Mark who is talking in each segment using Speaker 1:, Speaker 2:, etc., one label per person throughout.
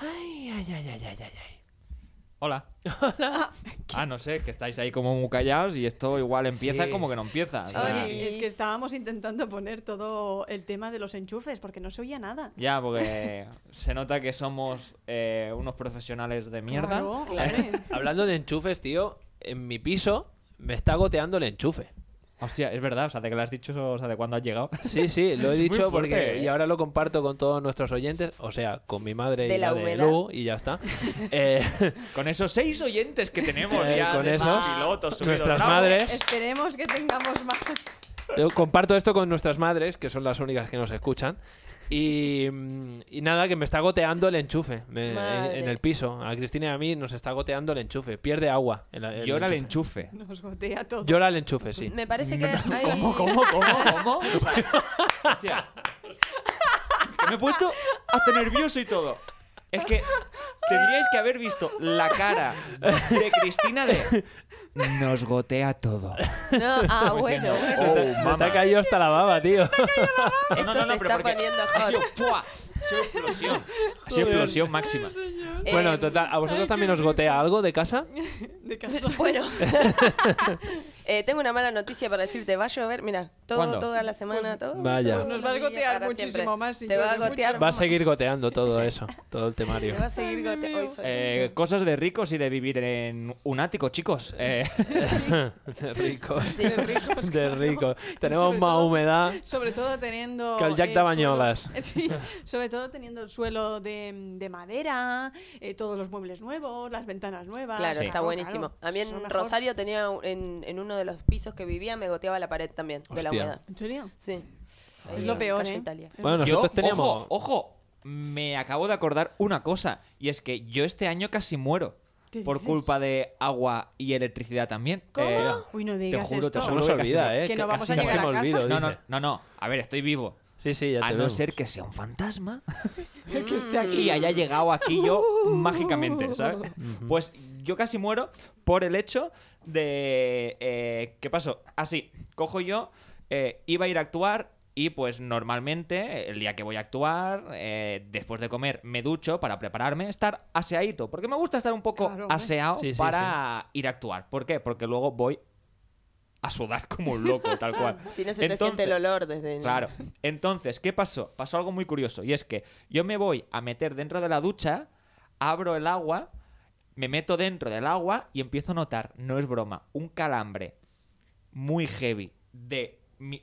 Speaker 1: ay, ay, ay, ay, ay, ay. Hola. ah, no sé, que estáis ahí como muy callados y esto igual empieza
Speaker 2: Sí.
Speaker 1: como que no empieza. o sea,
Speaker 3: Hola.
Speaker 4: Oye, es que estábamos intentando poner todo el tema de los enchufes porque no se oía nada.
Speaker 1: ya, porque se nota que somos eh, unos profesionales de mierda.
Speaker 4: Claro, hombre.
Speaker 2: Hablando de enchufes, tío, en mi piso me está goteando el enchufe.
Speaker 1: Hostia, es verdad, o sea, de que lo has dicho, o sea, de cuándo has llegado.
Speaker 2: Sí, sí, lo he
Speaker 1: Es muy
Speaker 2: dicho
Speaker 1: fuerte,
Speaker 2: porque
Speaker 1: ¿eh?
Speaker 2: y ahora lo comparto con todos nuestros oyentes, o sea, con mi madre
Speaker 3: De
Speaker 2: y
Speaker 3: la
Speaker 2: la de
Speaker 3: humedad.
Speaker 2: Lu y ya está. Eh,
Speaker 1: Con esos seis oyentes que tenemos
Speaker 2: Eh,
Speaker 1: ya
Speaker 2: con
Speaker 1: de
Speaker 2: esos,
Speaker 1: pilotos subidos,
Speaker 2: nuestras
Speaker 1: ¿no?
Speaker 2: madres,
Speaker 4: Esperemos que tengamos más.
Speaker 2: yo comparto esto con nuestras madres, que son las únicas que nos escuchan. Y, mm, y nada, que me está goteando el enchufe me- en-
Speaker 3: Madre.
Speaker 2: en el piso. A Cristina y a mí nos está goteando el enchufe. Pierde agua. el- el
Speaker 1: Llora el enchufe.
Speaker 4: Nos gotea todo.
Speaker 2: Llora el enchufe, sí.
Speaker 3: Me parece que hay...
Speaker 1: ¿Cómo, cómo, cómo, cómo? O sea, hostia. Que me he puesto hasta nervioso y todo. Es que tendríais que haber visto la cara de Cristina de... Nos gotea todo.
Speaker 3: No, ah,
Speaker 1: Como
Speaker 3: bueno.
Speaker 1: diciendo,
Speaker 3: bueno.
Speaker 2: Se
Speaker 1: "Oh,
Speaker 2: te- se te
Speaker 1: mama".
Speaker 2: ha caído hasta la baba, tío.
Speaker 1: No,
Speaker 3: Esto
Speaker 1: no, no,
Speaker 3: se
Speaker 1: pero
Speaker 3: está
Speaker 1: porque
Speaker 3: poniendo
Speaker 1: Ha sido,
Speaker 3: hot.
Speaker 1: ¡fua! Ha sido explosión. Ha sido explosión máxima.
Speaker 3: Eh,
Speaker 2: Bueno, total, ¿a vosotros también os gotea algo de casa?
Speaker 4: De caso.
Speaker 3: Bueno. Eh, tengo una mala noticia para decirte. Va a llover, mira, todo,
Speaker 1: ¿Cuándo?
Speaker 3: toda la semana, todo.
Speaker 2: Vaya.
Speaker 3: todo
Speaker 4: Nos
Speaker 3: el
Speaker 4: va a
Speaker 3: día
Speaker 4: gotear
Speaker 3: para
Speaker 4: muchísimo
Speaker 3: siempre.
Speaker 4: más si
Speaker 3: Te va a
Speaker 4: llueve
Speaker 3: gotear.
Speaker 2: Va a seguir goteando todo eso, todo el
Speaker 3: Te
Speaker 2: temario.
Speaker 3: va a seguir goteando. Hoy soy-
Speaker 1: Eh, cosas de ricos y de vivir en un ático, chicos. Eh,
Speaker 2: De ricos.
Speaker 3: Sí.
Speaker 4: De ricos,
Speaker 2: De
Speaker 4: claro.
Speaker 2: ricos.
Speaker 4: Y
Speaker 2: Tenemos
Speaker 4: sobre
Speaker 2: más
Speaker 4: todo-
Speaker 2: humedad.
Speaker 4: Sobre todo teniendo.
Speaker 2: Que al Jack
Speaker 4: el
Speaker 2: Dabañolas.
Speaker 4: suelo- Sí, sobre todo teniendo el suelo de, de madera, eh, todos los muebles nuevos, las ventanas nuevas.
Speaker 3: Claro, está
Speaker 4: claro,
Speaker 3: buenísimo.
Speaker 4: claro,
Speaker 3: A mí
Speaker 4: eso
Speaker 3: en
Speaker 4: mejor.
Speaker 3: Rosario tenía, un- en, en uno de los pisos que vivía, me goteaba la pared también, de la
Speaker 2: Hostia.
Speaker 3: humedad.
Speaker 4: ¿En serio?
Speaker 3: Sí.
Speaker 4: Es
Speaker 3: Ahí
Speaker 4: lo
Speaker 3: en
Speaker 4: peor,
Speaker 3: Calle
Speaker 4: ¿eh?
Speaker 3: Italia.
Speaker 2: Bueno, nosotros
Speaker 1: yo,
Speaker 2: teníamos.
Speaker 1: Ojo, ojo, me acabo de acordar una cosa. Y es que yo este año casi muero.
Speaker 4: ¿Qué
Speaker 1: Por
Speaker 4: dices?
Speaker 1: culpa de agua y electricidad también. Eh,
Speaker 3: ¿Cómo?
Speaker 4: Uy, no
Speaker 1: te
Speaker 4: digas
Speaker 1: juro, te
Speaker 4: esto.
Speaker 2: Se
Speaker 1: juro
Speaker 2: nos
Speaker 1: que casi
Speaker 2: olvida,
Speaker 1: me-
Speaker 2: ¿eh?
Speaker 4: que no vamos
Speaker 2: casi
Speaker 4: a
Speaker 2: se
Speaker 4: llegar
Speaker 2: me
Speaker 4: a casa.
Speaker 2: olvido,
Speaker 1: no, no,
Speaker 2: dice.
Speaker 1: no, no. A ver, estoy vivo.
Speaker 2: Sí, sí, ya
Speaker 1: a
Speaker 2: te
Speaker 1: no
Speaker 2: veo.
Speaker 1: ser que sea un fantasma
Speaker 4: Que esté aquí.
Speaker 1: y haya llegado aquí yo mágicamente, ¿sabes?
Speaker 2: Ujú.
Speaker 1: Pues yo casi muero por el hecho de... eh, ¿Qué pasó? Así, cojo yo, eh, iba a ir a actuar y pues normalmente el día que voy a actuar, eh, después de comer me ducho para prepararme, estar aseadito, porque me gusta estar un poco
Speaker 4: Claro, hombre.
Speaker 1: aseado
Speaker 2: Sí, sí,
Speaker 1: para ir a actuar. ¿Por qué? Porque luego voy a sudar como un loco, tal cual.
Speaker 3: Si no se te siente
Speaker 1: Entonces-
Speaker 3: el olor desde...
Speaker 1: Claro. Entonces, ¿qué pasó? Pasó algo muy curioso. Y es que yo me voy a meter dentro de la ducha, abro el agua, me meto dentro del agua y empiezo a notar, no es broma, un calambre muy heavy de, mi-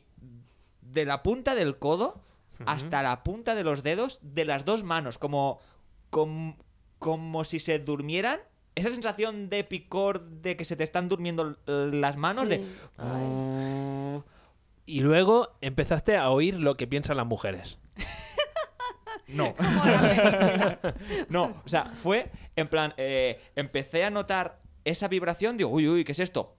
Speaker 1: de la punta del codo hasta la punta de los dedos de las dos manos, como, com- como si se durmieran. Esa sensación de picor de que se te están durmiendo eh, las manos, de...
Speaker 3: Sí. Ay.
Speaker 2: Y luego empezaste a oír lo que piensan las mujeres.
Speaker 1: No. no, o sea, fue en plan, eh, empecé a notar esa vibración, digo, uy, uy, ¿qué es esto?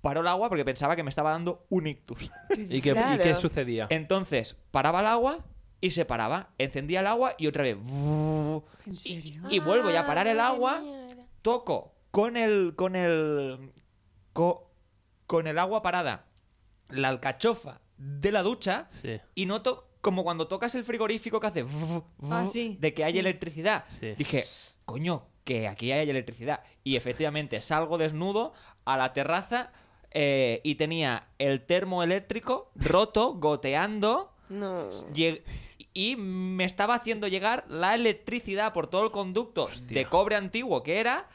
Speaker 1: Paró el agua porque pensaba que me estaba dando un ictus.
Speaker 2: ¿Y qué, y
Speaker 3: Claro.
Speaker 2: qué sucedía?
Speaker 1: Entonces, paraba el agua y se paraba. Encendía el agua y otra vez.
Speaker 4: ¿En serio?
Speaker 1: Y vuelvo ya a parar el
Speaker 3: Ah,
Speaker 1: agua.
Speaker 3: mira.
Speaker 1: Toco con el. con el. co- con el agua parada. La alcachofa de la ducha
Speaker 2: Sí.
Speaker 1: y noto como cuando tocas el frigorífico que hace
Speaker 4: Ah, sí,
Speaker 1: de que hay
Speaker 4: sí.
Speaker 1: electricidad.
Speaker 2: Sí.
Speaker 1: Dije, coño, que aquí hay electricidad. Y efectivamente salgo desnudo a la terraza eh, y tenía el termo eléctrico roto, goteando.
Speaker 3: No.
Speaker 1: lle- Y me estaba haciendo llegar la electricidad por todo el conducto de cobre antiguo que era.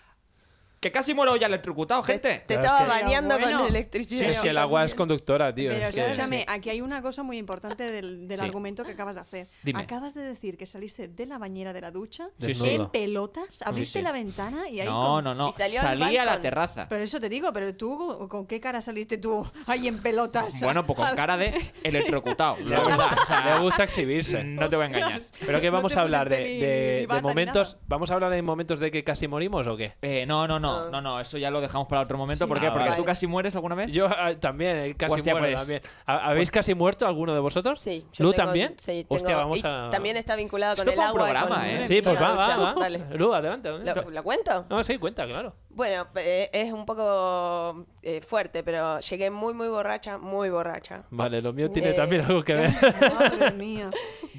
Speaker 1: Que casi muero ya electrocutado,
Speaker 3: Te,
Speaker 1: Oh, gente.
Speaker 3: te
Speaker 2: Claro,
Speaker 3: estaba
Speaker 2: es que-
Speaker 3: bañando
Speaker 4: Pero bueno.
Speaker 3: con
Speaker 2: Sí,
Speaker 3: electricidad.
Speaker 2: es que el agua es conductora, tío.
Speaker 4: Pero
Speaker 2: es que-
Speaker 4: escúchame, aquí hay una cosa muy importante del, del
Speaker 1: Sí.
Speaker 4: argumento que acabas de hacer.
Speaker 1: Dime.
Speaker 4: Acabas de decir que saliste de la bañera de la ducha
Speaker 1: Sí, sí.
Speaker 2: Desnudo.
Speaker 4: en pelotas, abriste
Speaker 1: sí.
Speaker 4: la ventana y ahí.
Speaker 1: No,
Speaker 4: con-
Speaker 1: no, no.
Speaker 3: y salió al
Speaker 1: Salí a la
Speaker 3: balcón.
Speaker 1: terraza.
Speaker 4: Pero eso te digo, pero tú, ¿con qué cara saliste tú ahí en pelotas?
Speaker 1: Bueno, pues con cara de electrocutado, la verdad. O sea,
Speaker 2: Le gusta exhibirse.
Speaker 1: No te voy a engañar.
Speaker 2: ¿Pero qué
Speaker 4: No
Speaker 2: vamos
Speaker 4: te
Speaker 2: a hablar? ¿De,
Speaker 4: pusiste ni-
Speaker 2: de-
Speaker 4: ni
Speaker 2: de
Speaker 4: bata ni
Speaker 2: momentos?
Speaker 4: nada.
Speaker 2: ¿Vamos a hablar de momentos de que casi morimos o qué?
Speaker 1: Eh, no, no, no,
Speaker 3: Ah.
Speaker 1: no, no, eso ya lo dejamos para otro momento.
Speaker 2: Sí.
Speaker 1: ¿Por qué?
Speaker 2: Ah,
Speaker 1: Porque
Speaker 3: vale.
Speaker 1: tú casi mueres alguna vez.
Speaker 2: Yo ah, también, eh, casi
Speaker 1: Hostia,
Speaker 2: muero
Speaker 1: pues.
Speaker 2: también. ¿Ha- ¿Habéis casi muerto alguno de vosotros?
Speaker 3: Sí. yo
Speaker 2: ¿Lu
Speaker 3: tengo-
Speaker 2: también?
Speaker 3: Sí,
Speaker 2: Hostia,
Speaker 3: tengo-
Speaker 2: vamos
Speaker 3: y
Speaker 2: a...
Speaker 3: También está vinculado con
Speaker 1: Esto
Speaker 3: el
Speaker 1: para un
Speaker 3: agua. y
Speaker 1: programa,
Speaker 3: con-
Speaker 1: ¿eh?
Speaker 2: Sí,
Speaker 3: con
Speaker 2: pues
Speaker 3: la
Speaker 2: va, va,
Speaker 3: ducha.
Speaker 2: va.
Speaker 3: Dale.
Speaker 2: Lu, adelante. adelante.
Speaker 3: ¿Lo, lo cuento?
Speaker 2: No, sí, cuenta, claro.
Speaker 3: Bueno, eh, es un poco eh, fuerte, pero llegué muy, muy borracha, muy borracha.
Speaker 2: Vale, lo mío tiene
Speaker 3: Eh,
Speaker 2: también algo que ver.
Speaker 4: Madre mía.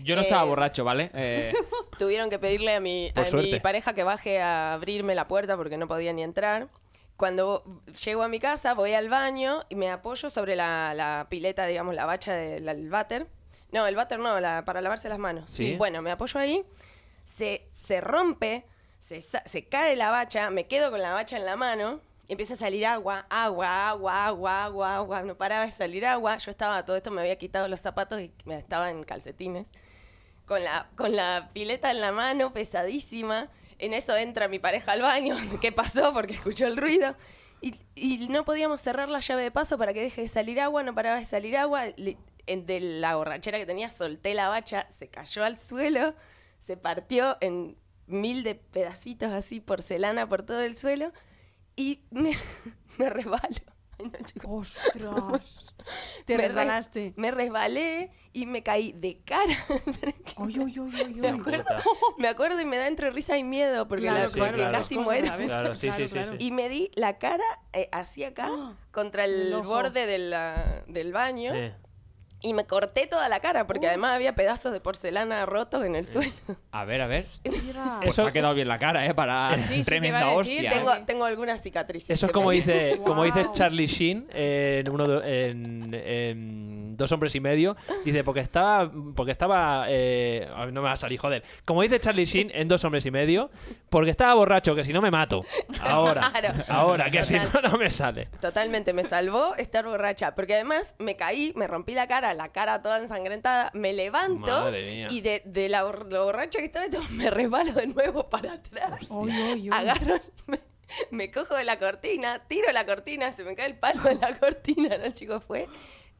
Speaker 1: Yo no estaba
Speaker 3: Eh,
Speaker 1: borracho, ¿vale? Eh,
Speaker 3: Tuvieron que pedirle a mi,
Speaker 2: Por
Speaker 3: a
Speaker 2: suerte.
Speaker 3: mi pareja que baje a abrirme la puerta porque no podía ni entrar. Cuando llego a mi casa, voy al baño y me apoyo sobre la, la pileta, digamos, la bacha del el váter. No, el váter no, la- para lavarse las manos.
Speaker 2: Sí.
Speaker 3: Bueno, me apoyo ahí, se, se rompe, se, sa- se cae la bacha, me quedo con la bacha en la mano. y Empieza a salir agua, agua, agua, agua, agua, agua. No paraba de salir agua. Yo estaba, todo esto me había quitado los zapatos y me estaba en calcetines con la, con la pileta en la mano, pesadísima. En eso entra mi pareja al baño. ¿Qué pasó? Porque escuchó el ruido. Y, y no podíamos cerrar la llave de paso para que deje de salir agua, no paraba de salir agua. Le- en- de la borrachera que tenía, solté la bacha, se cayó al suelo, se partió en mil de pedacitos así, porcelana por todo el suelo. Y me, me resbalo. Ay, no, chicos.
Speaker 4: Ostras. Te
Speaker 3: Me re-
Speaker 4: resbalaste.
Speaker 3: Me resbalé y me caí de cara.
Speaker 4: Uy, uy, uy, uy,
Speaker 3: Me
Speaker 4: uy.
Speaker 3: acuerdo. Me acuerdo y me da entre risa y miedo porque,
Speaker 4: Claro,
Speaker 3: la-
Speaker 4: claro,
Speaker 3: porque
Speaker 4: las dos
Speaker 3: casi
Speaker 4: cosas a
Speaker 3: muero.
Speaker 4: la vez.
Speaker 5: Claro, sí, sí, sí,
Speaker 4: claro.
Speaker 5: sí.
Speaker 3: Y me di la cara eh, hacia acá
Speaker 4: Ah,
Speaker 3: contra el,
Speaker 4: el ojo.
Speaker 3: borde de la- del baño
Speaker 5: Eh,
Speaker 3: y me corté toda la cara porque además había pedazos de porcelana rotos en el suelo.
Speaker 1: a ver, a ver.
Speaker 4: Mira.
Speaker 1: Pues ha quedado bien la cara, ¿eh? Para
Speaker 4: Sí, sí, te
Speaker 1: tremenda
Speaker 4: iba a decir,
Speaker 1: hostia. ¿eh?
Speaker 3: Tengo, tengo algunas cicatrices.
Speaker 2: Eso es
Speaker 3: que
Speaker 2: como
Speaker 3: me-
Speaker 2: dice, como dice
Speaker 4: Guau.
Speaker 2: Charlie Sheen eh, en, uno de- en- en Dos Hombres y Medio. Dice, porque estaba. Porque estaba eh, ay, no me va a salir, joder. Como dice Charlie Sheen en Dos Hombres y Medio, porque estaba borracho, que si no me mato. Ahora.
Speaker 3: Claro.
Speaker 2: Ahora, que si no,
Speaker 3: Total.
Speaker 2: no me sale.
Speaker 3: Totalmente, me salvó estar borracha, porque además me caí, me rompí la cara, la cara toda ensangrentada, me levanto
Speaker 2: Madre mía.
Speaker 3: y de, de la, bor- lo borracha que estaba y todo, me resbalo de nuevo para atrás.
Speaker 4: Uy, uy, uy.
Speaker 3: agarro, me, me cojo de la cortina, tiro la cortina, se me cae el palo de la cortina, ¿no, chicos? Fue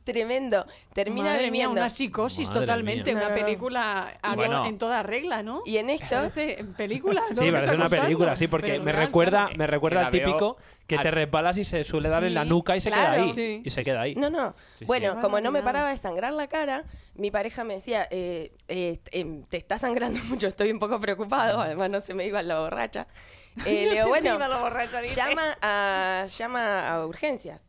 Speaker 3: tremendo. Termina
Speaker 4: Madre mía,
Speaker 3: bebiendo.
Speaker 4: una psicosis
Speaker 2: Madre
Speaker 4: totalmente,
Speaker 3: mía.
Speaker 4: una
Speaker 3: No, no, no.
Speaker 4: película a
Speaker 1: Bueno.
Speaker 4: todo- en toda regla, ¿no?
Speaker 3: Y en esto,
Speaker 4: Parece película, ¿no?
Speaker 2: Sí,
Speaker 4: ¿Me
Speaker 2: parece
Speaker 4: estás
Speaker 2: una
Speaker 4: contando?
Speaker 2: película, sí, porque
Speaker 4: Pero
Speaker 2: me
Speaker 4: real,
Speaker 2: recuerda,
Speaker 4: claro.
Speaker 2: me recuerda
Speaker 1: Que
Speaker 2: al
Speaker 1: la veo
Speaker 2: típico que te
Speaker 1: al-
Speaker 2: resbalas y se suele dar en la
Speaker 4: Sí,
Speaker 2: nuca y se queda
Speaker 3: claro.
Speaker 2: ahí.
Speaker 4: Sí.
Speaker 2: Y se queda ahí.
Speaker 3: no, no.
Speaker 5: Sí, sí.
Speaker 3: bueno,
Speaker 4: Qué
Speaker 3: como no me
Speaker 4: barbaridad.
Speaker 3: paraba de sangrar la cara, mi pareja me decía, eh, eh, t- em, te está sangrando mucho, estoy un poco preocupado, además no se me iba la borracha. Eh, le digo, bueno, llama a, llama a urgencias.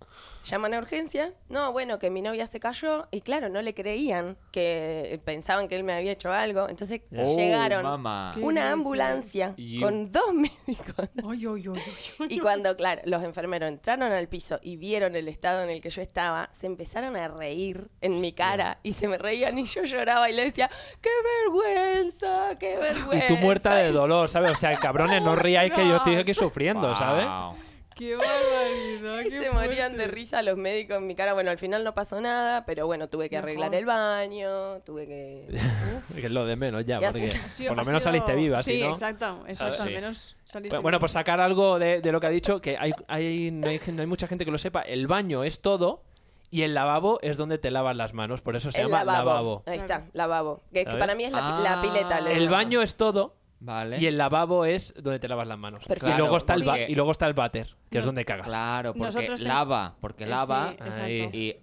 Speaker 3: Llaman a urgencias. No, bueno, que mi novia se cayó y claro, no le creían, que pensaban que él me había hecho algo. Entonces
Speaker 1: Oh,
Speaker 3: llegaron
Speaker 1: mamá.
Speaker 4: ¿Qué?
Speaker 3: una
Speaker 4: dices?
Speaker 3: ambulancia
Speaker 1: Y un-
Speaker 3: con dos médicos.
Speaker 4: Uy, uy, uy, uy, uy.
Speaker 3: Y cuando, claro, los enfermeros entraron al piso y vieron el estado en el que yo estaba, se empezaron a reír en mi cara y se me reían y yo lloraba y le decía, ¡qué vergüenza! ¡Qué
Speaker 2: Y
Speaker 3: vergüenza!
Speaker 2: tú muerta de dolor, ¿sabes? O sea, cabrones, no ríais que yo estoy aquí
Speaker 4: Ostras.
Speaker 2: sufriendo, ¿sabes?
Speaker 1: Wow.
Speaker 4: ¡Qué barbaridad!
Speaker 3: Y
Speaker 4: qué
Speaker 3: se morían de
Speaker 4: fuerte.
Speaker 3: risa los médicos en mi cara. Bueno, al final no pasó nada, pero bueno, tuve que
Speaker 4: Mejor.
Speaker 3: arreglar el baño, tuve que...
Speaker 2: Que es lo de menos ya,
Speaker 3: Ya
Speaker 2: porque
Speaker 3: sé.
Speaker 4: Ha sido-
Speaker 2: por
Speaker 4: ha
Speaker 2: lo menos
Speaker 4: sido-
Speaker 2: saliste viva,
Speaker 4: Sí,
Speaker 2: si no. Ah,
Speaker 4: exacto, exacto,
Speaker 1: Sí.
Speaker 4: al menos saliste
Speaker 2: Bueno, bueno,
Speaker 4: viva.
Speaker 2: por sacar algo de, de lo que ha dicho, que hay, hay- no hay, no hay mucha gente que lo sepa, el baño es todo y el lavabo es donde te lavas las manos, por eso se
Speaker 3: el
Speaker 2: llama
Speaker 3: lavabo.
Speaker 2: lavabo.
Speaker 3: Ahí
Speaker 4: Claro.
Speaker 3: está, lavabo. Que, es que
Speaker 2: ¿Sabes?
Speaker 3: para mí es la, pi- la
Speaker 1: Ah.
Speaker 3: pileta. le
Speaker 1: El
Speaker 2: El
Speaker 3: llaman.
Speaker 2: baño es todo
Speaker 1: Vale.
Speaker 2: y el lavabo es donde te lavas las manos.
Speaker 3: Perfecto.
Speaker 2: y, luego está el ba-
Speaker 1: Porque-
Speaker 2: y luego está el váter, que es
Speaker 4: No.
Speaker 2: donde cagas.
Speaker 1: Claro, porque
Speaker 4: Nosotros ten-
Speaker 1: lava, porque
Speaker 4: Eh,
Speaker 1: lava
Speaker 4: sí, exacto.
Speaker 2: Ahí.
Speaker 1: y,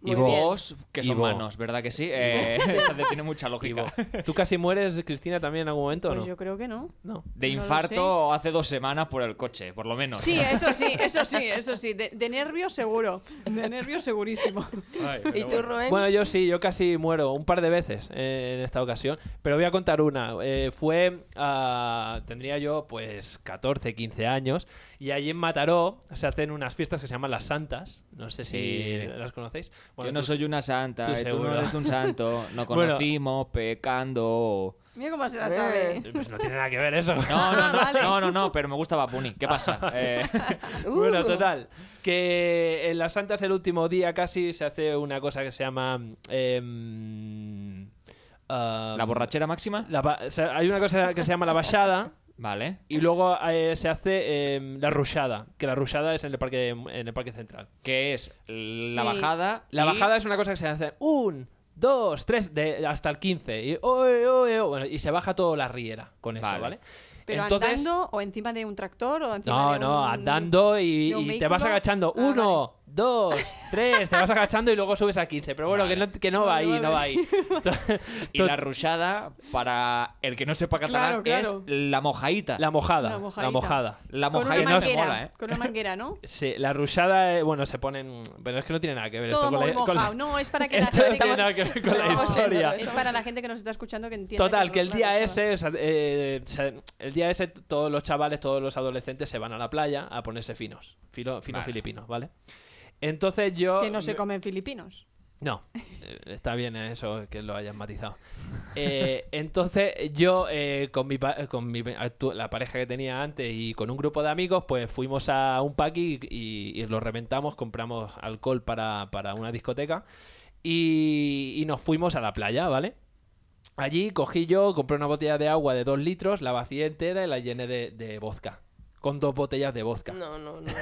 Speaker 3: Muy
Speaker 1: y
Speaker 3: bien.
Speaker 1: vos, que son
Speaker 2: Ivo.
Speaker 1: manos, ¿verdad que sí? Eh, esa te tiene mucha lógica.
Speaker 2: ¿Tú casi mueres, Cristina, también en algún momento o
Speaker 4: Pues
Speaker 2: no?
Speaker 4: yo creo que no.
Speaker 2: No.
Speaker 1: De
Speaker 4: No lo
Speaker 1: infarto hace dos semanas por el coche, por lo menos.
Speaker 4: Sí, eso sí, eso sí, eso sí. De, de nervios seguro. De nervios segurísimo.
Speaker 1: Ay,
Speaker 3: ¿Y
Speaker 1: pero
Speaker 3: tú,
Speaker 1: bueno.
Speaker 3: Rubén?
Speaker 2: Bueno, yo sí, yo casi muero un par de veces eh, en esta ocasión, pero voy a contar una. Eh, fue, ah, tendría yo pues 14, 15 años, y allí en Mataró se hacen unas fiestas que se llaman las Santas, no sé
Speaker 1: Sí.
Speaker 2: si las conocéis.
Speaker 1: Yo no
Speaker 2: tú-
Speaker 1: soy una santa,
Speaker 2: tú
Speaker 1: y tú no
Speaker 2: seguro.
Speaker 1: eres un santo, no
Speaker 2: Bueno.
Speaker 1: conocimos pecando.
Speaker 4: Mira cómo se la sabe.
Speaker 3: Eh.
Speaker 2: Pues no tiene nada que ver eso.
Speaker 1: No, no, no,
Speaker 4: Ah, vale.
Speaker 1: no, no, no, pero me gusta Bad Bunny. ¿Qué pasa? Eh,
Speaker 3: Uh,
Speaker 2: Bueno, total, que en las Santas el último día casi se hace una cosa que se llama... em, ah,
Speaker 1: ¿La borrachera máxima?
Speaker 2: la ba- o sea, hay una cosa que se llama la bachada,
Speaker 1: Vale.
Speaker 2: Y luego eh, se hace eh, la rushada, que la rushada es en el parque, en el parque central.
Speaker 1: Que es la
Speaker 4: Sí.
Speaker 1: bajada.
Speaker 2: La
Speaker 1: y-
Speaker 2: bajada es una cosa que se hace un, dos, tres, de, hasta el 15. Y, oe, oe, oe, bueno, y se baja toda la riera con eso,
Speaker 1: Vale.
Speaker 2: ¿vale?
Speaker 4: ¿Pero
Speaker 2: Entonces-
Speaker 4: andando o encima de un tractor o encima
Speaker 2: No,
Speaker 4: de
Speaker 2: no,
Speaker 4: un-
Speaker 2: andando y,
Speaker 4: de un
Speaker 2: y te vas
Speaker 4: vehículo.
Speaker 2: agachando.
Speaker 4: Ah,
Speaker 2: Uno, 2, 3, te vas agachando y luego subes a 15. Pero bueno, que no, que no va
Speaker 4: Vale,
Speaker 2: ahí, no
Speaker 4: vale.
Speaker 2: va ahí.
Speaker 1: Y la rushada, para el que no sepa catalán,
Speaker 4: Claro, claro.
Speaker 1: es la mojaita.
Speaker 2: La mojada.
Speaker 4: La
Speaker 2: La
Speaker 4: mojadita.
Speaker 2: mojada.
Speaker 1: La
Speaker 4: Con una
Speaker 1: mojaita no se
Speaker 4: manguera.
Speaker 1: mola, ¿eh?
Speaker 4: Con una manguera, ¿no?
Speaker 2: Sí, la rushada, eh, bueno, se ponen. Pero es que no tiene nada que ver
Speaker 4: Todo
Speaker 2: esto con
Speaker 4: muy
Speaker 2: la. con la-
Speaker 4: mojado. No, es para que
Speaker 2: Esto
Speaker 4: la
Speaker 2: no
Speaker 4: gente
Speaker 2: tiene nada que ver con la
Speaker 4: No,
Speaker 2: historia.
Speaker 4: Es para la gente que nos está escuchando que entienda.
Speaker 2: Total, que el
Speaker 4: no
Speaker 2: día
Speaker 4: es la
Speaker 2: ese, o sea, eh, se- el día ese todos los chavales, todos los adolescentes se van a la playa a ponerse finos, filo, finos
Speaker 1: Vale.
Speaker 2: filipinos, ¿vale? Entonces yo...
Speaker 4: cosa. Que no se
Speaker 2: me-
Speaker 4: comen filipinos.
Speaker 2: No, eh, está bien eso que lo hayan matizado. Eh, entonces yo eh, con, mi pa- con mi actu- la pareja que tenía antes y con un grupo de amigos, pues fuimos a un paqui y, y lo reventamos, compramos alcohol para, para una discoteca y, y nos fuimos a la playa, ¿vale? Allí cogí yo, compré una botella de agua de 2 litros, la vacié entera y la llené de, de vodka. Con dos botellas de vodka.
Speaker 3: Uh. No, no, no.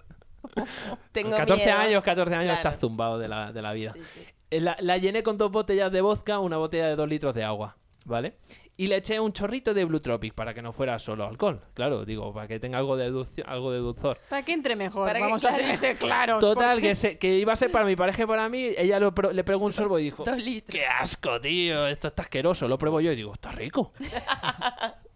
Speaker 3: no.
Speaker 2: Con
Speaker 3: Tengo
Speaker 2: 14
Speaker 3: miedo.
Speaker 2: años, 14 años
Speaker 3: Claro.
Speaker 2: estás zumbado de la, de la vida.
Speaker 3: Sí, sí.
Speaker 2: Eh, La, la llené con dos botellas de vodka, una botella de dos litros de agua, ¿vale? Y le eché un chorrito de Blue Tropic para que no fuera solo alcohol, claro, digo, para que tenga algo de, dulce- algo de dulzor.
Speaker 4: Para que entre mejor.
Speaker 3: Para que-
Speaker 4: Vamos a
Speaker 3: claro.
Speaker 4: ser- ser claros.
Speaker 2: Total,
Speaker 4: porque-
Speaker 2: que, se- que iba a ser para mi pareja y para mí, ella lo pro- le pegó un sorbo y dijo,
Speaker 3: Dos litros.
Speaker 2: ¡Qué asco, tío! Esto está asqueroso. Lo pruebo yo y digo, está rico.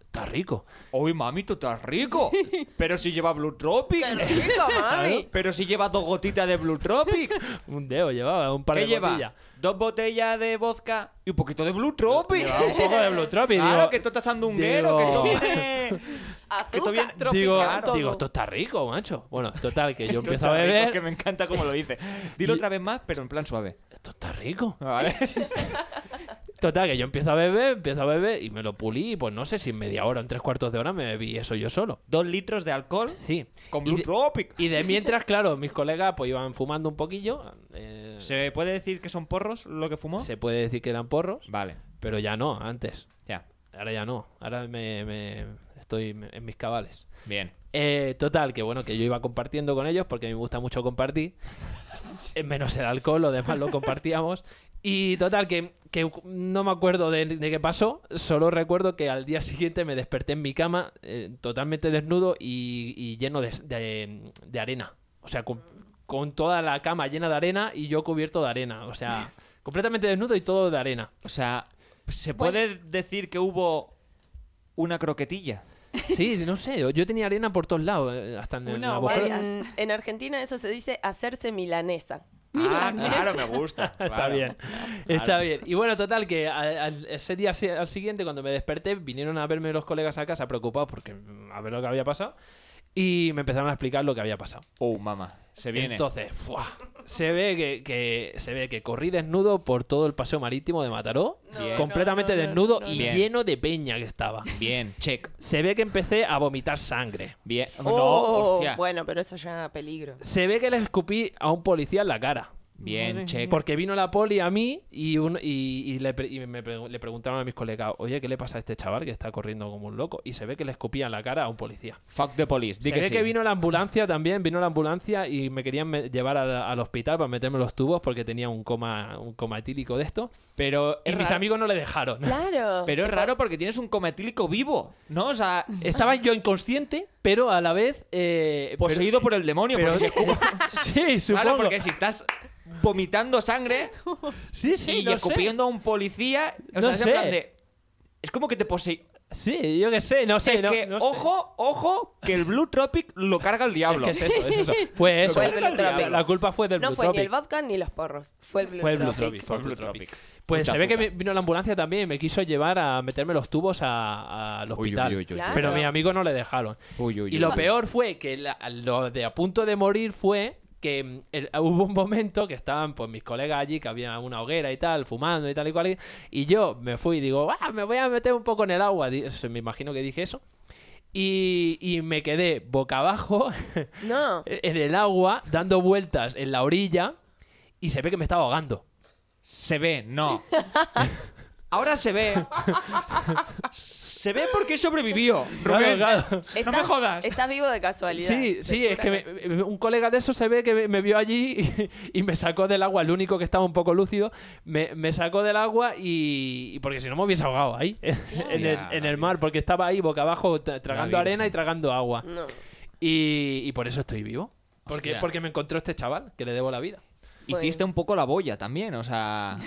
Speaker 2: Está rico.
Speaker 1: Uy, mami, tú estás rico. Pero si lleva Blue
Speaker 3: Qué
Speaker 1: Tropic.
Speaker 3: rico, mami.
Speaker 1: Pero si lleva dos gotitas de Blue Tropic.
Speaker 2: Un dedo llevaba, un par
Speaker 1: ¿Qué
Speaker 2: de
Speaker 1: lleva?
Speaker 2: botellas.
Speaker 1: Dos botellas de vodka y un poquito de Blue Tropic.
Speaker 2: Llevaba un poco de Blue Tropic.
Speaker 1: Claro,
Speaker 2: digo,
Speaker 1: que tú estás sandunguero, que
Speaker 2: digo-
Speaker 1: tú vienes... que tú vienes-
Speaker 3: Azúcar
Speaker 2: Digo,
Speaker 3: tropical.
Speaker 2: digo, esto está rico, macho. Bueno, total, que yo
Speaker 1: Esto
Speaker 2: empiezo a
Speaker 1: está rico,
Speaker 2: beber.
Speaker 1: Que me encanta como lo dice. Dilo
Speaker 2: Y-
Speaker 1: otra vez más, pero en plan suave.
Speaker 2: Esto está rico.
Speaker 1: Ah, ¿Vale?
Speaker 2: Total, que yo empiezo a beber, empiezo a beber y me lo pulí. Y pues no sé si en media hora, en tres cuartos de hora me bebí eso yo solo.
Speaker 1: Dos litros de alcohol
Speaker 2: Sí.
Speaker 1: con
Speaker 2: Y
Speaker 1: Blue
Speaker 2: de-
Speaker 1: Tropic.
Speaker 2: Y de mientras, claro, mis colegas pues iban fumando un poquillo. eh,
Speaker 1: ¿Se puede decir que son porros lo que fumó?
Speaker 2: se puede decir que eran porros,
Speaker 1: Vale,
Speaker 2: pero ya no, antes.
Speaker 1: ya.
Speaker 2: Ahora ya no. Ahora me, me- estoy en mis cabales.
Speaker 1: Bien.
Speaker 2: Eh, total, que bueno, que yo iba compartiendo con ellos porque me gusta mucho compartir. Eh, Menos el alcohol, lo demás lo compartíamos. Y total, que, que no me acuerdo de, de qué pasó, solo recuerdo que al día siguiente me desperté en mi cama eh, totalmente desnudo y, y lleno de, de- de arena. O sea, con, con toda la cama llena de arena y yo cubierto de arena. O sea, completamente desnudo y todo de arena.
Speaker 1: O sea, ¿se
Speaker 2: pues-
Speaker 1: puede decir que hubo una croquetilla?
Speaker 2: Sí, no sé, yo- yo tenía arena por todos lados, eh, hasta en, el
Speaker 4: Una
Speaker 2: agujero-
Speaker 4: varias.
Speaker 3: En, en Argentina eso se dice hacerse milanesa.
Speaker 1: Ah, claro, me gusta.
Speaker 2: Está
Speaker 1: claro.
Speaker 2: bien, está bien. Y bueno, total, que al- al- ese día si- al siguiente, cuando me desperté, vinieron a verme los colegas a casa preocupados porque mm, a ver lo que había pasado. Y me empezaron a explicar lo que había pasado.
Speaker 1: Oh, mamá, se viene.
Speaker 2: Entonces, ¡fua! se ve que, que- se ve que corrí desnudo por todo el paseo marítimo de Mataró,
Speaker 3: No,
Speaker 1: Bien.
Speaker 3: no,
Speaker 2: completamente
Speaker 3: no, no,
Speaker 2: desnudo
Speaker 3: no,
Speaker 2: y
Speaker 1: no.
Speaker 2: lleno de peña que estaba.
Speaker 1: Bien, check.
Speaker 2: Se ve que empecé a vomitar sangre.
Speaker 1: Bien. no,
Speaker 3: Oh,
Speaker 1: hostia.
Speaker 3: bueno, pero eso ya peligro.
Speaker 2: Se ve que le escupí a un policía en la cara.
Speaker 1: Bien,
Speaker 4: Madre
Speaker 1: check.
Speaker 2: Porque vino la poli a mí y, un- y- y le, pre- y me pre- le preguntaron a mis colegas, oye, ¿qué le pasa a este chaval que está corriendo como un loco? Y se ve que le escupían la cara a un policía.
Speaker 1: Fuck the police. Di
Speaker 2: se
Speaker 1: que
Speaker 2: ve
Speaker 1: sí.
Speaker 2: que vino la ambulancia también, vino la ambulancia y me querían me- llevar al, al hospital para meterme los tubos porque tenía un coma, un coma etílico de esto.
Speaker 1: Pero
Speaker 2: Y
Speaker 1: es
Speaker 2: mis
Speaker 1: raro-
Speaker 2: amigos no le dejaron.
Speaker 3: Claro.
Speaker 1: Pero es raro porque tienes un cometílico vivo, ¿no? O sea,
Speaker 2: Estaba yo inconsciente, pero a la vez... eh,
Speaker 1: poseído por el demonio.
Speaker 2: pero-
Speaker 1: porque se escupe-
Speaker 2: sí, supongo.
Speaker 1: Claro, porque si estás vomitando sangre
Speaker 2: Sí, sí,
Speaker 1: y
Speaker 2: no sé.
Speaker 1: escupiendo a un policía, o
Speaker 2: No
Speaker 1: sea, es en
Speaker 2: sé.
Speaker 1: plan de- Es como que te posee.
Speaker 2: Sí, yo qué sé, no sé.
Speaker 1: es
Speaker 2: no-
Speaker 1: que,
Speaker 2: no sé.
Speaker 1: ojo, ojo, que el Blue Tropic lo carga el diablo.
Speaker 2: Es que es eso, es eso. Fue eso.
Speaker 3: Fue el Blue Tropic.
Speaker 2: La culpa fue del
Speaker 3: no
Speaker 2: Blue
Speaker 3: fue
Speaker 2: Tropic.
Speaker 3: ni el vodka ni los porros. Fue el Blue,
Speaker 2: Fue el Blue
Speaker 3: Tropic.
Speaker 2: Tropic. fue el
Speaker 1: Blue
Speaker 2: Blue
Speaker 1: Tropic.
Speaker 2: Pues
Speaker 1: Mucha
Speaker 2: se ve que
Speaker 1: azúcar.
Speaker 2: me- vino la ambulancia también y me quiso llevar a meterme los tubos a- al
Speaker 1: Uy, uy,
Speaker 2: hospital.
Speaker 1: uy, uy, uy.
Speaker 3: Claro.
Speaker 2: Pero mis amigos no le dejaron.
Speaker 1: Uy, uy,
Speaker 2: Y
Speaker 1: uy,
Speaker 2: lo
Speaker 1: uy.
Speaker 2: peor fue que la- lo de a punto de morir fue que mm, el- hubo un momento que estaban pues mis colegas allí, que había una hoguera y tal, fumando y tal y cual. y- Y yo me fui y digo, "Ah, me voy a meter un poco en el agua. Di- se- Me imagino que dije eso. Y, y me quedé boca abajo
Speaker 3: No.
Speaker 2: en el agua, dando vueltas en la orilla, y se ve que me estaba ahogando.
Speaker 1: Se ve, no. Ahora se ve. Se ve porque sobrevivió. Rubén.
Speaker 2: Claro, claro.
Speaker 1: No me jodas.
Speaker 3: Estás vivo de casualidad.
Speaker 2: Sí,
Speaker 3: de
Speaker 2: sí, es
Speaker 3: pura
Speaker 2: que me- me- un colega de eso se ve que me, me vio allí y, y me sacó del agua, el único que estaba un poco lúcido, me, me sacó del agua y, y porque si no me hubiese ahogado ahí, en, el, en el mar, porque estaba ahí boca abajo tra- tragando
Speaker 1: La
Speaker 2: arena y
Speaker 1: Virgen.
Speaker 2: tragando agua.
Speaker 3: casualidad. No.
Speaker 2: Y, y por eso estoy vivo. Porque,
Speaker 1: Hostia.
Speaker 2: porque me encontró este chaval que le debo la vida.
Speaker 3: Joder.
Speaker 1: Hiciste un poco la boya también, o sea.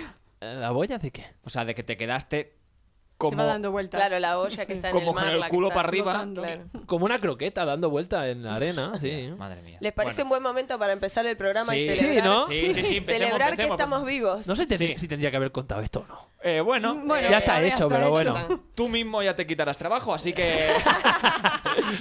Speaker 2: ¿Eh, ¿La boya de qué?
Speaker 1: O sea, de que te quedaste
Speaker 4: Se va
Speaker 1: como,
Speaker 4: dando vueltas.
Speaker 3: Claro, la olla que está en
Speaker 1: como
Speaker 3: el mar.
Speaker 1: con
Speaker 3: la
Speaker 1: el
Speaker 3: que
Speaker 1: culo
Speaker 3: está
Speaker 1: para arriba.
Speaker 4: flotando.
Speaker 3: Claro.
Speaker 2: Como una croqueta dando vuelta en la arena, sí.
Speaker 1: Madre mía.
Speaker 3: ¿Les parece un buen momento para empezar el programa y
Speaker 1: Sí.
Speaker 2: Sí,
Speaker 3: celebrar,
Speaker 2: ¿no?
Speaker 1: Sí, sí, sí, empecemos,
Speaker 3: celebrar que
Speaker 1: empecemos.
Speaker 3: estamos vivos?
Speaker 2: No sé tendría-
Speaker 1: Sí.
Speaker 2: si tendría que haber contado esto o no.
Speaker 1: Eh, bueno,
Speaker 4: Bueno,
Speaker 1: eh,
Speaker 2: ya está
Speaker 4: ya
Speaker 2: hecho,
Speaker 4: está
Speaker 2: pero
Speaker 4: hecho.
Speaker 2: bueno.
Speaker 1: tú mismo ya te quitarás trabajo, así que.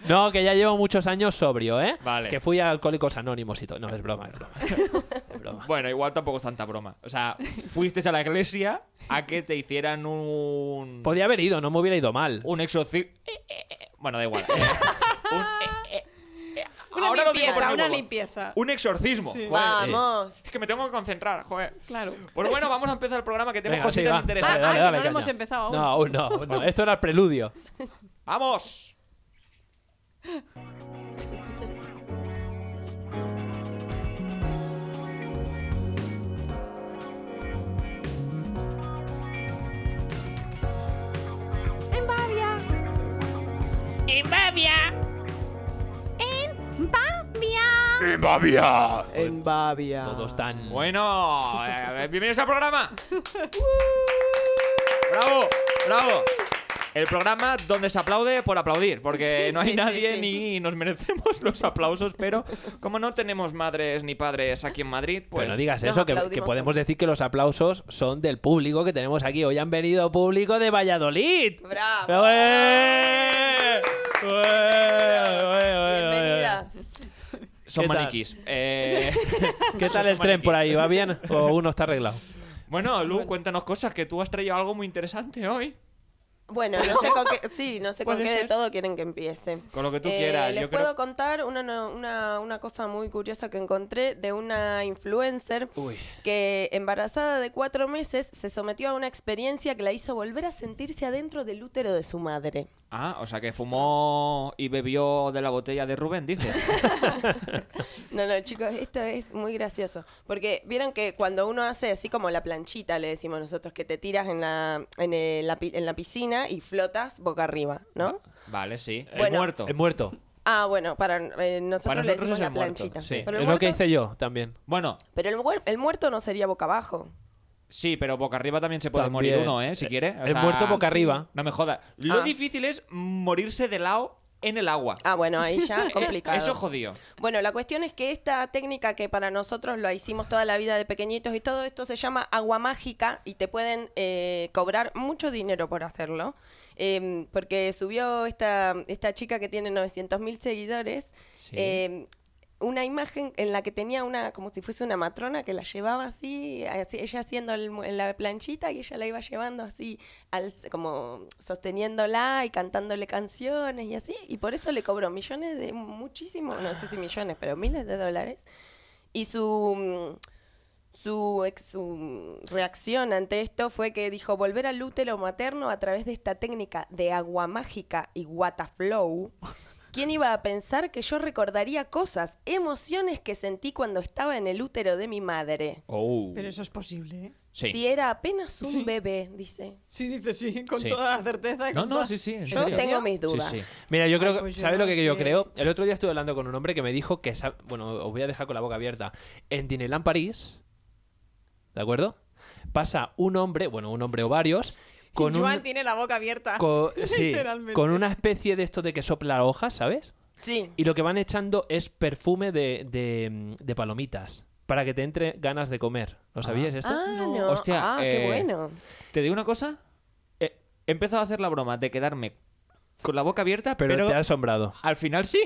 Speaker 2: No, que ya llevo muchos años sobrio, ¿eh?
Speaker 1: Vale.
Speaker 2: Que fui a Alcohólicos Anónimos y todo. No, es broma, es broma. Es broma.
Speaker 1: bueno, igual tampoco es tanta broma. O sea, fuiste a la iglesia a que te hicieran un.
Speaker 2: Podía haber ido, no me hubiera ido mal.
Speaker 1: Un eh, exorcismo. Bueno, da igual. Un- eh,
Speaker 4: Una
Speaker 1: Ahora lo digo por
Speaker 4: limpieza,
Speaker 1: mi
Speaker 4: una
Speaker 1: huevo.
Speaker 4: limpieza.
Speaker 1: Un exorcismo.
Speaker 4: Sí.
Speaker 1: joder.
Speaker 3: Vamos.
Speaker 1: Es que me tengo que concentrar, joder.
Speaker 4: Claro.
Speaker 1: Pues bueno, vamos a empezar el programa que tenemos
Speaker 2: Venga, sí,
Speaker 1: cositas
Speaker 2: va.
Speaker 1: interesantes.
Speaker 4: Dale, dale, dale,
Speaker 2: caña.
Speaker 4: hemos empezado aún.
Speaker 2: No, aún no, aún no. Esto era el preludio.
Speaker 1: ¡Vamos!
Speaker 4: En Bavia. En Bavia.
Speaker 3: En Babia.
Speaker 2: Todos tan...
Speaker 1: Bueno, eh, bienvenidos al programa. ¡Bravo! ¡Bravo! El programa donde se aplaude por aplaudir, porque
Speaker 3: Sí,
Speaker 1: no hay
Speaker 3: sí,
Speaker 1: nadie
Speaker 3: sí, sí.
Speaker 1: ni nos merecemos los aplausos, pero como no tenemos madres ni padres aquí en Madrid, pues...
Speaker 2: Pero no digas
Speaker 3: nos
Speaker 2: eso, que,
Speaker 3: aplaudimos
Speaker 2: que podemos
Speaker 3: todos.
Speaker 2: decir que los aplausos son del público que tenemos aquí. Hoy han venido público de Valladolid.
Speaker 3: Bravo.
Speaker 2: ¡Ué! ¡Ué! ¡Ué! ¡Ué! ¡Ué!
Speaker 3: Bienvenidas.
Speaker 1: Son
Speaker 2: ¿Qué tal?
Speaker 1: maniquís. Eh,
Speaker 2: ¿Qué tal
Speaker 1: son
Speaker 2: el tren por
Speaker 1: maniquís.
Speaker 2: ahí? ¿Va bien o uno está arreglado?
Speaker 1: Bueno, Lu, cuéntanos cosas, que tú has traído algo muy interesante hoy.
Speaker 3: Bueno, no sé con qué, sí, no sé con
Speaker 1: Puede
Speaker 3: qué de
Speaker 1: ser.
Speaker 3: todo quieren que empiece.
Speaker 1: Con lo que tú quieras,
Speaker 3: Les
Speaker 1: yo creo-
Speaker 3: Eh, puedo contar una, no- una, una cosa muy curiosa que encontré de una influencer
Speaker 2: Uy.
Speaker 3: que embarazada de cuatro meses se sometió a una experiencia que la hizo volver a sentirse adentro del útero de su madre.
Speaker 1: Ah, o sea que fumó y bebió de la botella de Rubén, dices.
Speaker 3: No, no, chicos, esto es muy gracioso. Porque vieron que cuando uno hace así como la planchita, le decimos nosotros, que te tiras en la, en el- la, pi- en la piscina y flotas boca arriba, ¿no?
Speaker 1: Vale, sí. El
Speaker 3: Bueno.
Speaker 1: muerto.
Speaker 2: He muerto.
Speaker 3: Ah, bueno, para eh, nosotros,
Speaker 1: Para
Speaker 3: le
Speaker 1: nosotros
Speaker 3: decimos
Speaker 1: es
Speaker 3: la
Speaker 1: el muerto,
Speaker 3: planchita.
Speaker 1: sí.
Speaker 3: Pero, el
Speaker 2: es lo que
Speaker 3: muerto-
Speaker 2: hice yo también.
Speaker 1: Bueno,
Speaker 3: pero el, muer- el muerto no sería boca abajo.
Speaker 1: sí, pero boca arriba también se puede
Speaker 2: También.
Speaker 1: morir uno, ¿eh? Si quiere. O
Speaker 2: El
Speaker 1: sea,
Speaker 2: muerto boca
Speaker 1: sí.
Speaker 2: arriba.
Speaker 1: No me jodas. Lo
Speaker 3: Ah.
Speaker 1: difícil es morirse de lado en el agua.
Speaker 3: Ah, bueno, ahí ya complicado.
Speaker 1: Eso es jodido.
Speaker 3: Bueno, la cuestión es que esta técnica que para nosotros lo hicimos toda la vida de pequeñitos y todo esto se llama agua mágica y te pueden eh, cobrar mucho dinero por hacerlo. Em, porque subió esta, esta chica que tiene 900.000 seguidores
Speaker 1: Sí.
Speaker 3: em, una imagen en la que tenía una, como si fuese una matrona que la llevaba así, así- ella haciendo el mu- la planchita y ella la iba llevando así, al, como sosteniéndola y cantándole canciones y así, y por eso le cobró millones de, muchísimo, no sé si millones, pero miles de dólares. Y su, mm, su, ex- su reacción ante esto fue que dijo volver al útero materno a través de esta técnica de agua mágica y wataflow. ¿Quién iba a pensar que yo recordaría cosas, emociones que sentí cuando estaba en el útero de mi madre?
Speaker 1: Oh.
Speaker 4: Pero eso es posible, ¿eh?
Speaker 1: Sí.
Speaker 3: Si era apenas un
Speaker 4: Sí.
Speaker 3: bebé, dice.
Speaker 4: Sí, dice sí, con
Speaker 1: Sí.
Speaker 4: toda la certeza. y
Speaker 1: No,
Speaker 4: con
Speaker 1: no,
Speaker 4: toda-
Speaker 1: sí, sí. en
Speaker 3: Yo
Speaker 1: serio.
Speaker 3: tengo mis
Speaker 1: Sí,
Speaker 3: dudas.
Speaker 1: sí.
Speaker 2: Mira, yo creo que.
Speaker 4: pues yo
Speaker 2: ¿Sabes lo
Speaker 4: no
Speaker 2: que yo
Speaker 4: sé.
Speaker 2: creo? El otro día estuve hablando con un hombre que me dijo que. sab- Bueno, os voy a dejar con la boca abierta. En Disneyland París. ¿De acuerdo? Pasa un hombre, bueno, un hombre o varios. Con
Speaker 4: Joan
Speaker 2: un,
Speaker 4: tiene la boca abierta.
Speaker 2: co- sí,
Speaker 4: Literalmente.
Speaker 2: con una especie de esto de que sopla hojas, ¿sabes?
Speaker 3: Sí.
Speaker 2: Y lo que van echando es perfume de, de, mm, de palomitas. Para que te entre ganas de comer. ¿Lo sabías esto?
Speaker 3: Ah, no.
Speaker 1: Hostia,
Speaker 3: ah, qué
Speaker 1: eh,
Speaker 3: bueno.
Speaker 1: ¿Te digo una cosa? Eh, he empezado a hacer la broma de quedarme con la boca abierta,
Speaker 2: pero,
Speaker 1: pero,
Speaker 2: te ha asombrado.
Speaker 1: al final sí.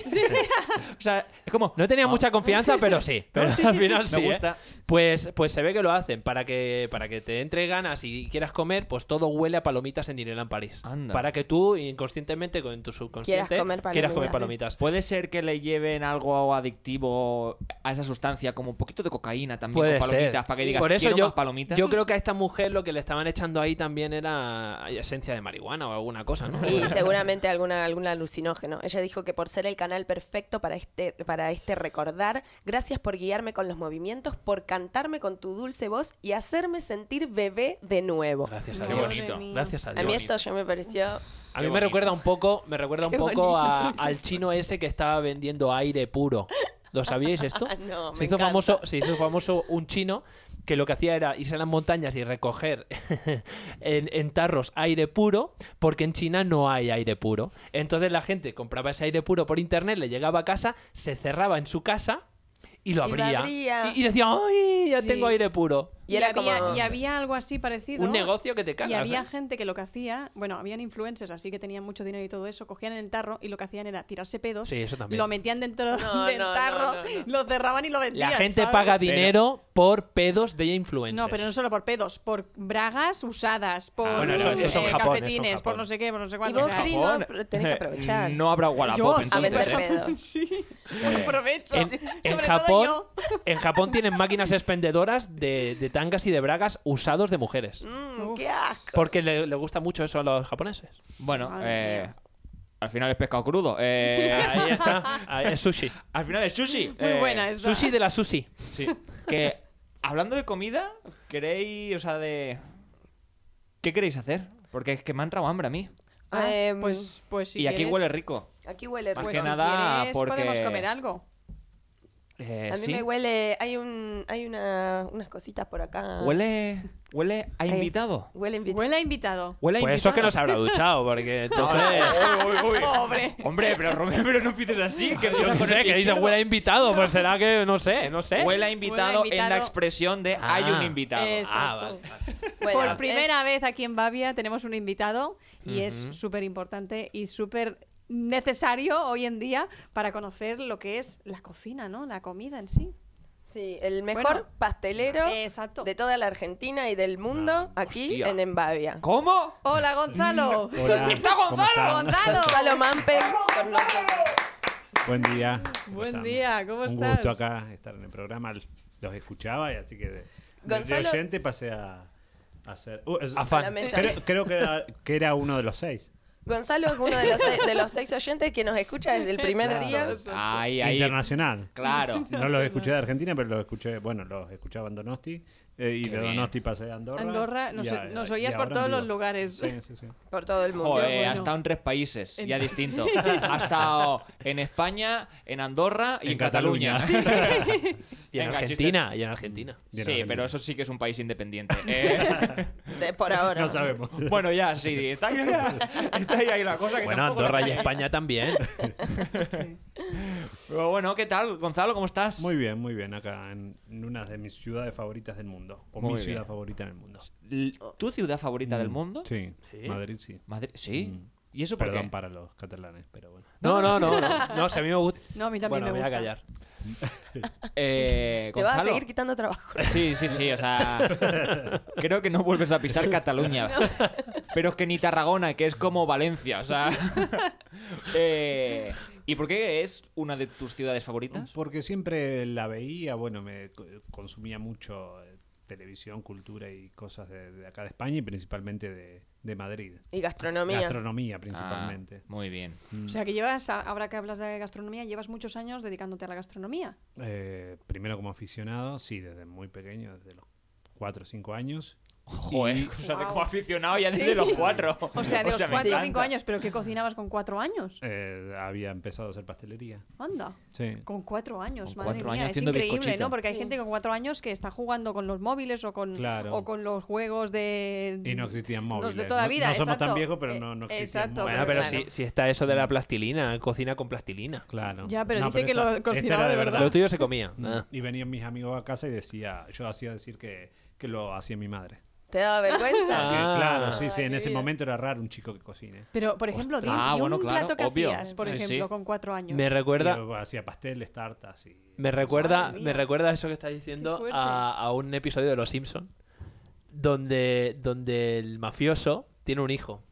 Speaker 1: o sea, es como...
Speaker 2: No tenía
Speaker 1: Ah.
Speaker 2: mucha confianza, pero sí. Pero
Speaker 1: sí,
Speaker 2: al
Speaker 1: sí,
Speaker 2: final
Speaker 1: me
Speaker 2: sí. ¿eh?
Speaker 1: gusta.
Speaker 2: Pues, pues se ve que lo hacen para que, para que te entre ganas y quieras comer, pues todo huele a palomitas en Disneyland París.
Speaker 1: Anda.
Speaker 2: Para que tú inconscientemente con tu subconsciente
Speaker 3: Quieras comer
Speaker 2: quieras comer palomitas.
Speaker 3: palomitas.
Speaker 1: Puede ser que le lleven algo adictivo a esa sustancia, como un poquito de cocaína también
Speaker 2: Puede
Speaker 1: con
Speaker 2: ser.
Speaker 1: palomitas, para que digas,
Speaker 2: Por eso
Speaker 1: "Quiero
Speaker 2: yo,
Speaker 1: más palomitas.
Speaker 2: yo creo que a esta mujer lo que le estaban echando ahí también era esencia de marihuana o alguna cosa, ¿no?
Speaker 3: Y seguramente alguna, algún alucinógeno. Ella dijo que por ser el canal perfecto para este, para este recordar, gracias por guiarme con los movimientos, por cantarme con tu dulce voz y hacerme sentir bebé de nuevo.
Speaker 2: Gracias a
Speaker 1: Qué
Speaker 2: Dios.
Speaker 1: bonito.
Speaker 2: Gracias a
Speaker 3: A
Speaker 2: Dios.
Speaker 3: mí esto ya me pareció...
Speaker 2: A
Speaker 1: Qué
Speaker 2: mí me
Speaker 1: bonito.
Speaker 2: recuerda un poco, me recuerda un
Speaker 3: Qué
Speaker 2: poco a-
Speaker 3: bonito.
Speaker 2: al chino ese que estaba vendiendo aire puro. ¿Lo sabíais esto?
Speaker 3: Ah, No,
Speaker 2: se
Speaker 3: me
Speaker 2: hizo
Speaker 3: encanta.
Speaker 2: famoso, se hizo famoso un chino que lo que hacía era irse a las montañas y recoger en, en tarros aire puro, porque en China no hay aire puro. Entonces la gente compraba ese aire puro por internet, le llegaba a casa, se cerraba en su casa y lo
Speaker 3: Y lo
Speaker 2: abría.
Speaker 3: abría.
Speaker 2: Y, y decía, ¡ay! Ya
Speaker 4: Sí.
Speaker 2: tengo aire puro.
Speaker 3: Y era
Speaker 4: había,
Speaker 3: como-
Speaker 4: y había algo así parecido.
Speaker 2: Un negocio que te cagas.
Speaker 4: Y había
Speaker 2: ¿eh?
Speaker 4: gente que lo que hacía, bueno, habían influencers así que tenían mucho dinero y todo eso, cogían el tarro y lo que hacían era tirarse pedos,
Speaker 2: Sí, eso también.
Speaker 4: lo metían dentro
Speaker 3: No,
Speaker 4: del
Speaker 3: no, no,
Speaker 4: tarro,
Speaker 3: no, no.
Speaker 4: lo cerraban y lo vendían.
Speaker 2: La gente
Speaker 4: ¿sabes?
Speaker 2: paga dinero por pedos de influencers.
Speaker 4: No, pero no solo por pedos, por bragas usadas, por
Speaker 2: bueno,
Speaker 1: eso- eso es en
Speaker 2: Japón,
Speaker 4: calcetines,
Speaker 2: eso en
Speaker 4: por
Speaker 2: Japón.
Speaker 4: no sé qué, por no sé
Speaker 3: Y
Speaker 4: cuánto.
Speaker 3: vos,
Speaker 4: o sea,
Speaker 3: Cris, no, pero tenés que aprovechar.
Speaker 1: No habrá
Speaker 4: Yo,
Speaker 1: Wallapop
Speaker 4: a
Speaker 3: a
Speaker 1: entonces.
Speaker 3: vender
Speaker 1: ¿eh?
Speaker 3: pedos.
Speaker 4: sí,
Speaker 1: Eh,
Speaker 4: buen provecho.
Speaker 2: En, en
Speaker 4: sobre
Speaker 2: Japón,
Speaker 4: todo yo.
Speaker 2: en Japón tienen máquinas expendedoras de, de tangas y de bragas usados de mujeres.
Speaker 3: Mm,
Speaker 4: Uf.
Speaker 3: qué asco.
Speaker 2: Porque le, le gusta mucho eso a los japoneses.
Speaker 1: Bueno,
Speaker 4: Madre
Speaker 1: eh,
Speaker 4: mía.
Speaker 1: al final es pescado crudo. eh,
Speaker 2: Ahí está. Ahí es sushi.
Speaker 1: Al final es sushi. Eh,
Speaker 4: Muy buena esa.
Speaker 2: Sushi de la sushi.
Speaker 1: Sí. Que hablando de comida, queréis, o sea, de ¿qué queréis hacer? Porque es que me ha entrado hambre a mí.
Speaker 4: Ah,
Speaker 3: Eh,
Speaker 4: pues, pues si
Speaker 1: y aquí
Speaker 4: quieres,
Speaker 1: huele rico.
Speaker 3: Aquí huele
Speaker 1: Más
Speaker 3: rico.
Speaker 4: pues
Speaker 1: que
Speaker 4: si
Speaker 1: nada,
Speaker 4: quieres,
Speaker 1: porque-
Speaker 4: podemos comer algo.
Speaker 1: Eh,
Speaker 3: A mí
Speaker 1: sí.
Speaker 3: me huele, hay un, hay una, unas cositas por acá.
Speaker 1: Huele, huele a
Speaker 3: Eh.
Speaker 1: invitado.
Speaker 3: Huele invitado.
Speaker 4: Huele a invitado.
Speaker 1: Huele a
Speaker 2: Pues eso
Speaker 1: invitado.
Speaker 2: es que no se habrá duchado, porque entonces.
Speaker 4: Pobre.
Speaker 1: Hombre, pero Rubén, pero no pides así. Que
Speaker 2: Yo no sé, que dice huele a invitado, pues será que no sé, no sé.
Speaker 1: Huele a invitado en la
Speaker 4: invitado.
Speaker 1: expresión de hay un
Speaker 2: Ah.
Speaker 1: invitado.
Speaker 4: Exacto.
Speaker 2: Ah, vale, vale.
Speaker 3: Bueno,
Speaker 4: Por primera vez aquí en Bavia tenemos un invitado y es
Speaker 1: Ujú.
Speaker 4: súper importante y súper necesario hoy en día para conocer lo que es la cocina, ¿no? La comida en sí.
Speaker 3: es- sí, el mejor
Speaker 4: Bueno.
Speaker 3: pastelero
Speaker 4: Exacto.
Speaker 3: de toda la Argentina y del mundo
Speaker 2: Ah,
Speaker 3: aquí
Speaker 1: hostia.
Speaker 3: en Embavia.
Speaker 1: ¿Cómo?
Speaker 4: Hola, Gonzalo.
Speaker 5: Hola,
Speaker 4: Está
Speaker 5: ¿cómo
Speaker 4: Gonzalo,
Speaker 5: están?
Speaker 4: Gonzalo.
Speaker 3: Gonzalo Mampel con nosotros.
Speaker 5: Buen día. ¿Cómo
Speaker 4: Buen
Speaker 5: están?
Speaker 4: día, ¿cómo
Speaker 5: Un
Speaker 4: estás?
Speaker 5: gusto acá estar en el programa. Los escuchaba y así que de, de- de
Speaker 3: Gonzalo-
Speaker 5: oyente pasé a, a ser uh, es-
Speaker 2: A fan.
Speaker 3: la mesa.
Speaker 5: Creo, creo que, era, que era uno de los seis.
Speaker 3: Gonzalo es uno de los, se- de los seis oyentes que nos escucha desde el primer día.
Speaker 5: Claro.
Speaker 1: Ahí, ahí.
Speaker 5: Internacional.
Speaker 1: Claro.
Speaker 5: No los escuché de Argentina, pero los escuché, bueno, los escuchaba en Donosti. eh, y
Speaker 1: Qué
Speaker 5: de
Speaker 1: bien.
Speaker 5: Donosti pasé a Andorra.
Speaker 4: Andorra,
Speaker 5: y
Speaker 4: nos-
Speaker 5: a-
Speaker 4: nos
Speaker 5: y
Speaker 4: oías por
Speaker 5: ahora en
Speaker 4: todos
Speaker 5: vivo.
Speaker 4: los lugares.
Speaker 5: Sí, sí, sí.
Speaker 3: Por todo el mundo.
Speaker 1: Joder,
Speaker 4: bueno.
Speaker 1: ha estado en tres países, ya
Speaker 4: En-
Speaker 1: distinto. ha estado en España, en Andorra y en,
Speaker 5: En
Speaker 1: Cataluña.
Speaker 5: Cataluña.
Speaker 2: Y en
Speaker 1: Venga,
Speaker 2: Argentina, y en Argentina.
Speaker 1: chistes. Sí, pero eso sí que es un país independiente. Eh,
Speaker 3: De- por ahora.
Speaker 5: No sabemos.
Speaker 1: bueno, ya, sí, está ahí, está ahí, ahí la cosa. Que
Speaker 2: Bueno,
Speaker 1: tampoco-
Speaker 2: Andorra y España también.
Speaker 1: Pero bueno, ¿qué tal, Gonzalo? ¿Cómo estás?
Speaker 5: Muy bien, muy bien. Acá en, en una de mis ciudades favoritas del mundo. O
Speaker 1: Muy
Speaker 5: mi
Speaker 1: bien.
Speaker 5: ciudad favorita del mundo.
Speaker 1: L- ¿Tu ciudad favorita del
Speaker 5: Mm,
Speaker 1: mundo?
Speaker 5: Sí,
Speaker 2: Sí.
Speaker 5: Madrid sí.
Speaker 1: Madrid, sí.
Speaker 5: Mm.
Speaker 1: ¿Y eso por
Speaker 5: Perdón
Speaker 1: qué?
Speaker 5: para los catalanes, pero bueno.
Speaker 2: No, no, no, no. No, si a mí me gusta.
Speaker 4: No, a mí también
Speaker 2: bueno,
Speaker 4: me
Speaker 2: voy a
Speaker 4: gusta.
Speaker 2: callar.
Speaker 1: Eh,
Speaker 3: Te vas a
Speaker 1: Gonzalo.
Speaker 3: seguir quitando trabajo.
Speaker 1: Sí, sí, sí, o sea, creo que no vuelves a pisar Cataluña, pero es que ni Tarragona, que es como Valencia, o sea... Eh, ¿Y por qué es una de tus ciudades favoritas?
Speaker 5: Porque siempre la veía, bueno, me co- consumía mucho eh, televisión, cultura y cosas de, de acá de España y principalmente de, de Madrid.
Speaker 3: Y gastronomía.
Speaker 5: Gastronomía
Speaker 1: Ah,
Speaker 5: principalmente.
Speaker 1: muy bien.
Speaker 5: Mm.
Speaker 4: O sea que llevas, a- ahora que hablas de gastronomía, llevas muchos años dedicándote a la gastronomía.
Speaker 5: Eh, primero como aficionado, sí, desde muy pequeño, desde los 4 o 5 años.
Speaker 1: Joder, o sea, de
Speaker 4: Guau.
Speaker 1: como aficionado ya
Speaker 4: Sí.
Speaker 1: desde los cuatro.
Speaker 4: O sea, de los
Speaker 1: me
Speaker 4: cuatro o
Speaker 1: encanta.
Speaker 4: cinco años, pero ¿qué cocinabas con cuatro años?
Speaker 5: Eh, había empezado a hacer pastelería.
Speaker 4: Anda.
Speaker 5: Sí.
Speaker 4: Con cuatro años,
Speaker 1: Con
Speaker 4: madre
Speaker 1: cuatro
Speaker 4: mía,
Speaker 1: años
Speaker 4: es
Speaker 1: haciendo
Speaker 4: increíble,
Speaker 1: bizcochito.
Speaker 4: ¿no? Porque hay
Speaker 3: Sí.
Speaker 4: gente con cuatro años que está jugando con los móviles o con,
Speaker 5: Claro.
Speaker 4: o con los juegos de...
Speaker 5: Y no existían
Speaker 4: los
Speaker 5: móviles.
Speaker 4: de toda la
Speaker 5: No-
Speaker 4: vida,
Speaker 5: no somos
Speaker 4: exacto.
Speaker 5: tan viejos, pero
Speaker 4: Eh,
Speaker 5: no, no existían
Speaker 4: exacto,
Speaker 5: móviles.
Speaker 2: Bueno, Ah, pero
Speaker 3: claro.
Speaker 2: si, si está eso de la plastilina, cocina con plastilina.
Speaker 5: Claro.
Speaker 4: Ya, pero dice que lo
Speaker 5: esta
Speaker 4: cocinaba
Speaker 5: era
Speaker 4: de verdad.
Speaker 2: Lo tuyo se comía. Ah.
Speaker 5: Y venían mis amigos a casa y decía, yo hacía decir que, que lo hacía mi madre.
Speaker 3: Te daba vergüenza.
Speaker 2: Ah.
Speaker 5: Que, claro, sí, sí,
Speaker 3: qué
Speaker 5: en ese
Speaker 3: bien.
Speaker 5: momento era raro un chico que cocine.
Speaker 4: Pero, por ejemplo, di-
Speaker 1: Ostras,
Speaker 4: di un
Speaker 1: bueno, claro,
Speaker 4: plato que
Speaker 1: obvio.
Speaker 4: hacías, por
Speaker 1: Sí, sí.
Speaker 4: ejemplo, con cuatro años.
Speaker 2: Me recuerda,
Speaker 5: Y, bueno, hacía pasteles, tartas y...
Speaker 2: Me recuerda,
Speaker 4: Madre mía.
Speaker 2: me recuerda eso que estás
Speaker 4: Qué
Speaker 2: diciendo
Speaker 4: fuerte.
Speaker 2: a, a un episodio de Los Simpson donde, donde el mafioso tiene un hijo.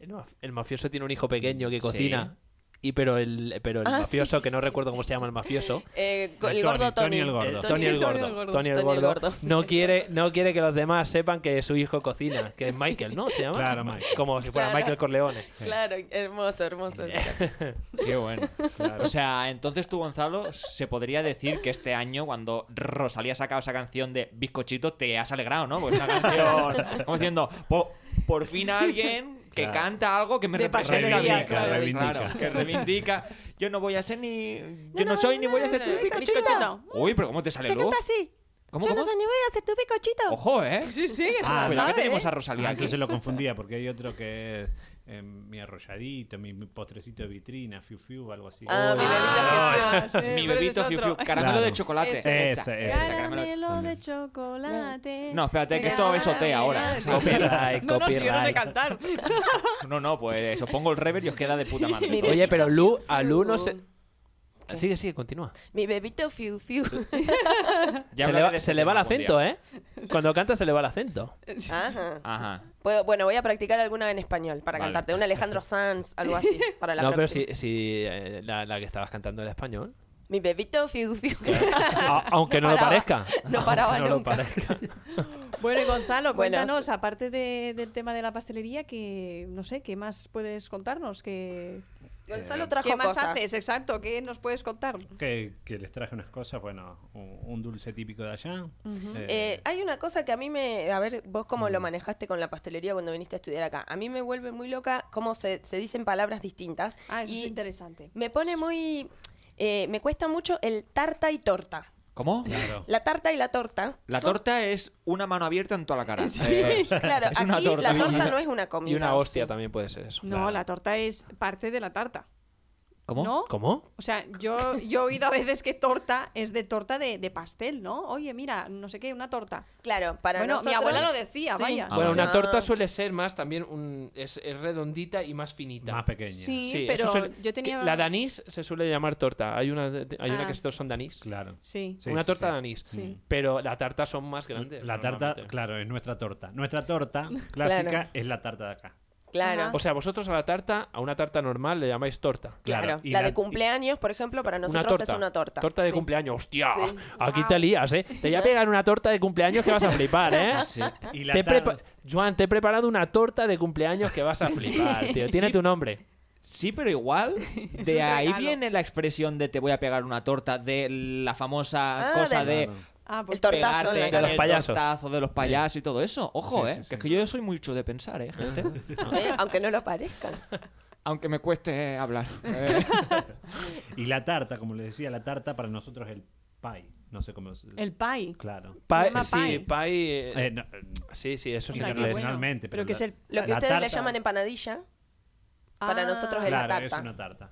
Speaker 2: El, maf- el mafioso tiene un hijo pequeño
Speaker 5: Mm,
Speaker 2: que cocina. Y pero el, pero el
Speaker 3: Ah, sí,
Speaker 2: mafioso,
Speaker 3: sí,
Speaker 2: que no
Speaker 3: sí,
Speaker 2: recuerdo
Speaker 3: sí,
Speaker 2: cómo se llama el mafioso,
Speaker 3: Eh, go-
Speaker 5: El
Speaker 3: el
Speaker 5: Tony,
Speaker 3: gordo Tony.
Speaker 5: Tony el gordo.
Speaker 2: el
Speaker 5: Tony-
Speaker 2: Tony el
Speaker 4: Tony el
Speaker 2: gordo,
Speaker 4: gordo.
Speaker 2: Tony el
Speaker 3: Tony el
Speaker 2: gordo,
Speaker 3: gordo.
Speaker 2: no quiere, no quiere que los demás sepan que su hijo cocina, que es Michael, ¿no? Se llama.
Speaker 5: Claro, Michael.
Speaker 2: Como si fuera
Speaker 3: Claro.
Speaker 2: Michael Corleone.
Speaker 3: Claro, hermoso, hermoso.
Speaker 1: Qué bueno.
Speaker 5: Claro.
Speaker 1: O sea, entonces tú, Gonzalo, se podría decir que este año, cuando Rosalía sacaba esa canción de Bizcochito, te has alegrado, ¿no? Porque esa canción, como diciendo, "Po- por fin alguien que
Speaker 5: Claro.
Speaker 1: canta algo que me
Speaker 4: De
Speaker 1: representa a mí.
Speaker 4: pastelería,
Speaker 1: claro,
Speaker 4: claro.
Speaker 5: Reivindica.
Speaker 1: claro, que reivindica. Yo no voy a ser ni. Yo no,
Speaker 4: no,
Speaker 1: soy
Speaker 4: no,
Speaker 1: ni
Speaker 4: no,
Speaker 1: voy a
Speaker 4: no,
Speaker 1: ser
Speaker 4: no,
Speaker 1: tu
Speaker 4: no,
Speaker 1: bizcochito.
Speaker 4: bizcochito.
Speaker 1: Uy, pero ¿cómo te sale luego?
Speaker 4: así.
Speaker 1: ¿Cómo, cómo?
Speaker 4: ni voy a hacer tu picochito.
Speaker 1: Ojo, ¿eh?
Speaker 4: Sí, sí, que se
Speaker 1: Ah,
Speaker 4: lo
Speaker 1: cuidado que
Speaker 4: sabe,
Speaker 1: tenemos
Speaker 4: ¿eh?
Speaker 1: a Rosalía.
Speaker 5: Ah,
Speaker 1: aquí.
Speaker 5: entonces lo confundía porque hay otro que es eh, mi arrolladito, mi, mi postrecito de vitrina, fiu fiu, algo así.
Speaker 3: Ah, mi bebito
Speaker 4: Ah, sí,
Speaker 1: Mi
Speaker 4: pero ese
Speaker 1: bebito
Speaker 4: es
Speaker 1: fiu
Speaker 4: otro.
Speaker 1: fiu, caramelo
Speaker 5: Claro.
Speaker 1: de chocolate.
Speaker 4: Esa,
Speaker 5: esa, esa.
Speaker 1: esa, caramelo.
Speaker 4: Caramelo de chocolate.
Speaker 1: No, espérate, que esto es OT ahora.
Speaker 2: Copyright,
Speaker 4: No, no, si yo no
Speaker 2: copyright.
Speaker 4: sé cantar.
Speaker 1: No, no, pues eso, pongo el reverb y os queda de puta madre.
Speaker 3: Mi
Speaker 2: Oye, pero Lu, a Lu no
Speaker 3: fiu.
Speaker 2: se... Sigue, sigue, continúa.
Speaker 3: Mi bebito fiu fiu.
Speaker 2: se le
Speaker 1: Ya hablaré
Speaker 2: va,
Speaker 1: de ese
Speaker 2: se le va el
Speaker 1: tema algún
Speaker 2: acento,
Speaker 1: día.
Speaker 2: ¿eh? Cuando canta se le va el acento.
Speaker 3: Ajá.
Speaker 1: Ajá.
Speaker 3: Puedo- bueno, voy a practicar alguna en español para
Speaker 5: Vale.
Speaker 3: cantarte. Un Alejandro Sanz, algo así, para la
Speaker 2: no, pero
Speaker 3: próxima.
Speaker 2: si, si eh, la, la que estabas cantando era español.
Speaker 3: Mi bebito fiu fiu.
Speaker 5: Eh.
Speaker 2: A- aunque no, lo
Speaker 3: paraba.
Speaker 2: parezca.
Speaker 3: No paraba
Speaker 2: Aunque
Speaker 3: nunca.
Speaker 2: parezca.
Speaker 4: Bueno, y Gonzalo,
Speaker 3: Bueno,
Speaker 4: cuéntanos, aparte de- del tema de la pastelería, que no sé, ¿qué más puedes contarnos? ¿Qué,
Speaker 3: Gonzalo
Speaker 5: Eh,
Speaker 3: trajo
Speaker 4: ¿qué más
Speaker 3: cosas.
Speaker 4: haces? Exacto, ¿qué nos puedes contar?
Speaker 5: Que, que les traje unas cosas, bueno, un, un dulce típico de allá. eh,
Speaker 3: Eh, hay una cosa que a mí me... A ver, vos cómo lo
Speaker 5: Mm.
Speaker 3: manejaste con la pastelería cuando viniste a estudiar acá. A mí me vuelve muy loca cómo se, se dicen palabras distintas.
Speaker 4: Ah, eso
Speaker 3: y
Speaker 4: es interesante.
Speaker 3: me pone muy... eh, me cuesta mucho el tarta y torta.
Speaker 1: ¿Cómo?
Speaker 5: claro.
Speaker 3: La tarta y la torta.
Speaker 1: La
Speaker 3: son-
Speaker 1: torta es una mano abierta en toda la cara. Sí,
Speaker 3: Claro,
Speaker 1: es una
Speaker 3: aquí
Speaker 1: torta.
Speaker 3: la torta no es una comida.
Speaker 2: Y una hostia
Speaker 3: sí.
Speaker 2: también puede ser eso.
Speaker 4: No, la torta es parte de la tarta.
Speaker 1: ¿Cómo?
Speaker 4: ¿No?
Speaker 2: ¿Cómo?
Speaker 4: O sea, yo, yo he oído a veces que torta es de torta de, de pastel, ¿no? Oye, mira, no sé qué, una torta.
Speaker 3: Claro, para
Speaker 4: bueno, mi
Speaker 3: nosotros-
Speaker 4: abuela lo decía,
Speaker 3: Sí.
Speaker 4: vaya.
Speaker 1: Ah,
Speaker 2: bueno,
Speaker 1: vale.
Speaker 2: una torta suele ser más también un, es, es redondita y más finita.
Speaker 5: Más pequeña.
Speaker 4: Sí,
Speaker 2: Sí, eso
Speaker 4: pero
Speaker 2: suele-
Speaker 4: yo tenía...
Speaker 2: que La de anís se suele llamar torta. Hay una, de- hay una
Speaker 4: Ah.
Speaker 2: que estos son de anís.
Speaker 5: Claro.
Speaker 4: Sí.
Speaker 5: Sí,
Speaker 2: una
Speaker 5: sí,
Speaker 2: torta
Speaker 5: sí.
Speaker 2: de anís.
Speaker 4: Sí.
Speaker 2: Pero las tartas son más grandes.
Speaker 5: La tarta,
Speaker 2: normalmente.
Speaker 5: claro, es nuestra torta. Nuestra torta clásica
Speaker 3: Claro.
Speaker 5: es la tarta de acá.
Speaker 3: Claro.
Speaker 4: Ajá.
Speaker 2: O sea, vosotros a la tarta, a una tarta normal le llamáis torta.
Speaker 5: Claro,
Speaker 3: Claro,
Speaker 5: y
Speaker 3: la,
Speaker 5: la-
Speaker 3: de cumpleaños, por ejemplo, para nosotros
Speaker 2: una torta.
Speaker 3: es una torta.
Speaker 2: Torta de
Speaker 3: Sí.
Speaker 2: cumpleaños. ¡Hostia!
Speaker 3: Sí.
Speaker 2: Aquí
Speaker 4: Guau.
Speaker 2: te lías, ¿eh? Te voy a pegar una torta de cumpleaños que vas a flipar, ¿eh?
Speaker 1: Sí.
Speaker 5: Y la
Speaker 2: Te he
Speaker 5: tar- Ah,
Speaker 2: prepa- Joan, te he preparado una torta de cumpleaños que vas a flipar, tío. Tiene tu nombre.
Speaker 1: Sí, pero igual de
Speaker 4: un
Speaker 1: ahí
Speaker 4: regalo.
Speaker 1: viene la expresión de te voy a pegar una torta, de la famosa
Speaker 3: Ah,
Speaker 1: cosa
Speaker 3: del-
Speaker 2: Eh.
Speaker 1: de
Speaker 5: Claro.
Speaker 4: Ah, pues
Speaker 3: El tortazo
Speaker 1: pegarte
Speaker 3: en la
Speaker 1: con
Speaker 3: cara.
Speaker 1: el
Speaker 2: De los payasos.
Speaker 1: tortazo de los payasos y todo eso. Ojo,
Speaker 5: Sí,
Speaker 1: eh,
Speaker 5: sí,
Speaker 1: que es que
Speaker 5: sí.
Speaker 1: yo soy mucho de pensar, eh, gente.
Speaker 3: ¿Eh? Aunque no lo parezca.
Speaker 1: Aunque me cueste hablar. Eh,
Speaker 5: Y la tarta, como les decía, la tarta para nosotros es el pie. No sé cómo es.
Speaker 4: El pie.
Speaker 5: Claro.
Speaker 2: Pie-
Speaker 4: llama
Speaker 2: sí,
Speaker 4: pie.
Speaker 2: pie, eh,
Speaker 5: Eh, no, eh,
Speaker 2: Sí, sí, eso es
Speaker 4: Mira, qué
Speaker 2: inglés.
Speaker 4: bueno.
Speaker 5: Internacionalmente,
Speaker 4: Pero
Speaker 5: pero
Speaker 4: que es
Speaker 5: la-
Speaker 4: el...
Speaker 3: Lo que
Speaker 5: La
Speaker 3: ustedes le
Speaker 5: tarta.
Speaker 3: llaman empanadilla, para
Speaker 4: Ah,
Speaker 3: nosotros es la
Speaker 5: claro, es
Speaker 3: tarta.
Speaker 5: una tarta.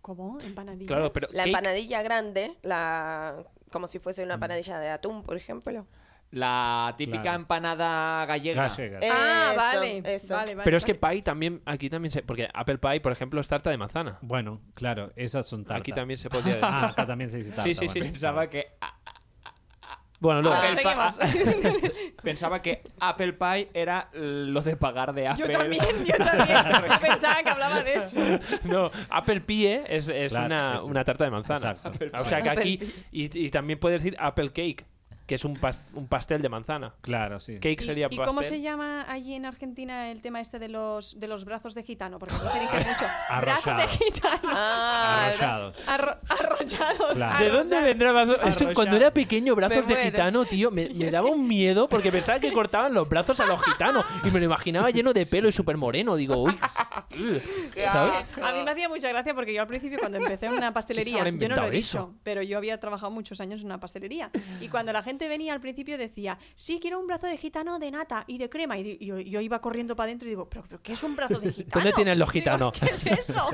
Speaker 4: ¿Cómo? ¿Empanadilla?
Speaker 2: Claro, pero
Speaker 3: la
Speaker 2: cake-
Speaker 3: empanadilla grande, la como si fuese una empanadilla de atún, por ejemplo.
Speaker 1: la típica
Speaker 5: Claro.
Speaker 1: empanada gallega.
Speaker 5: Gallega.
Speaker 4: Ah,
Speaker 3: Eso,
Speaker 4: vale,
Speaker 3: eso.
Speaker 4: vale, vale,
Speaker 2: pero es que
Speaker 4: vale.
Speaker 2: pie también, aquí también se... Porque apple pie, por ejemplo, es tarta de manzana.
Speaker 5: Bueno, claro, esas son tartas.
Speaker 2: Aquí también se podría decir.
Speaker 5: Ah, acá también se dice tarta.
Speaker 2: Sí, sí, sí.
Speaker 5: bueno,
Speaker 1: Pensaba
Speaker 5: claro.
Speaker 1: que a-
Speaker 2: Bueno, luego...
Speaker 4: Ah,
Speaker 1: Apple
Speaker 4: seguimos.
Speaker 1: pensaba que Apple Pie era lo de pagar de Apple.
Speaker 4: Yo también, yo también. Yo pensaba que hablaba de eso.
Speaker 2: No, Apple Pie es, es
Speaker 5: Claro,
Speaker 2: una,
Speaker 5: sí, sí.
Speaker 2: una tarta de manzana.
Speaker 5: Exacto.
Speaker 2: O sea que aquí. Y, y también puedes decir Apple Cake, que es un, pas- un pastel de manzana.
Speaker 5: Claro, sí.
Speaker 2: Cake sería
Speaker 4: ¿Y, y
Speaker 2: pastel.
Speaker 4: cómo se llama allí en Argentina el tema este de los, de los brazos de gitano? Porque no se
Speaker 2: Ah,
Speaker 4: dice mucho. Brazos de
Speaker 5: Arrollado.
Speaker 4: gitano.
Speaker 3: Ah,
Speaker 5: Arrollados.
Speaker 4: Arro- arrollados.
Speaker 5: Claro.
Speaker 2: ¿De
Speaker 4: arrollados.
Speaker 2: dónde vendrá brazo- Eso,
Speaker 1: Arrollado.
Speaker 2: cuando era pequeño, brazos
Speaker 4: Me
Speaker 2: de
Speaker 4: muero.
Speaker 2: gitano, tío, me, me daba un miedo porque pensaba que cortaban los brazos a los gitanos y me lo imaginaba lleno de pelo y súper moreno. Digo, uy, ugh", ¿sabes?
Speaker 4: A mí me hacía mucha gracia porque yo al principio cuando empecé en una
Speaker 2: ¿Quién se
Speaker 4: pastelería,
Speaker 2: habrá
Speaker 4: yo no lo he
Speaker 2: inventado
Speaker 4: dicho,
Speaker 2: eso?
Speaker 4: pero yo había trabajado muchos años en una pastelería y cuando la gente venía al principio decía, sí, quiero un brazo de gitano de nata y de crema y, di- y yo, yo iba corriendo para adentro y digo, ¿Pero, pero ¿qué es un brazo de gitano?
Speaker 2: ¿Dónde tienen los
Speaker 4: Digo,
Speaker 2: gitanos?
Speaker 4: ¿Qué es eso?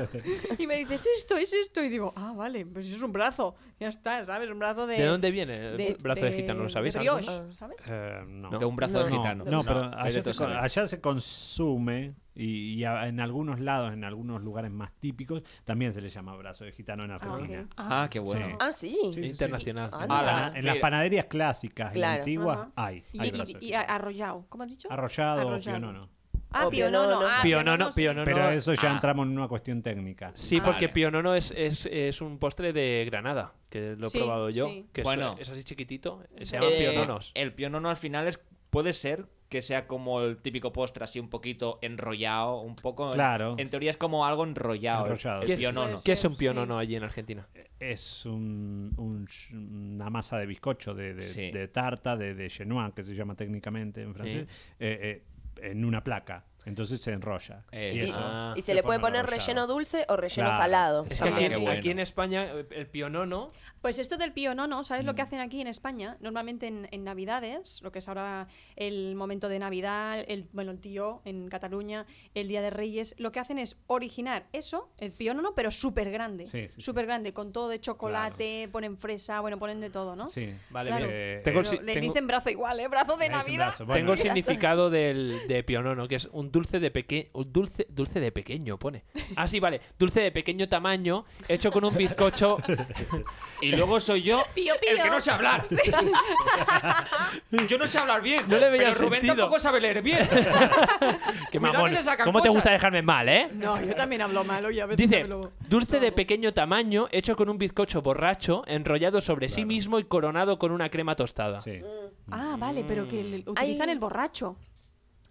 Speaker 4: Y me dices, esto es esto y digo, ah, vale, pues es un brazo, ya está, ¿sabes? Un brazo de...
Speaker 2: ¿De dónde viene el brazo de, gitano? ¿Lo sabéis?
Speaker 4: De
Speaker 2: algunos?
Speaker 4: brioche, ¿sabes?
Speaker 5: Eh, no.
Speaker 1: De un brazo
Speaker 3: No,
Speaker 1: de gitano.
Speaker 5: No, pero
Speaker 1: hay de
Speaker 5: allá se,
Speaker 1: todo
Speaker 5: con-
Speaker 1: sabor.
Speaker 5: allá se consume y, y a- en algunos lados, en algunos lugares más típicos, también se le llama brazo de gitano en Argentina.
Speaker 1: Ah, qué bueno.
Speaker 5: Sí.
Speaker 3: Ah, sí.
Speaker 5: Sí, sí, sí.
Speaker 2: Internacional.
Speaker 3: Ah,
Speaker 5: En,
Speaker 3: no.
Speaker 1: Ah,
Speaker 5: la-
Speaker 1: la-
Speaker 5: en las
Speaker 1: mira.
Speaker 5: panaderías clásicas
Speaker 3: Claro.
Speaker 5: y antiguas
Speaker 4: Ajá.
Speaker 5: hay.
Speaker 4: Y,
Speaker 5: hay
Speaker 4: y-
Speaker 5: brazo de
Speaker 4: y
Speaker 5: gitano.
Speaker 4: arrollado, ¿cómo has dicho?
Speaker 5: Arrollado, o
Speaker 4: arrollado.
Speaker 5: pionono.
Speaker 4: Ah,
Speaker 3: O
Speaker 4: pionono.
Speaker 3: pionono.
Speaker 4: Ah,
Speaker 2: Pionono,
Speaker 4: sí.
Speaker 2: pionono.
Speaker 5: Pero eso ya
Speaker 1: ah.
Speaker 5: entramos en una cuestión técnica.
Speaker 2: Sí,
Speaker 4: Ah,
Speaker 2: porque
Speaker 1: vale.
Speaker 2: pionono es, es, es un postre de Granada, que lo he
Speaker 4: Sí,
Speaker 2: probado yo.
Speaker 4: sí.
Speaker 2: Que es-
Speaker 1: Bueno.
Speaker 2: es, así chiquitito. Se llaman
Speaker 1: Eh,
Speaker 2: piononos.
Speaker 1: El pionono al final es, puede ser que sea como el típico postre, así un poquito enrollado, un poco.
Speaker 5: Claro.
Speaker 1: En teoría es como algo enrollado. el-
Speaker 5: Enrollado,
Speaker 1: el
Speaker 5: sí.
Speaker 1: pionono.
Speaker 2: ¿Qué es un
Speaker 4: sí.
Speaker 2: pionono allí en Argentina?
Speaker 5: Es un- un ch- una masa de bizcocho, de, de-
Speaker 1: Sí.
Speaker 5: de tarta, de, de chenois, que se llama técnicamente en francés, eh, eh, en una placa. Entonces se enrolla.
Speaker 1: Eh,
Speaker 5: y,
Speaker 3: Y,
Speaker 5: eso
Speaker 2: Ah.
Speaker 3: y se le puede
Speaker 5: forma
Speaker 3: poner
Speaker 5: enrollado.
Speaker 3: relleno dulce o relleno
Speaker 5: Claro.
Speaker 3: salado.
Speaker 2: Es que
Speaker 3: también.
Speaker 2: aquí,
Speaker 1: Ah, qué bueno.
Speaker 2: aquí en España eh, el pionono
Speaker 4: Pues esto del pío nono, ¿sabes lo que
Speaker 5: Mm.
Speaker 4: hacen aquí en España? Normalmente en, en Navidades, lo que es ahora el momento de Navidad, el, bueno, el tío en Cataluña, el Día de Reyes, lo que hacen es originar eso, el pío nono, pero súper grande.
Speaker 5: Sí, sí, sí.
Speaker 4: súper grande, con todo de chocolate, ponen fresa, bueno, ponen de todo, ¿no?
Speaker 5: Sí.
Speaker 2: Vale,
Speaker 4: Claro.
Speaker 5: Eh,
Speaker 2: Tengo el
Speaker 4: Pero
Speaker 2: si-
Speaker 4: le
Speaker 2: tengo-
Speaker 4: dicen brazo igual, ¿eh? Brazo de
Speaker 5: es un
Speaker 4: Navidad.
Speaker 5: brazo. Bueno,
Speaker 2: Tengo el
Speaker 5: eh,
Speaker 2: significado del, de pionono, que es un dulce de pequeño. Dulce, dulce de pequeño, pone. Ah, sí, vale. Dulce de pequeño tamaño, hecho con un bizcocho.
Speaker 1: Y luego soy yo
Speaker 4: Pío,
Speaker 1: el que
Speaker 4: pío.
Speaker 1: no sé hablar. Yo no sé hablar bien.
Speaker 2: No le veía
Speaker 1: pero Rubén
Speaker 2: sentido.
Speaker 1: tampoco sabe leer bien.
Speaker 2: que
Speaker 1: Cuidado
Speaker 2: mamón.
Speaker 1: que le sacan
Speaker 2: ¿Cómo te gusta
Speaker 1: cosas.
Speaker 2: dejarme mal, eh?
Speaker 4: No, yo también hablo mal, oye, a veces
Speaker 2: Dice,
Speaker 4: hablo-
Speaker 2: dulce de
Speaker 4: hablo.
Speaker 2: pequeño tamaño, hecho con un bizcocho borracho, enrollado sobre sí
Speaker 5: Claro.
Speaker 2: mismo y coronado con una crema tostada.
Speaker 5: sí.
Speaker 3: Mm.
Speaker 4: Ah, vale, pero que le- utilizan
Speaker 3: Hay-
Speaker 4: el borracho.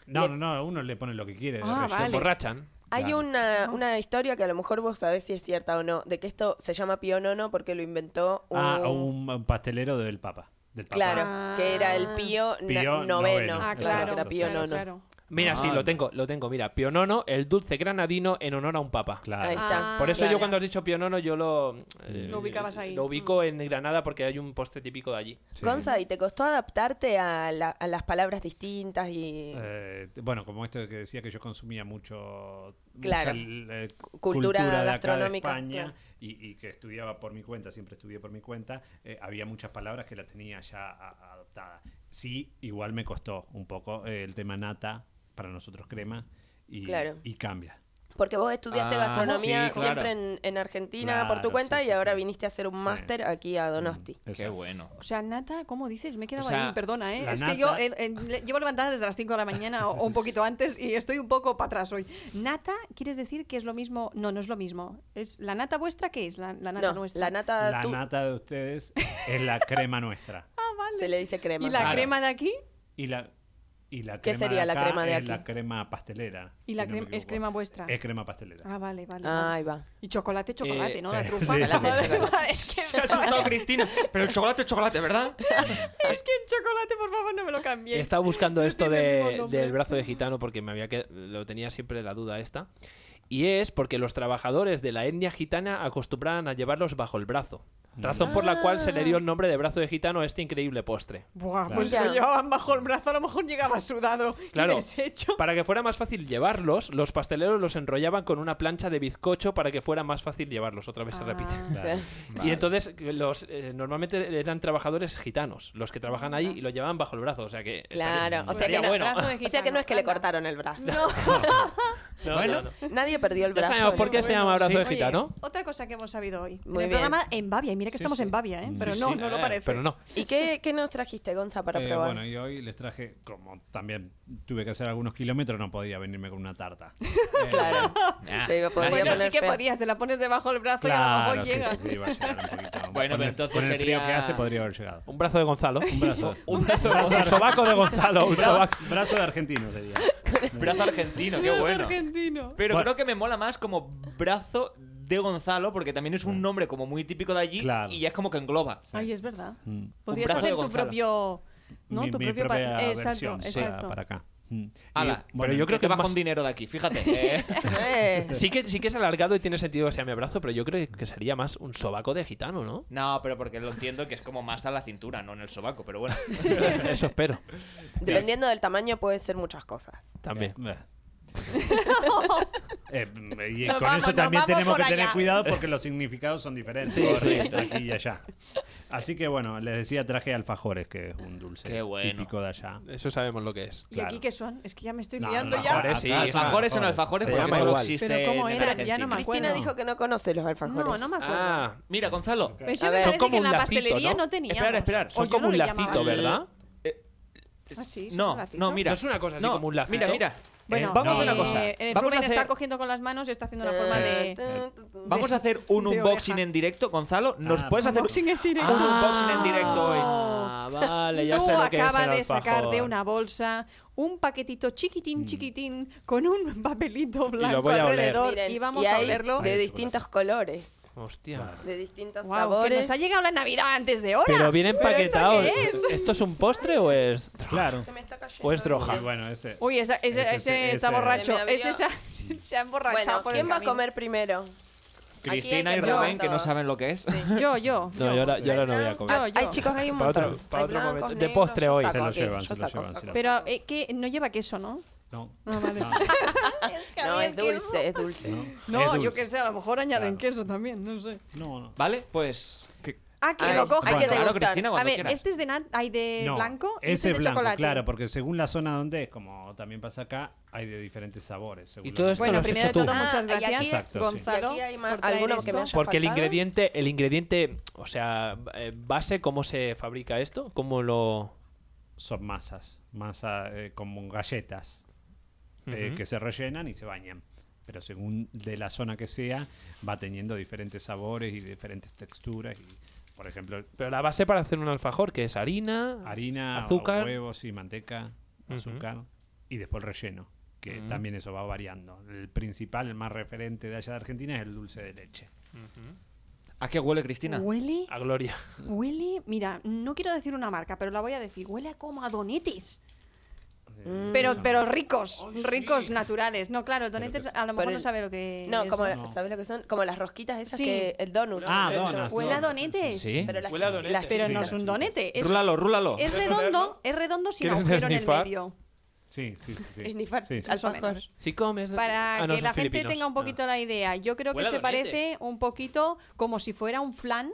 Speaker 5: No,
Speaker 3: Le-
Speaker 5: no, no, uno le pone lo que quiere. de
Speaker 4: Ah,
Speaker 5: relleno.
Speaker 2: Lo
Speaker 4: vale.
Speaker 2: emborrachan.
Speaker 3: Hay
Speaker 5: Claro.
Speaker 3: una, una historia que a lo mejor vos sabés si es cierta o no, de que esto se llama pionono porque lo inventó un...
Speaker 5: Ah, un, un pastelero del Papa. Del Papa.
Speaker 3: Claro,
Speaker 4: Ah.
Speaker 3: que era el pío, na-
Speaker 5: Pío
Speaker 3: noveno.
Speaker 5: noveno.
Speaker 4: Ah,
Speaker 3: Claro,
Speaker 4: claro,
Speaker 3: que era pío
Speaker 4: claro,
Speaker 3: nono.
Speaker 4: claro.
Speaker 2: Mira, sí,
Speaker 1: Ah.
Speaker 2: lo tengo, lo tengo. Mira, pionono, el dulce granadino en honor a un papa.
Speaker 5: Claro.
Speaker 3: Ahí está.
Speaker 4: Ah,
Speaker 2: Por eso
Speaker 3: claro.
Speaker 2: yo cuando has dicho pionono yo lo... eh,
Speaker 4: Lo ubicabas ahí. Mm.
Speaker 2: Lo ubico en Granada porque hay un postre típico de allí.
Speaker 5: Sí.
Speaker 3: Gonza, ¿y te costó adaptarte a, la- a las palabras distintas y
Speaker 5: Eh, t- bueno, como esto que decía que yo consumía mucho
Speaker 3: Claro.
Speaker 5: mucha, l- eh, cu-
Speaker 3: cultura
Speaker 5: de acá
Speaker 3: gastronómica,
Speaker 5: de España
Speaker 3: claro.
Speaker 5: y, y que estudiaba por mi cuenta, siempre estudié por mi cuenta, eh, había muchas palabras que las tenía ya a- adoptadas. Sí, igual me costó un poco eh, el tema nata, para nosotros crema, y,
Speaker 3: Claro.
Speaker 5: y cambia.
Speaker 3: Porque vos estudiaste
Speaker 1: Ah,
Speaker 3: gastronomía
Speaker 1: sí, claro.
Speaker 3: siempre en, en Argentina por tu
Speaker 5: Claro,
Speaker 3: cuenta
Speaker 5: sí,
Speaker 3: y
Speaker 5: sí,
Speaker 3: ahora
Speaker 5: sí.
Speaker 3: viniste a hacer un
Speaker 5: Sí.
Speaker 3: máster aquí a Donosti.
Speaker 5: Mm,
Speaker 1: Qué
Speaker 5: exacto.
Speaker 1: bueno.
Speaker 4: O sea, nata, ¿cómo dices? Me he quedado
Speaker 1: O sea,
Speaker 4: ahí, perdona, ¿eh?
Speaker 5: la
Speaker 4: Es que yo
Speaker 5: nata-
Speaker 4: eh, eh, le- llevo levantada desde las 5 de la mañana o, o un poquito antes y estoy un poco para atrás hoy. Nata, ¿quieres decir que es lo mismo? No, no es lo mismo. ¿Es ¿La nata vuestra qué es? La, la nata
Speaker 3: no,
Speaker 4: nuestra.
Speaker 3: la nata,
Speaker 5: La
Speaker 3: tú-
Speaker 5: nata de ustedes es la crema nuestra.
Speaker 3: se le dice crema.
Speaker 4: ¿Y la
Speaker 5: Claro.
Speaker 4: crema de aquí?
Speaker 5: Y la, y la
Speaker 3: ¿Qué
Speaker 5: crema
Speaker 3: sería
Speaker 5: de
Speaker 3: la
Speaker 5: acá
Speaker 3: crema de
Speaker 5: es
Speaker 3: aquí?
Speaker 5: la crema pastelera.
Speaker 4: ¿Y la
Speaker 5: si no me
Speaker 4: crema- es
Speaker 5: equivoco.
Speaker 4: crema vuestra?
Speaker 5: Es crema pastelera.
Speaker 4: Ah, vale, vale.
Speaker 3: Ah,
Speaker 4: vale.
Speaker 3: ahí va.
Speaker 4: Y chocolate, chocolate,
Speaker 2: Eh,
Speaker 4: ¿no? La
Speaker 5: sí,
Speaker 4: trufa.
Speaker 5: sí.
Speaker 3: Chocolate, chocolate.
Speaker 4: es, que,
Speaker 1: Se ha
Speaker 3: Ah,
Speaker 1: asustado Cristina. Pero el chocolate es chocolate, ¿verdad?
Speaker 4: es que el chocolate, por favor, no me lo cambies.
Speaker 2: He estado buscando
Speaker 4: No
Speaker 2: esto
Speaker 4: tiene el mismo
Speaker 2: de,
Speaker 4: nombre.
Speaker 2: del brazo de gitano porque me había que lo tenía siempre la duda esta. Y es porque los trabajadores de la etnia gitana acostumbraban a llevarlos bajo el brazo. Razón por la cual se le
Speaker 4: Ah.
Speaker 2: dio el nombre de brazo de gitano a este increíble postre.
Speaker 4: Buah, pues
Speaker 3: Claro.
Speaker 4: lo llevaban bajo el brazo, a lo mejor llegaba sudado
Speaker 2: Claro.
Speaker 4: y deshecho.
Speaker 2: Para que fuera más fácil llevarlos, los pasteleros los enrollaban con una plancha de bizcocho para que fuera más fácil llevarlos. Otra vez Pues se repite.
Speaker 4: Ah.
Speaker 5: Claro.
Speaker 2: Y entonces los eh, normalmente eran trabajadores gitanos, los que trabajan ahí y los llevaban bajo el brazo, o sea que eh, estaría-
Speaker 3: Claro, o sea
Speaker 2: estaría
Speaker 3: que no-
Speaker 2: bueno.
Speaker 4: brazo de
Speaker 3: O sea que no es que le
Speaker 4: gitano, anda.
Speaker 3: cortaron el brazo.
Speaker 4: No.
Speaker 2: No,
Speaker 1: Bueno,
Speaker 2: no, no.
Speaker 3: Nadie perdió el
Speaker 2: Ya
Speaker 3: brazo.
Speaker 2: sabemos por
Speaker 3: ¿no?
Speaker 2: qué se llama brazo de
Speaker 4: Oye,
Speaker 2: gitano.
Speaker 4: Otra cosa que hemos sabido hoy. en
Speaker 3: Muy
Speaker 4: el
Speaker 3: bien.
Speaker 4: programa en Bavia. Y mira que
Speaker 2: Sí,
Speaker 4: estamos
Speaker 2: sí.
Speaker 4: en Bavia, ¿eh?
Speaker 5: Sí,
Speaker 4: Pero
Speaker 5: sí,
Speaker 4: no, no lo
Speaker 2: eh,
Speaker 4: parece.
Speaker 2: Pero no.
Speaker 3: ¿Y qué, qué nos trajiste, Gonza, para
Speaker 5: Eh,
Speaker 3: probar?
Speaker 5: Bueno, y hoy les traje, como también tuve que hacer algunos kilómetros, no podía venirme con una tarta. Eh,
Speaker 3: Claro. Te iba a
Speaker 4: Bueno,
Speaker 3: poder
Speaker 4: Pues sí
Speaker 3: poner
Speaker 4: que
Speaker 3: fea.
Speaker 4: podías, te la pones debajo del brazo y a lo
Speaker 5: Claro,
Speaker 4: mejor
Speaker 5: sí,
Speaker 4: llega.
Speaker 5: sí, sí, iba a llegar un poquito.
Speaker 1: Bueno,
Speaker 5: con
Speaker 1: pero
Speaker 5: el,
Speaker 1: entonces
Speaker 5: con el frío
Speaker 1: sería-
Speaker 5: que hace podría haber llegado.
Speaker 2: Un brazo de Gonzalo.
Speaker 5: Un brazo.
Speaker 1: Un brazo,
Speaker 2: Un sobaco de Gonzalo. Un sobaco.
Speaker 5: brazo de argentino sería.
Speaker 1: brazo argentino, qué
Speaker 4: Es
Speaker 1: bueno.
Speaker 4: argentino.
Speaker 1: Pero
Speaker 5: Bueno.
Speaker 1: creo que me mola más como brazo de Gonzalo, porque también
Speaker 2: Mm.
Speaker 1: es un nombre como muy típico de allí
Speaker 5: Claro.
Speaker 1: y ya es como que engloba.
Speaker 4: Ay, es verdad.
Speaker 5: Mm.
Speaker 4: Podrías
Speaker 1: brazo de
Speaker 4: hacer tu
Speaker 1: Gonzalo.
Speaker 4: propio. ¿No?
Speaker 5: Mi,
Speaker 4: tu
Speaker 5: mi
Speaker 4: propio pa-
Speaker 5: propia
Speaker 4: eh, Exacto,
Speaker 5: versión para-
Speaker 4: exacto.
Speaker 5: Para, acá. Mm. Y,
Speaker 1: Ala,
Speaker 5: bueno,
Speaker 1: pero yo creo que
Speaker 2: es
Speaker 1: baja un
Speaker 2: más-
Speaker 1: dinero de aquí, fíjate. eh.
Speaker 3: Eh,
Speaker 2: Sí que, sí que es alargado y tiene sentido que sea mi brazo, pero yo creo que sería más un sobaco de gitano, ¿no?
Speaker 1: No, pero porque lo entiendo que es como más a la cintura, no en el sobaco, pero bueno.
Speaker 2: Eso espero.
Speaker 3: Dependiendo del tamaño puede ser muchas cosas.
Speaker 2: También.
Speaker 5: Eh, eh, eh, y
Speaker 4: Nos
Speaker 5: con
Speaker 4: vamos,
Speaker 5: eso
Speaker 4: nos
Speaker 5: también
Speaker 4: vamos
Speaker 5: tenemos
Speaker 4: por
Speaker 5: que tener
Speaker 4: allá.
Speaker 5: cuidado porque los significados son diferentes
Speaker 2: Sí,
Speaker 5: correcto, aquí y allá. Así que bueno, les decía traje alfajores, que es un dulce
Speaker 1: Qué bueno.
Speaker 5: típico de allá.
Speaker 2: Eso sabemos lo que es.
Speaker 4: ¿Y
Speaker 5: Claro.
Speaker 4: aquí qué son? Es que ya me estoy
Speaker 5: No,
Speaker 4: liando
Speaker 5: no,
Speaker 4: ya.
Speaker 2: Alfajores, sí,
Speaker 1: alfajores son alfajores
Speaker 2: Se
Speaker 1: porque
Speaker 2: llama
Speaker 1: solo
Speaker 2: igual.
Speaker 1: existe
Speaker 4: Pero ¿cómo
Speaker 1: en
Speaker 4: era?
Speaker 1: Argentina.
Speaker 4: Ya no me acuerdo.
Speaker 3: Cristina dijo que no conoce los alfajores.
Speaker 4: No, no me acuerdo.
Speaker 2: Ah,
Speaker 1: Mira, Gonzalo.
Speaker 4: Pero eso
Speaker 3: A
Speaker 4: me
Speaker 3: ver.
Speaker 4: parece
Speaker 3: Son
Speaker 2: como
Speaker 4: que en
Speaker 2: un
Speaker 4: la
Speaker 2: lacito,
Speaker 4: pastelería
Speaker 2: ¿no?
Speaker 4: no teníamos.
Speaker 1: Esperar, esperar.
Speaker 4: O
Speaker 1: Son
Speaker 4: yo
Speaker 2: como
Speaker 4: no
Speaker 2: un
Speaker 4: lo llamaba
Speaker 2: lacito,
Speaker 4: así.
Speaker 2: ¿verdad?
Speaker 4: Ah, sí, son
Speaker 1: no,
Speaker 4: un lacito.
Speaker 1: no, mira.
Speaker 2: No es una cosa así
Speaker 1: No,
Speaker 2: como un lacito.
Speaker 1: Mira, mira.
Speaker 4: Bueno,
Speaker 5: vamos a
Speaker 4: eh,
Speaker 5: hacer una cosa.
Speaker 4: El
Speaker 1: Vamos a
Speaker 4: Rubén está
Speaker 1: hacer-
Speaker 4: cogiendo con las manos y está haciendo la
Speaker 5: Eh,
Speaker 4: forma
Speaker 3: Eh,
Speaker 4: de.
Speaker 1: Eh, Vamos a hacer un
Speaker 4: de
Speaker 1: unboxing
Speaker 4: oreja.
Speaker 1: en directo, Gonzalo. ¿Nos
Speaker 5: Ah,
Speaker 1: puedes hacer
Speaker 4: Unboxing en directo.
Speaker 1: un unboxing en directo hoy?
Speaker 2: Ah, vale, ya
Speaker 4: Tú
Speaker 2: sé lo que es
Speaker 4: acaba
Speaker 2: el
Speaker 4: de sacar de
Speaker 2: alfajor.
Speaker 4: una bolsa un paquetito chiquitín, chiquitín, con un papelito blanco
Speaker 2: voy a oler.
Speaker 4: alrededor
Speaker 3: Miren,
Speaker 4: y vamos
Speaker 3: y
Speaker 4: a
Speaker 3: hay
Speaker 4: olerlo.
Speaker 5: Ahí
Speaker 3: De
Speaker 5: está,
Speaker 3: distintos colores.
Speaker 2: Hostia.
Speaker 3: de distintos
Speaker 4: Guau, que
Speaker 3: sabores.
Speaker 4: nos ha llegado la Navidad antes de hora.
Speaker 2: Pero viene
Speaker 4: ¿esto
Speaker 2: empaquetado.
Speaker 4: qué es?
Speaker 2: ¿Esto es un postre o es.?
Speaker 5: Claro.
Speaker 3: Se me está cayendo
Speaker 2: O
Speaker 1: Pues
Speaker 2: es droga.
Speaker 5: Y
Speaker 3: el-
Speaker 5: bueno, ese.
Speaker 4: Uy, esa- ese,
Speaker 5: Ese-
Speaker 4: ese está
Speaker 5: ese-
Speaker 4: borracho.
Speaker 3: Se me abrió.
Speaker 4: Ese se ha, se ha emborrachado
Speaker 3: Bueno,
Speaker 4: por el
Speaker 3: ¿quién va a
Speaker 4: camino.
Speaker 3: comer primero? Aquí hay
Speaker 1: Cristina y
Speaker 3: que
Speaker 4: probar
Speaker 1: Rubén, que no
Speaker 3: todos.
Speaker 1: saben lo que es.
Speaker 4: Yo, yo.
Speaker 2: No, yo eh, ahora, yo ahora no voy a comer.
Speaker 4: Yo,
Speaker 3: Ah, Hay chicos, hay un
Speaker 2: Pa' otro-
Speaker 3: montón.
Speaker 2: pa'
Speaker 3: Hay
Speaker 2: otro
Speaker 3: blancos,
Speaker 2: momento. De
Speaker 3: negros,
Speaker 2: postre
Speaker 3: yo
Speaker 2: hoy.
Speaker 3: saco
Speaker 5: Se lo
Speaker 3: aquí,
Speaker 5: llevan,
Speaker 3: yo
Speaker 5: se lo
Speaker 3: saco,
Speaker 5: llevan, se lo
Speaker 3: saco.
Speaker 4: Pero eh, que no lleva queso, ¿no?
Speaker 5: No.
Speaker 4: Ah, vale.
Speaker 5: No,
Speaker 3: No, es dulce, es dulce.
Speaker 5: no, es
Speaker 4: No,
Speaker 5: dulce.
Speaker 4: yo que sé, a lo mejor añaden
Speaker 5: Claro.
Speaker 4: queso también, no sé.
Speaker 5: No, no.
Speaker 1: ¿Vale? Pues. que-
Speaker 4: Ah, que
Speaker 3: A
Speaker 4: lo
Speaker 3: ver,
Speaker 4: coja.
Speaker 3: hay que
Speaker 4: Bueno,
Speaker 1: claro,
Speaker 3: degustar.
Speaker 1: Cristina,
Speaker 4: a
Speaker 1: cuando
Speaker 4: ver,
Speaker 1: quieras.
Speaker 4: este es de, nat- hay de
Speaker 5: No,
Speaker 4: blanco y
Speaker 5: ese
Speaker 4: este es de
Speaker 5: blanco,
Speaker 4: chocolate.
Speaker 5: claro, porque según la zona donde es, como también pasa acá, hay de diferentes sabores. según
Speaker 2: Y
Speaker 5: la
Speaker 2: todo esto
Speaker 4: Bueno,
Speaker 5: región.
Speaker 2: lo has
Speaker 4: primero de
Speaker 2: hecho tú.
Speaker 4: todo, muchas
Speaker 3: Ah, y aquí-
Speaker 4: gracias,
Speaker 5: Exacto, sí.
Speaker 4: Gonzalo.
Speaker 3: Y aquí hay más-
Speaker 4: por traer
Speaker 3: alguno que me
Speaker 4: esto.
Speaker 3: haya-
Speaker 2: Porque el
Speaker 3: faltado?
Speaker 2: ingrediente, el ingrediente, o sea, eh, base, ¿cómo se fabrica esto? ¿Cómo lo...?
Speaker 5: Son masas, masa eh, como galletas eh,
Speaker 2: Ujú.
Speaker 5: que se rellenan y se bañan. Pero según de la zona que sea, va teniendo diferentes sabores y diferentes texturas. Y, por ejemplo,
Speaker 2: Pero la base para hacer un alfajor, que es harina,
Speaker 5: harina,
Speaker 2: azúcar.
Speaker 5: huevos y manteca,
Speaker 2: Ujú.
Speaker 5: azúcar y después el relleno, que
Speaker 2: Mm.
Speaker 5: también eso va variando. El principal, el más referente de allá de Argentina es el dulce de leche.
Speaker 2: Ujú.
Speaker 1: ¿A qué huele, Cristina?
Speaker 4: Huele,
Speaker 2: A gloria.
Speaker 4: huele, mira, no quiero decir una marca, pero la voy a decir. Huele a como a donetes.
Speaker 3: Mm.
Speaker 4: Pero,
Speaker 5: Esa-
Speaker 4: pero ricos,
Speaker 5: Oh, sí.
Speaker 4: ricos naturales. No, claro, donetes a lo mejor
Speaker 3: Pero
Speaker 4: no
Speaker 3: el-
Speaker 4: sabe lo que
Speaker 3: No,
Speaker 4: es,
Speaker 3: como,
Speaker 5: No.
Speaker 3: ¿sabes lo que son? Como las rosquitas esas
Speaker 4: Sí.
Speaker 3: que... El donut.
Speaker 5: Ah,
Speaker 3: Eso.
Speaker 5: donas,
Speaker 4: Huele a
Speaker 5: donas.
Speaker 4: donetes.
Speaker 2: Sí.
Speaker 3: Pero las
Speaker 2: Huele a
Speaker 3: chiqui-
Speaker 2: donete.
Speaker 3: las
Speaker 4: Pero no
Speaker 3: chiquitas.
Speaker 4: es un donete. Es,
Speaker 1: Rúlalo, rúlalo.
Speaker 4: es
Speaker 2: ¿Quieres
Speaker 4: redondo,
Speaker 2: olerlo?
Speaker 4: es redondo sin
Speaker 2: ¿Quieres
Speaker 4: agujero en el
Speaker 2: esnifar?
Speaker 4: medio.
Speaker 5: Sí, sí, sí. sí.
Speaker 3: Esnifar
Speaker 5: Sí.
Speaker 4: Más o
Speaker 3: alfajor.
Speaker 4: menos.
Speaker 2: Si comes...
Speaker 4: Para
Speaker 2: Ah, no,
Speaker 4: que
Speaker 2: son
Speaker 4: la gente
Speaker 2: filipinos.
Speaker 4: tenga un poquito
Speaker 2: Ah.
Speaker 4: la idea, yo creo que
Speaker 2: Huele a
Speaker 4: se
Speaker 2: donete.
Speaker 4: parece un poquito como si fuera un flan,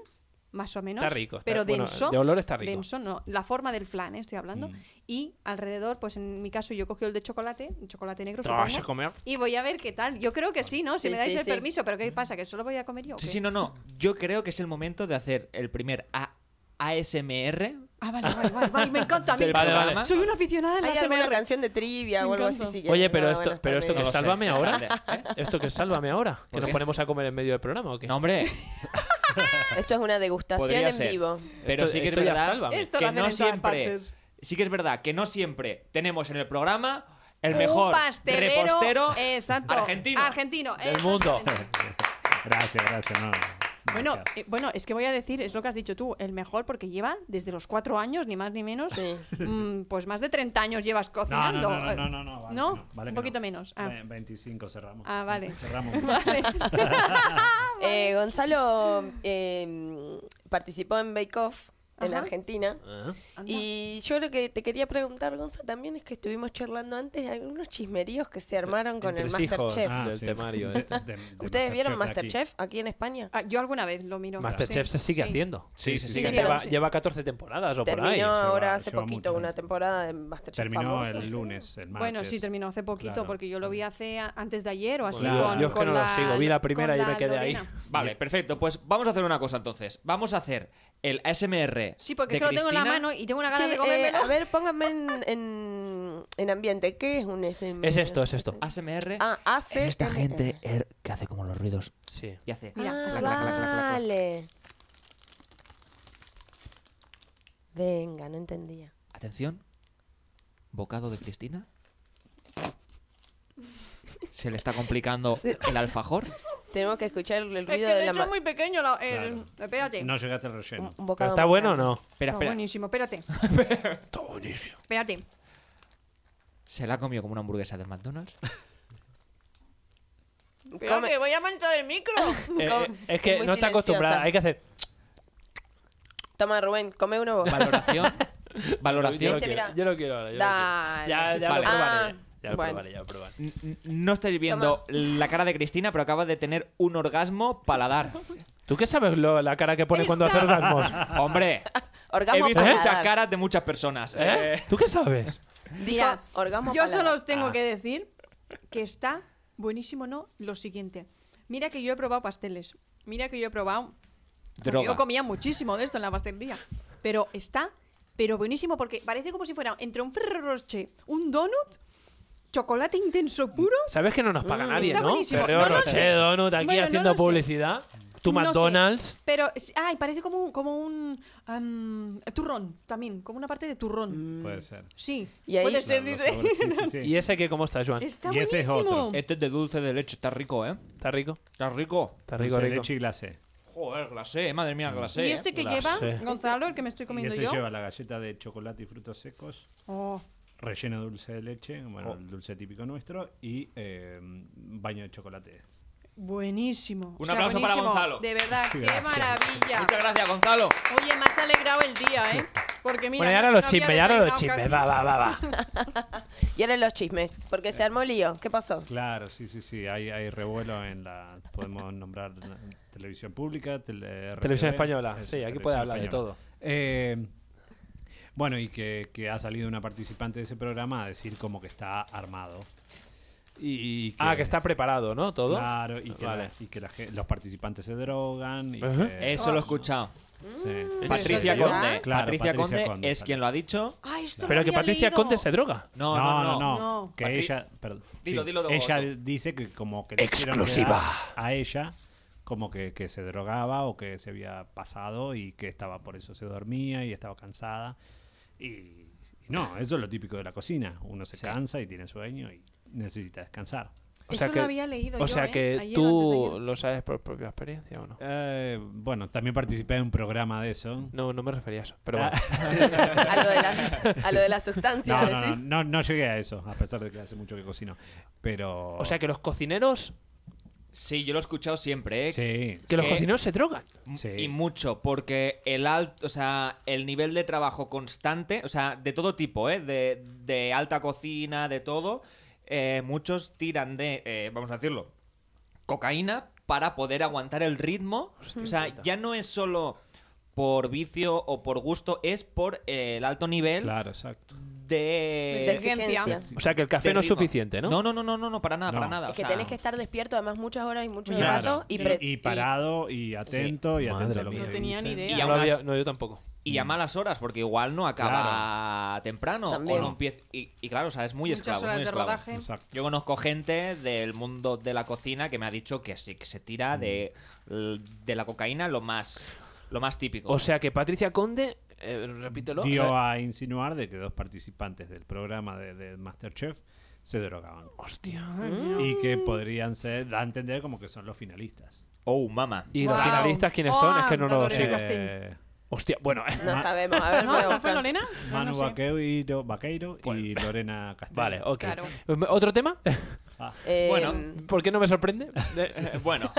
Speaker 4: más o menos.
Speaker 2: Está rico. está-
Speaker 4: pero
Speaker 2: bueno,
Speaker 4: denso.
Speaker 2: de olor está rico.
Speaker 4: Denso, no. La forma del flan, eh, estoy hablando.
Speaker 5: Mm.
Speaker 4: Y alrededor, pues en mi caso yo cogí el de chocolate, el chocolate negro,
Speaker 1: Ah,
Speaker 2: Te lo vas a
Speaker 4: supongo,
Speaker 2: comer.
Speaker 4: Y voy a ver qué tal. Yo creo que sí, ¿no? Si
Speaker 3: Sí,
Speaker 4: me dais
Speaker 3: sí,
Speaker 4: el
Speaker 3: sí.
Speaker 4: permiso, pero ¿qué pasa? ¿Que solo voy a comer yo? o
Speaker 1: Sí,
Speaker 4: qué?
Speaker 1: sí, no, no. Yo creo que es el momento de hacer el primer A- ASMR.
Speaker 4: Ah, vale, vale, vale, vale, me encanta. a mí.
Speaker 1: del
Speaker 2: Vale, vale.
Speaker 1: programa.
Speaker 4: Soy una aficionada de
Speaker 3: ¿Hay
Speaker 4: la
Speaker 3: alguna
Speaker 4: SMR.
Speaker 3: canción de trivia
Speaker 4: Me
Speaker 3: o algo así?
Speaker 4: encanta.
Speaker 3: Sí, que-
Speaker 2: Oye, pero
Speaker 3: no,
Speaker 2: esto,
Speaker 3: bueno,
Speaker 2: pero
Speaker 3: está
Speaker 2: esto que
Speaker 1: bien.
Speaker 2: es
Speaker 1: No lo
Speaker 2: sálvame
Speaker 1: sé.
Speaker 2: ahora.
Speaker 1: ¿Eh?
Speaker 2: Esto que es sálvame ahora. Que
Speaker 1: ¿Por
Speaker 2: nos
Speaker 1: qué?
Speaker 2: ponemos a comer en medio del programa o qué.
Speaker 1: No, hombre.
Speaker 3: bien. Esto es una degustación
Speaker 1: Podría
Speaker 3: en
Speaker 1: ser.
Speaker 3: vivo.
Speaker 1: Pero
Speaker 2: Esto-
Speaker 1: sí que es
Speaker 2: esto ya
Speaker 1: verdad
Speaker 2: sálvame.
Speaker 4: Esto lo
Speaker 1: que
Speaker 4: hacen
Speaker 1: no
Speaker 4: en todas
Speaker 1: siempre.
Speaker 4: partes.
Speaker 1: Sí que es verdad que no siempre tenemos en el programa el
Speaker 4: Un
Speaker 1: mejor
Speaker 4: pastelero,
Speaker 1: repostero
Speaker 4: exacto,
Speaker 1: argentino.
Speaker 4: argentino
Speaker 2: Del mundo.
Speaker 4: exactamente.
Speaker 5: Gracias, gracias. no,
Speaker 4: Bueno,
Speaker 5: gracias.
Speaker 4: eh, bueno, es que voy a decir, es lo que has dicho tú, el mejor porque lleva desde los cuatro años, ni más ni menos,
Speaker 3: Sí.
Speaker 4: mm, pues más de 30 años llevas
Speaker 5: No, no,
Speaker 4: cocinando.
Speaker 5: no, no,
Speaker 4: eh, ¿No?
Speaker 5: no, no, vale que no, vale
Speaker 4: Un
Speaker 5: que no.
Speaker 4: poquito menos. Ah.
Speaker 5: Ve- 25 cerramos.
Speaker 4: Ah, vale.
Speaker 5: Cerramos.
Speaker 4: Vale.
Speaker 3: Eh, Gonzalo eh, participó en Bake Off en
Speaker 4: Ajá.
Speaker 3: Argentina.
Speaker 2: Ah.
Speaker 4: Anda.
Speaker 3: Y yo lo que te quería preguntar, Gonza, también es que estuvimos charlando antes de algunos chismeríos que se armaron con el
Speaker 2: Entresijos.
Speaker 3: Masterchef.
Speaker 2: Ah, del temario este.
Speaker 5: De- de
Speaker 3: ¿Ustedes vieron Masterchef
Speaker 5: Masterchef
Speaker 3: aquí. en España?
Speaker 4: Ah, yo alguna vez lo miro.
Speaker 2: Masterchef
Speaker 4: sí,
Speaker 2: se sigue
Speaker 4: sí.
Speaker 2: haciendo.
Speaker 5: Sí, sí, sí, sí.
Speaker 2: Lleva,
Speaker 3: Sí.
Speaker 2: lleva 14 temporadas o
Speaker 3: Terminó
Speaker 2: por ahí.
Speaker 5: lleva-
Speaker 3: ahora hace
Speaker 5: lleva
Speaker 3: poquito
Speaker 5: mucho.
Speaker 3: una temporada de
Speaker 5: aquí.
Speaker 3: Masterchef
Speaker 5: Terminó
Speaker 3: famoso.
Speaker 5: el lunes, el martes.
Speaker 4: Bueno, sí, terminó hace poquito
Speaker 5: Claro.
Speaker 4: porque yo lo vi hace a- antes de ayer o así.
Speaker 2: Bueno, yo-
Speaker 4: con,
Speaker 2: yo es que
Speaker 4: con
Speaker 2: no lo
Speaker 4: la,
Speaker 2: sigo, vi la primera
Speaker 4: con
Speaker 2: y me
Speaker 4: la
Speaker 2: quedé ahí.
Speaker 4: Lorena.
Speaker 1: Vale, perfecto. Pues vamos a hacer una cosa entonces. Vamos a hacer el ASMR.
Speaker 4: Sí, porque
Speaker 1: de
Speaker 4: es que lo tengo en la
Speaker 1: Cristina.
Speaker 4: mano y tengo una gana
Speaker 3: Sí,
Speaker 4: de
Speaker 3: eh,
Speaker 4: comérmelo.
Speaker 3: a ver, pónganme en, en, en ambiente. ¿Qué es un SM?
Speaker 2: Es esto, es esto.
Speaker 1: ASMR
Speaker 3: Ah, hace
Speaker 1: es esta
Speaker 4: eh,
Speaker 1: gente er, que hace como los ruidos
Speaker 2: Sí.
Speaker 1: y hace.
Speaker 4: Mira,
Speaker 3: Ah,
Speaker 4: clac, clac,
Speaker 1: clac, clac, clac, clac.
Speaker 3: vale. Venga, no entendía.
Speaker 1: Atención. Bocado de Cristina. Se le está complicando el alfajor.
Speaker 3: Tenemos que escuchar el
Speaker 4: Es que
Speaker 3: ruido de
Speaker 4: de
Speaker 3: la
Speaker 4: hecho es
Speaker 3: mano.
Speaker 4: muy pequeño. la- el-
Speaker 5: Claro.
Speaker 4: Espérate.
Speaker 5: No llegaste al relleno.
Speaker 3: Un
Speaker 2: ¿Pero
Speaker 3: bocado
Speaker 2: está
Speaker 3: más
Speaker 2: bueno o
Speaker 3: grande.
Speaker 2: no?
Speaker 1: Espera,
Speaker 4: Está
Speaker 1: espera.
Speaker 4: buenísimo, espérate.
Speaker 2: Está buenísimo.
Speaker 4: Espérate.
Speaker 1: Se la ha comido como una hamburguesa del McDonald's.
Speaker 3: Come-
Speaker 4: Espérate, voy a manchar el micro.
Speaker 3: Come-
Speaker 2: Eh, es que
Speaker 3: muy
Speaker 2: no está acostumbrada.
Speaker 3: silenciosa.
Speaker 2: Hay que hacer.
Speaker 3: Toma, Rubén, come uno vos.
Speaker 1: Valoración.
Speaker 2: Yo lo
Speaker 1: Valoración.
Speaker 3: Este,
Speaker 2: quiero,
Speaker 3: mira.
Speaker 2: yo lo quiero ahora. yo lo quiero.
Speaker 3: Dale.
Speaker 2: Ya, ya
Speaker 1: Vale.
Speaker 2: lo probaré.
Speaker 3: Ah,
Speaker 2: Ya lo
Speaker 3: bueno.
Speaker 2: probaré, ya lo probaré.
Speaker 1: N- n- No estáis viendo la cara de Cristina, pero acaba de tener un orgasmo paladar.
Speaker 2: ¿Tú qué sabes lo- la cara que pone cuando hace
Speaker 4: Está-
Speaker 2: orgasmos?
Speaker 1: Hombre, he
Speaker 3: Orgasmo
Speaker 1: visto
Speaker 3: paladar.
Speaker 1: muchas caras de muchas personas.
Speaker 2: ¿Eh?
Speaker 1: Eh,
Speaker 2: ¿Tú qué sabes?
Speaker 3: Dijo,
Speaker 4: Mira,
Speaker 3: orgasmo
Speaker 4: yo
Speaker 3: paladar.
Speaker 4: solo os tengo
Speaker 2: Ah.
Speaker 4: que decir que está buenísimo, ¿no? Lo siguiente. Mira que yo he probado pasteles. Mira que yo he probado. porque
Speaker 1: Droga.
Speaker 4: Yo comía muchísimo de esto en la pastelería. Pero está, pero buenísimo porque parece como si fuera entre un ferrero rocher, un donut, chocolate intenso puro.
Speaker 2: ¿Sabes que no nos paga
Speaker 3: Mm,
Speaker 2: nadie,
Speaker 4: está
Speaker 2: no?
Speaker 4: buenísimo.
Speaker 2: Ferrero
Speaker 4: No lo
Speaker 2: Rocher,
Speaker 4: sé.
Speaker 2: Donut, aquí
Speaker 4: Bueno, no
Speaker 2: haciendo
Speaker 4: lo sé.
Speaker 2: publicidad. Tu
Speaker 4: No sé.
Speaker 2: McDonald's.
Speaker 4: Pero, es- ay, parece como, un- como un am, turrón también, como una parte de turrón.
Speaker 5: Puede ser.
Speaker 4: Sí,
Speaker 3: Y ahí-
Speaker 4: puede ser,
Speaker 5: Claro, los
Speaker 4: dice.
Speaker 5: sabores, sí, sí, sí.
Speaker 2: ¿Y ese que cómo está, Joan?
Speaker 4: Está
Speaker 5: Y ese es
Speaker 4: buenísimo.
Speaker 5: otro.
Speaker 1: Este es de dulce de leche, está rico, ¿eh?
Speaker 2: ¿Está rico?
Speaker 1: Está rico.
Speaker 2: Está rico,
Speaker 5: Dulce de
Speaker 2: rico.
Speaker 5: leche y glacé.
Speaker 1: Joder, glacé, madre mía, glacé.
Speaker 4: ¿Y
Speaker 1: eh.
Speaker 4: este que
Speaker 5: la
Speaker 4: lleva,
Speaker 2: sé.
Speaker 4: Gonzalo, el que me estoy
Speaker 5: Y
Speaker 4: comiendo
Speaker 5: ese
Speaker 4: yo?
Speaker 5: lleva la galleta de chocolate y frutos secos,
Speaker 4: Oh,
Speaker 5: relleno de dulce de leche, bueno,
Speaker 1: Oh.
Speaker 5: el dulce típico nuestro, y eh, baño de chocolate.
Speaker 4: buenísimo.
Speaker 1: Un
Speaker 4: O sea,
Speaker 1: aplauso para
Speaker 4: buenísimo.
Speaker 1: Gonzalo.
Speaker 4: De verdad, qué
Speaker 5: Gracias.
Speaker 4: maravilla.
Speaker 1: Muchas gracias, Gonzalo.
Speaker 4: Oye, me has alegrado el día, ¿eh? Porque mira.
Speaker 2: bueno, y ahora
Speaker 4: no-
Speaker 2: los
Speaker 4: no había
Speaker 2: chismes, ya ahora los
Speaker 4: desayunado
Speaker 2: chismes.
Speaker 4: casi.
Speaker 2: Va, va, va, va.
Speaker 3: Y ahora los chismes, porque se armó lío. ¿Qué pasó?
Speaker 5: Claro, sí, sí, sí, hay, hay revuelo en la, podemos nombrar eh, televisión pública, tele-
Speaker 2: Televisión
Speaker 5: RTV,
Speaker 2: española,
Speaker 5: es-
Speaker 2: sí, aquí
Speaker 5: televisión
Speaker 2: puede hablar de
Speaker 5: española.
Speaker 2: todo.
Speaker 5: Eh, bueno, y que, que ha salido una participante de ese programa a decir como que está armado. Y, y
Speaker 2: Ah, que está preparado, ¿no? Todo.
Speaker 5: Claro, y que, la-
Speaker 2: Vale.
Speaker 5: y que la gen- los participantes se drogan. Y
Speaker 2: Ajá. Mm,
Speaker 5: que-
Speaker 1: Eso lo he escuchado.
Speaker 5: Sí.
Speaker 1: Patricia
Speaker 4: serio?
Speaker 1: Conde.
Speaker 5: Claro,
Speaker 1: Patricia Conde
Speaker 5: Conde
Speaker 1: es
Speaker 5: salió.
Speaker 1: quien lo ha dicho.
Speaker 4: Ah, esto lo
Speaker 2: Pero que
Speaker 4: había
Speaker 2: Patricia
Speaker 4: leído.
Speaker 2: Conde se droga.
Speaker 1: No, no, no.
Speaker 4: no.
Speaker 5: Que
Speaker 1: Patri-
Speaker 5: ella, perdón.
Speaker 1: Dilo, dilo, dilo,
Speaker 5: Ella
Speaker 1: dilo.
Speaker 5: dice que como que le hicieron
Speaker 2: Exclusiva.
Speaker 5: quedar a ella como que, que se drogaba o que se había pasado y que estaba por eso se dormía y estaba cansada. Y, y no, eso es lo típico de la cocina. Uno se
Speaker 1: Sí.
Speaker 5: cansa y tiene sueño y necesita descansar.
Speaker 2: O sea
Speaker 4: Eso
Speaker 2: que-
Speaker 4: lo había leído
Speaker 2: O
Speaker 4: yo,
Speaker 2: sea
Speaker 4: ¿eh?
Speaker 2: que
Speaker 4: Ayer o antes de
Speaker 2: tú
Speaker 4: ayer.
Speaker 2: lo sabes por propia experiencia o no.
Speaker 5: Eh, bueno, también participé en un programa de eso.
Speaker 2: No, no me refería a eso. Pero bueno.
Speaker 3: A lo de la, a lo de la sustancia,
Speaker 5: No, no, no,
Speaker 3: decís.
Speaker 5: no, no llegué a eso, a pesar de que hace mucho que cocino. Pero...
Speaker 2: O sea que los cocineros,
Speaker 1: Sí, yo lo he escuchado siempre, ¿eh?
Speaker 5: Sí.
Speaker 2: que los
Speaker 1: Eh,
Speaker 2: cocineros se drogan.
Speaker 1: M-
Speaker 5: Sí.
Speaker 1: Y mucho, porque el alto, o sea, el nivel de trabajo constante, o sea, de todo tipo, ¿eh? De, de alta cocina, de todo, eh, muchos tiran de, eh, vamos a decirlo, cocaína para poder aguantar el ritmo. o sea,
Speaker 2: puta.
Speaker 1: ya no es solo por vicio o por gusto, es por eh, el alto nivel
Speaker 5: Claro, exacto.
Speaker 1: de...
Speaker 3: De
Speaker 4: Eh, exigencia.
Speaker 5: Sí.
Speaker 2: O sea que el café
Speaker 1: de
Speaker 2: no es
Speaker 1: ritmo.
Speaker 2: suficiente, ¿no?
Speaker 1: No, no, no, no, no, no, para nada,
Speaker 5: No.
Speaker 1: para nada.
Speaker 3: Es
Speaker 1: o
Speaker 3: que
Speaker 1: sea,
Speaker 3: tenés que estar despierto además muchas horas y mucho
Speaker 5: Claro.
Speaker 3: rato. Y,
Speaker 5: Y,
Speaker 3: pre-
Speaker 5: y
Speaker 3: y-
Speaker 5: parado y atento y
Speaker 2: Madre
Speaker 5: atento a lo que
Speaker 2: mía.
Speaker 5: te
Speaker 4: No tenía
Speaker 5: dicen.
Speaker 4: ni
Speaker 1: Y
Speaker 4: idea.
Speaker 2: No,
Speaker 1: aún
Speaker 2: lo había-
Speaker 1: así-
Speaker 2: no, yo tampoco.
Speaker 1: Y a malas horas, porque igual no acaba temprano.
Speaker 3: También.
Speaker 1: O no empieza... y, y claro, o sea, es muy
Speaker 4: Muchas
Speaker 1: esclavo.
Speaker 4: horas
Speaker 1: muy
Speaker 4: de
Speaker 1: esclavo.
Speaker 4: rodaje.
Speaker 5: Exacto.
Speaker 1: Yo conozco gente del mundo de la cocina que me ha dicho que sí, que se tira de, de la cocaína lo más, lo más típico.
Speaker 2: O sea que Patricia Conde, eh, repítelo.
Speaker 5: Dio
Speaker 2: eh,
Speaker 5: a insinuar de que dos participantes del programa de, de Masterchef se drogaban.
Speaker 2: Hostia.
Speaker 4: Mm.
Speaker 5: Y que podrían ser, da a entender como que son los finalistas. Eh,
Speaker 1: oh, mamá.
Speaker 2: ¿Y los
Speaker 4: Wow.
Speaker 2: finalistas quiénes son? Es que no lo
Speaker 4: Andadores.
Speaker 2: sé.
Speaker 4: Lorena
Speaker 1: Eh,
Speaker 4: Castillo.
Speaker 2: Hostia, bueno. eh,
Speaker 3: No
Speaker 5: Ma-
Speaker 3: sabemos. A ver, voy
Speaker 4: ¿No?
Speaker 3: a
Speaker 4: ¿Tal fue
Speaker 3: buscar.
Speaker 4: Lorena? No,
Speaker 5: Manu
Speaker 4: no sé.
Speaker 5: Vaqueiro, Vaqueiro y Lorena Castillo.
Speaker 2: Vale, ok. Pues,
Speaker 4: Claro. Mm.
Speaker 2: ¿Otro tema?
Speaker 5: Ah,
Speaker 3: Eh,
Speaker 1: Bueno.
Speaker 2: ¿Por qué no me sorprende?
Speaker 1: eh, bueno,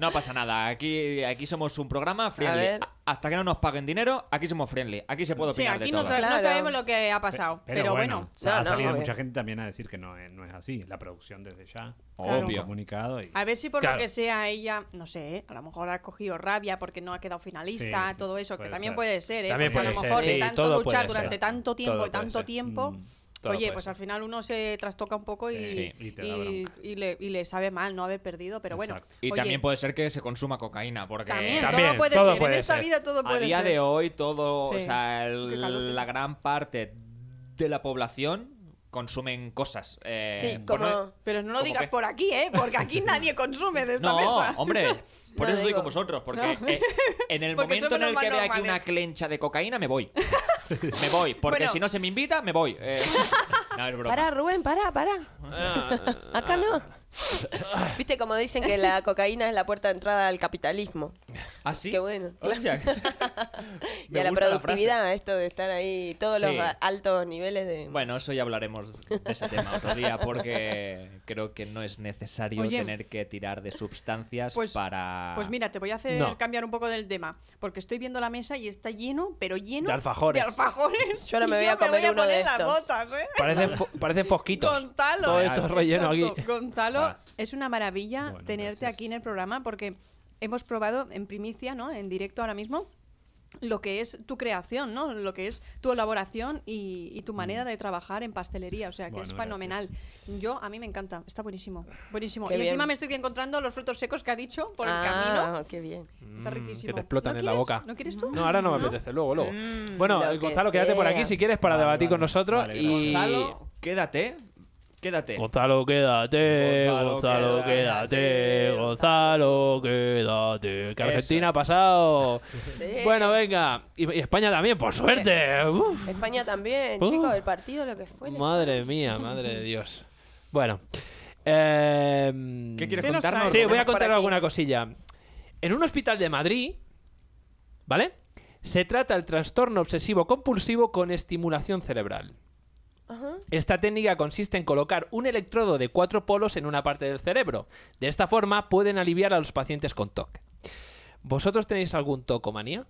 Speaker 1: no pasa nada. Aquí, aquí somos un programa friendly.
Speaker 3: ver.
Speaker 1: A- Hasta que no nos paguen dinero, aquí somos friendly. Aquí se puede
Speaker 4: Sí,
Speaker 1: opinar
Speaker 4: aquí
Speaker 1: de
Speaker 4: no,
Speaker 1: todo.
Speaker 4: sabe- no
Speaker 3: Claro.
Speaker 4: sabemos lo que ha pasado.
Speaker 5: pe-
Speaker 4: Pero, bueno.
Speaker 5: o sea,
Speaker 3: No,
Speaker 5: ha
Speaker 3: no,
Speaker 5: salido
Speaker 3: obvio.
Speaker 4: eh.
Speaker 5: mucha gente también a decir que no, es- no es así. La producción desde ya.
Speaker 1: Claro.
Speaker 5: Obvio. Comunicado y...
Speaker 4: A ver si por
Speaker 2: Claro.
Speaker 4: lo que sea ella, no sé, ¿eh? a lo mejor ha cogido rabia porque no ha quedado finalista,
Speaker 5: Sí, sí,
Speaker 4: todo
Speaker 5: sí,
Speaker 4: eso, que
Speaker 5: puede
Speaker 4: también
Speaker 5: ser.
Speaker 4: puede ser, ¿eh?
Speaker 2: También
Speaker 4: Porque a
Speaker 2: puede
Speaker 4: lo
Speaker 2: ser,
Speaker 4: mejor
Speaker 2: sí,
Speaker 4: de
Speaker 2: todo
Speaker 4: tanto
Speaker 2: puede
Speaker 4: luchar
Speaker 2: ser.
Speaker 4: durante tanto tiempo
Speaker 2: Todo
Speaker 4: y
Speaker 2: puede
Speaker 4: tanto
Speaker 2: ser.
Speaker 4: tiempo,
Speaker 5: Mm,
Speaker 2: todo
Speaker 4: oye,
Speaker 2: puede
Speaker 4: pues
Speaker 2: ser.
Speaker 4: al final uno se trastoca un poco y,
Speaker 5: Sí, y te da
Speaker 4: y-
Speaker 5: bronca.
Speaker 4: y le, y le sabe mal no haber perdido, pero bueno.
Speaker 5: Exacto.
Speaker 1: Y
Speaker 4: oye,
Speaker 1: también puede ser que se consuma cocaína, porque
Speaker 4: también,
Speaker 2: También,
Speaker 4: todo puede
Speaker 2: todo
Speaker 4: ser.
Speaker 2: puede
Speaker 4: en esta
Speaker 2: ser.
Speaker 4: vida todo
Speaker 1: a
Speaker 4: puede
Speaker 1: día
Speaker 4: ser.
Speaker 1: de hoy todo, o
Speaker 4: Sí.
Speaker 1: sea, el-
Speaker 4: Qué calor tiene.
Speaker 1: la gran parte de la población consumen cosas. eh,
Speaker 3: Sí,
Speaker 1: por no-
Speaker 3: como-
Speaker 4: Pero no lo
Speaker 1: ¿Cómo
Speaker 4: digas
Speaker 1: qué?
Speaker 4: por aquí, ¿eh? Porque aquí nadie consume de esta
Speaker 1: No,
Speaker 4: mesa.
Speaker 1: hombre, por
Speaker 3: No,
Speaker 1: eso estoy
Speaker 3: digo-
Speaker 1: con vosotros, porque eh, en el
Speaker 4: Porque
Speaker 1: momento
Speaker 4: somos
Speaker 1: en el
Speaker 4: los
Speaker 1: que
Speaker 4: más
Speaker 1: vea aquí una
Speaker 4: normales.
Speaker 1: clencha de cocaína, me voy. Me voy, porque
Speaker 4: Bueno.
Speaker 1: si no se me invita, me voy. Eh, no, es broma.
Speaker 3: Pará, Rubén, pará, pará. Acá no. Viste como dicen que la cocaína es la puerta de entrada al capitalismo.
Speaker 1: ¿Ah, sí?
Speaker 3: Qué bueno.
Speaker 1: Hostia.
Speaker 3: Y
Speaker 1: Me
Speaker 3: a la
Speaker 1: gusta
Speaker 3: productividad, esto de estar ahí, todos
Speaker 1: Sí.
Speaker 3: los a- altos niveles de...
Speaker 1: frase. bueno, eso ya hablaremos de ese tema otro día, porque creo que no es necesario
Speaker 4: Oye.
Speaker 1: tener que tirar de sustancias
Speaker 4: Pues-
Speaker 1: para...
Speaker 4: Pues mira, te voy a hacer
Speaker 2: No.
Speaker 4: cambiar un poco del tema, porque estoy viendo la mesa y está lleno, pero lleno
Speaker 2: De alfajores.
Speaker 4: de alfajores.
Speaker 3: Yo ahora me
Speaker 4: Y
Speaker 3: voy a comer
Speaker 4: voy
Speaker 3: uno
Speaker 4: poner
Speaker 3: de
Speaker 4: las
Speaker 3: estos.
Speaker 4: botas, ¿eh?
Speaker 2: Parecen, fo- parecen fosquitos.
Speaker 4: Gonzalo.
Speaker 2: Todo esto relleno aquí.
Speaker 4: Exacto. Gonzalo,
Speaker 2: Ah.
Speaker 5: Va.
Speaker 4: es una maravilla
Speaker 5: Bueno,
Speaker 4: tenerte
Speaker 5: gracias.
Speaker 4: aquí en el programa porque hemos probado en primicia, ¿no? En directo ahora mismo lo que es tu creación, ¿no? Lo que es tu elaboración y, y tu
Speaker 2: Mm.
Speaker 4: manera de trabajar en pastelería, o sea, que es
Speaker 5: Bueno,
Speaker 4: fenomenal. Yo a mí me encanta, está buenísimo, buenísimo.
Speaker 3: Qué
Speaker 4: y encima
Speaker 3: bien.
Speaker 4: me estoy encontrando los frutos secos que ha dicho por el camino.
Speaker 3: ah, qué bien.
Speaker 4: Está
Speaker 2: Mm,
Speaker 4: riquísimo.
Speaker 2: Que te explotan
Speaker 4: ¿No
Speaker 2: en la
Speaker 4: quieres?
Speaker 2: boca.
Speaker 4: ¿No quieres tú?
Speaker 2: No, ahora no me apetece, luego, luego.
Speaker 1: Mm,
Speaker 2: bueno,
Speaker 3: lo
Speaker 2: eh,
Speaker 3: que
Speaker 2: Gonzalo, quédate por
Speaker 3: sea.
Speaker 2: aquí si quieres para
Speaker 5: Vale,
Speaker 2: debatir
Speaker 5: vale.
Speaker 2: con nosotros.
Speaker 5: Vale,
Speaker 2: y...
Speaker 1: Gonzalo, quédate. Quédate.
Speaker 2: Gonzalo, quédate,
Speaker 1: Gonzalo,
Speaker 2: Gonzalo,
Speaker 1: quédate,
Speaker 2: quédate, Gonzalo, quédate. Que
Speaker 1: Eso.
Speaker 2: Argentina ha pasado.
Speaker 3: Sí.
Speaker 2: Bueno, venga. Y, y España también, por suerte. Uf.
Speaker 3: España también,
Speaker 2: Uh.
Speaker 3: chicos, el partido, lo que fue. le-
Speaker 2: Madre mía, madre de Dios. Bueno. em,
Speaker 1: ¿Qué quieres
Speaker 4: ¿Qué nos
Speaker 1: contarnos?
Speaker 4: traes?
Speaker 2: Sí, voy a
Speaker 4: Tenemos por
Speaker 2: contar
Speaker 4: aquí.
Speaker 2: alguna cosilla. En un hospital de Madrid, ¿vale? Se trata el trastorno obsesivo compulsivo con estimulación cerebral.
Speaker 3: Ajá.
Speaker 2: Esta técnica consiste en colocar un electrodo de cuatro polos en una parte del cerebro. De esta forma pueden aliviar a los pacientes con TOC. ¿Vosotros tenéis algún tocomanía?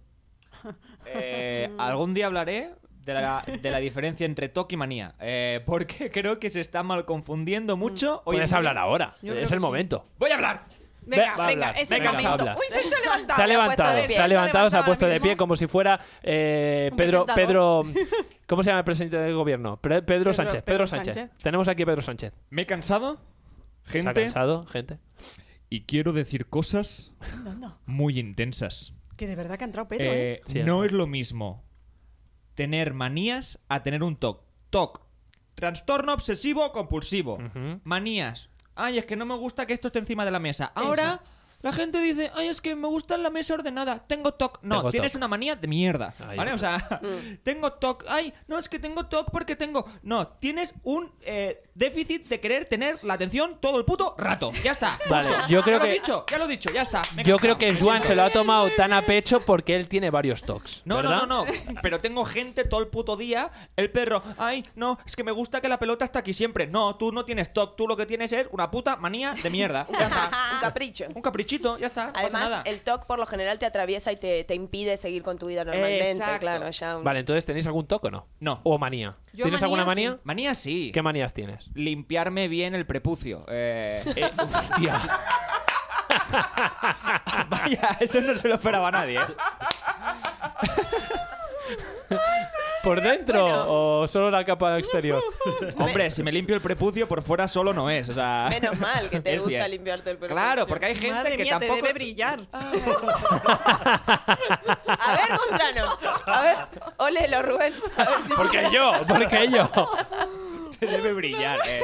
Speaker 1: Eh, algún día hablaré de la, de la diferencia entre TOC y manía. eh, porque creo que se está mal confundiendo mucho. hoy en
Speaker 2: Puedes
Speaker 1: día.
Speaker 2: hablar ahora.
Speaker 4: Yo creo
Speaker 2: es
Speaker 4: que
Speaker 2: el
Speaker 4: sí.
Speaker 2: momento.
Speaker 1: ¡Voy a hablar!
Speaker 3: Venga,
Speaker 2: va a
Speaker 3: venga,
Speaker 2: hablar,
Speaker 3: es el
Speaker 2: venga,
Speaker 3: momento.
Speaker 2: habla.
Speaker 3: Uy, se, se ha levantado.
Speaker 2: Se ha
Speaker 3: puesto
Speaker 2: levantado,
Speaker 3: de pie,
Speaker 2: se ha levantado, se ha puesto de
Speaker 4: mismo.
Speaker 2: pie como si fuera eh,
Speaker 4: Un
Speaker 2: Pedro,
Speaker 4: presentador.
Speaker 2: Pedro, ¿cómo se llama el presidente del gobierno? Pre- Pedro,
Speaker 4: Pedro-
Speaker 2: Sánchez, Pedro,
Speaker 4: Pedro
Speaker 2: Sánchez.
Speaker 4: Sánchez.
Speaker 2: Tenemos aquí a Pedro Sánchez.
Speaker 1: Me he cansado,
Speaker 2: ¿Se ha
Speaker 1: gente,
Speaker 2: cansado, gente?
Speaker 1: y quiero decir cosas
Speaker 4: No, no.
Speaker 1: muy intensas.
Speaker 4: Que de verdad que ha entrado Pedro, ¿eh?
Speaker 1: Eh,
Speaker 2: Cierto.
Speaker 1: no es lo mismo tener manías a tener un TOC. TOC. Trastorno obsesivo compulsivo.
Speaker 2: Ujú.
Speaker 1: Manías. Ay, es que no me gusta que esto esté encima de la mesa. Ahora la gente dice, ay, es que me gusta la mesa ordenada. Tengo TOC. No,
Speaker 2: Tengo
Speaker 1: tienes
Speaker 2: TOC.
Speaker 1: una manía de mierda.
Speaker 2: Ahí
Speaker 1: ¿Vale? O
Speaker 2: está.
Speaker 1: sea, tengo TOC. Ay, no, es que tengo TOC porque tengo... No, tienes un eh, déficit de querer tener la atención todo el puto rato. Ya está.
Speaker 2: Vale,
Speaker 1: Ya
Speaker 2: yo creo
Speaker 1: lo he
Speaker 2: que-
Speaker 1: dicho, ya lo he dicho, ya está. Me he
Speaker 2: Yo creo
Speaker 1: cansado.
Speaker 2: que Juan se lo ha tomado tan a pecho porque él tiene varios tocs.
Speaker 1: No,
Speaker 2: ¿verdad?
Speaker 1: no, no, no. Pero tengo gente todo el puto día. El perro, ay, no, es que me gusta que la pelota está aquí siempre. No, tú no tienes TOC. Tú lo que tienes es una puta manía de mierda. Ya está.
Speaker 3: Un capricho.
Speaker 1: Un caprichito, ya está. no pasa
Speaker 3: Además,
Speaker 1: nada.
Speaker 3: el TOC por lo general te atraviesa y te, te impide seguir con tu vida normalmente.
Speaker 1: Exacto.
Speaker 3: Claro, ya un-
Speaker 2: Vale, entonces ¿tenéis algún toc o no?
Speaker 1: No.
Speaker 2: ¿O manía?
Speaker 4: Yo
Speaker 2: ¿Tienes
Speaker 4: manía,
Speaker 2: alguna
Speaker 4: sí.
Speaker 2: manía?
Speaker 1: Manía sí.
Speaker 2: ¿Qué manías tienes?
Speaker 1: Limpiarme bien el prepucio. Eh, eh,
Speaker 2: Hostia.
Speaker 1: vaya, esto no se lo esperaba nadie. ¿eh?
Speaker 2: ¿Por dentro o solo la capa exterior?
Speaker 1: Hombre, si me limpio el prepucio, por fuera solo no es. O sea,
Speaker 3: Menos mal que te
Speaker 1: es
Speaker 3: gusta
Speaker 1: bien.
Speaker 3: limpiarte el pelo.
Speaker 1: Claro, porque hay gente
Speaker 4: Madre
Speaker 1: que
Speaker 4: mía,
Speaker 1: tampoco.
Speaker 4: te debe brillar.
Speaker 3: Ah, A ver, mostranos. A ver, ólelo, Rubén. A ver si...
Speaker 2: Porque yo, porque yo.
Speaker 1: te debe brillar. eh.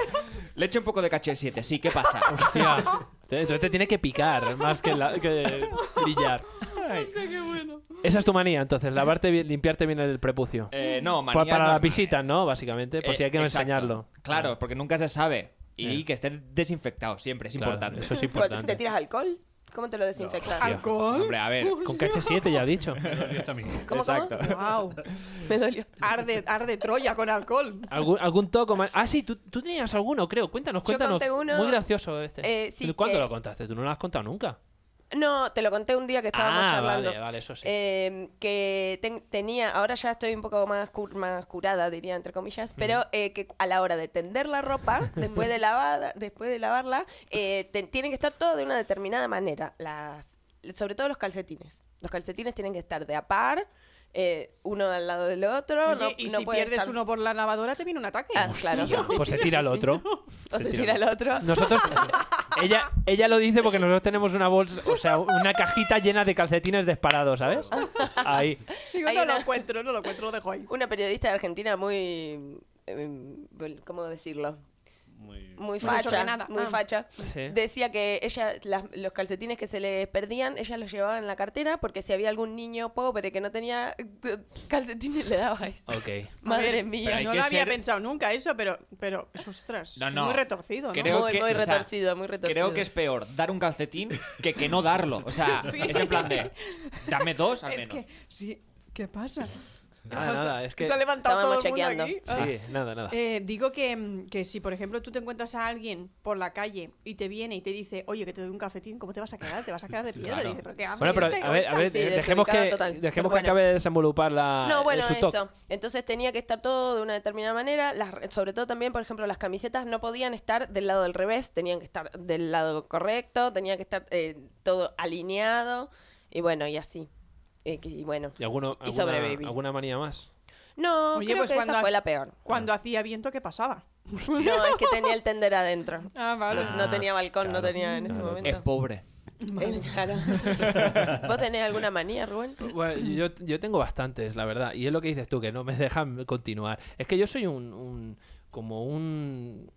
Speaker 1: Le echo un poco de caché 7, sí, ¿qué pasa?
Speaker 2: Hostia. Entonces te este, tiene que picar más que, la- que brillar. Esa es tu manía, entonces, lavarte bien, limpiarte bien el prepucio.
Speaker 1: Eh, no,
Speaker 2: Pa-
Speaker 1: manía
Speaker 2: para las
Speaker 1: normal.
Speaker 2: visitas, ¿no? Básicamente, por si hay que
Speaker 1: Eh, exacto.
Speaker 2: enseñarlo.
Speaker 1: Claro, porque nunca se sabe. Y
Speaker 2: Eh.
Speaker 1: que esté desinfectado siempre, es
Speaker 2: Claro,
Speaker 1: importante.
Speaker 2: Eso es
Speaker 3: Bueno, ¿Te
Speaker 2: importante. Ah,
Speaker 3: tiras alcohol? ¿Cómo te lo desinfectas?
Speaker 5: hostia.
Speaker 4: ¿Alcohol?
Speaker 1: Hombre, a ver.
Speaker 2: Con KH7 ya he dicho.
Speaker 5: Dios mío.
Speaker 3: ¿Cómo, cómo?
Speaker 1: Exacto.
Speaker 4: Wow.
Speaker 3: Me dolió.
Speaker 4: Arde, arde Troya con alcohol.
Speaker 2: ¿Algún, algún toco más? Ah, sí, tú, tú tenías alguno, creo. Cuéntanos,
Speaker 3: Yo
Speaker 2: cuéntanos.
Speaker 3: conté uno,
Speaker 2: Muy gracioso este.
Speaker 3: eh, sí,
Speaker 2: ¿Cuándo
Speaker 3: que-
Speaker 2: lo contaste? Tú no lo has contado nunca.
Speaker 3: No, te lo conté un día que estábamos
Speaker 2: ah,
Speaker 3: charlando.
Speaker 2: vale, vale, eso sí.
Speaker 3: Eh, que ten- tenía, ahora ya estoy un poco más, cur- más curada, diría entre comillas, pero eh, que a la hora de tender la ropa, después de lavada, después de lavarla, eh, te- tienen que estar todo de una determinada manera, las, sobre todo los calcetines. Los calcetines tienen que estar de a par, eh, uno al lado del otro,
Speaker 4: Oye,
Speaker 3: no,
Speaker 4: y
Speaker 3: no
Speaker 4: si
Speaker 3: puede
Speaker 4: pierdes
Speaker 3: estar-
Speaker 4: uno por la lavadora, te viene un ataque.
Speaker 3: Ah, claro.
Speaker 2: Tío,
Speaker 3: Sí,
Speaker 2: pues
Speaker 3: sí,
Speaker 2: se
Speaker 3: sí,
Speaker 2: tira
Speaker 3: sí,
Speaker 2: el
Speaker 3: sí.
Speaker 2: otro.
Speaker 3: O se tira el otro.
Speaker 2: Nosotros. Ella, ella lo dice porque nosotros tenemos una bolsa, o sea, una cajita llena de calcetines disparados, ¿sabes? Ahí.
Speaker 4: Digo,
Speaker 3: Hay
Speaker 4: no
Speaker 3: una-
Speaker 4: lo encuentro, no lo encuentro, lo dejo ahí.
Speaker 3: Una periodista de Argentina muy, eh, ¿cómo decirlo?
Speaker 5: Muy-
Speaker 3: muy
Speaker 4: Muy
Speaker 3: facha,
Speaker 4: desordenada.
Speaker 3: muy
Speaker 4: Ah.
Speaker 3: facha,
Speaker 2: Sí.
Speaker 3: decía que ella las- los calcetines que se le perdían, ella los llevaba en la cartera porque si había algún niño pobre que no tenía eh, calcetines le daba eso.
Speaker 2: Ok.
Speaker 3: Madre
Speaker 4: ver,
Speaker 1: pero
Speaker 3: mía.
Speaker 1: hay
Speaker 4: no
Speaker 1: que
Speaker 4: lo había
Speaker 1: ser-
Speaker 4: pensado nunca eso, pero, pero es ostras.
Speaker 1: No, no.
Speaker 4: Muy retorcido, ¿no?
Speaker 1: creo
Speaker 3: muy,
Speaker 1: que-
Speaker 3: muy
Speaker 1: o sea,
Speaker 3: retorcido, muy retorcido.
Speaker 1: Creo que es peor dar un calcetín que que no darlo. O sea,
Speaker 4: Sí.
Speaker 1: es en plan de. Dame dos al menos.
Speaker 4: Es que, sí, ¿qué pasa?
Speaker 2: Nada, nada, es que.
Speaker 4: Se ha levantado todo
Speaker 3: Estábamos
Speaker 4: el mundo
Speaker 3: chequeando.
Speaker 4: aquí. Ah.
Speaker 2: Sí, nada, nada.
Speaker 4: Eh, digo que, mm, que si, por ejemplo, tú te encuentras a alguien por la calle y te viene y te dice, oye, que te doy un cafetín, ¿cómo te vas a quedar? ¿Te vas a quedar de piedra?
Speaker 1: Claro.
Speaker 4: Y dices, ¿pero qué haces?
Speaker 2: Bueno, pero
Speaker 4: este?
Speaker 2: a ver, a ver, eh,
Speaker 3: Sí,
Speaker 2: dejemos
Speaker 3: desubicada
Speaker 2: que,
Speaker 3: total.
Speaker 2: dejemos
Speaker 3: Bueno.
Speaker 2: que acabe de desenvolupar la. eh,
Speaker 3: No, bueno,
Speaker 2: su
Speaker 3: eso.
Speaker 2: toc.
Speaker 3: Entonces tenía que estar todo de una determinada manera. Las, re- sobre todo también, por ejemplo, las camisetas no podían estar del lado del revés, tenían que estar del lado correcto, tenía que estar eh, todo alineado y bueno, y así. Eh, que- y bueno.
Speaker 2: ¿Y alguno,
Speaker 3: Y
Speaker 2: alguna,
Speaker 3: sobreviví.
Speaker 2: alguna manía más?
Speaker 3: No,
Speaker 4: Oye,
Speaker 3: creo
Speaker 4: pues
Speaker 3: que
Speaker 4: cuando
Speaker 3: esa
Speaker 4: ha-
Speaker 3: fue la peor.
Speaker 4: Cuando hacía viento, ¿qué pasaba?
Speaker 3: No, es que tenía el tender adentro.
Speaker 4: Ah, vale.
Speaker 2: Ah,
Speaker 3: no tenía balcón, no
Speaker 2: claro,
Speaker 3: tenía en ese
Speaker 2: claro.
Speaker 1: Es
Speaker 3: momento.
Speaker 1: pobre.
Speaker 3: Eh, claro. ¿Vos tenés alguna manía, Rubén?
Speaker 2: Bueno, yo, yo tengo bastantes, la verdad. Y es lo que dices tú, que no me dejan continuar. Es que yo soy un. un- como un.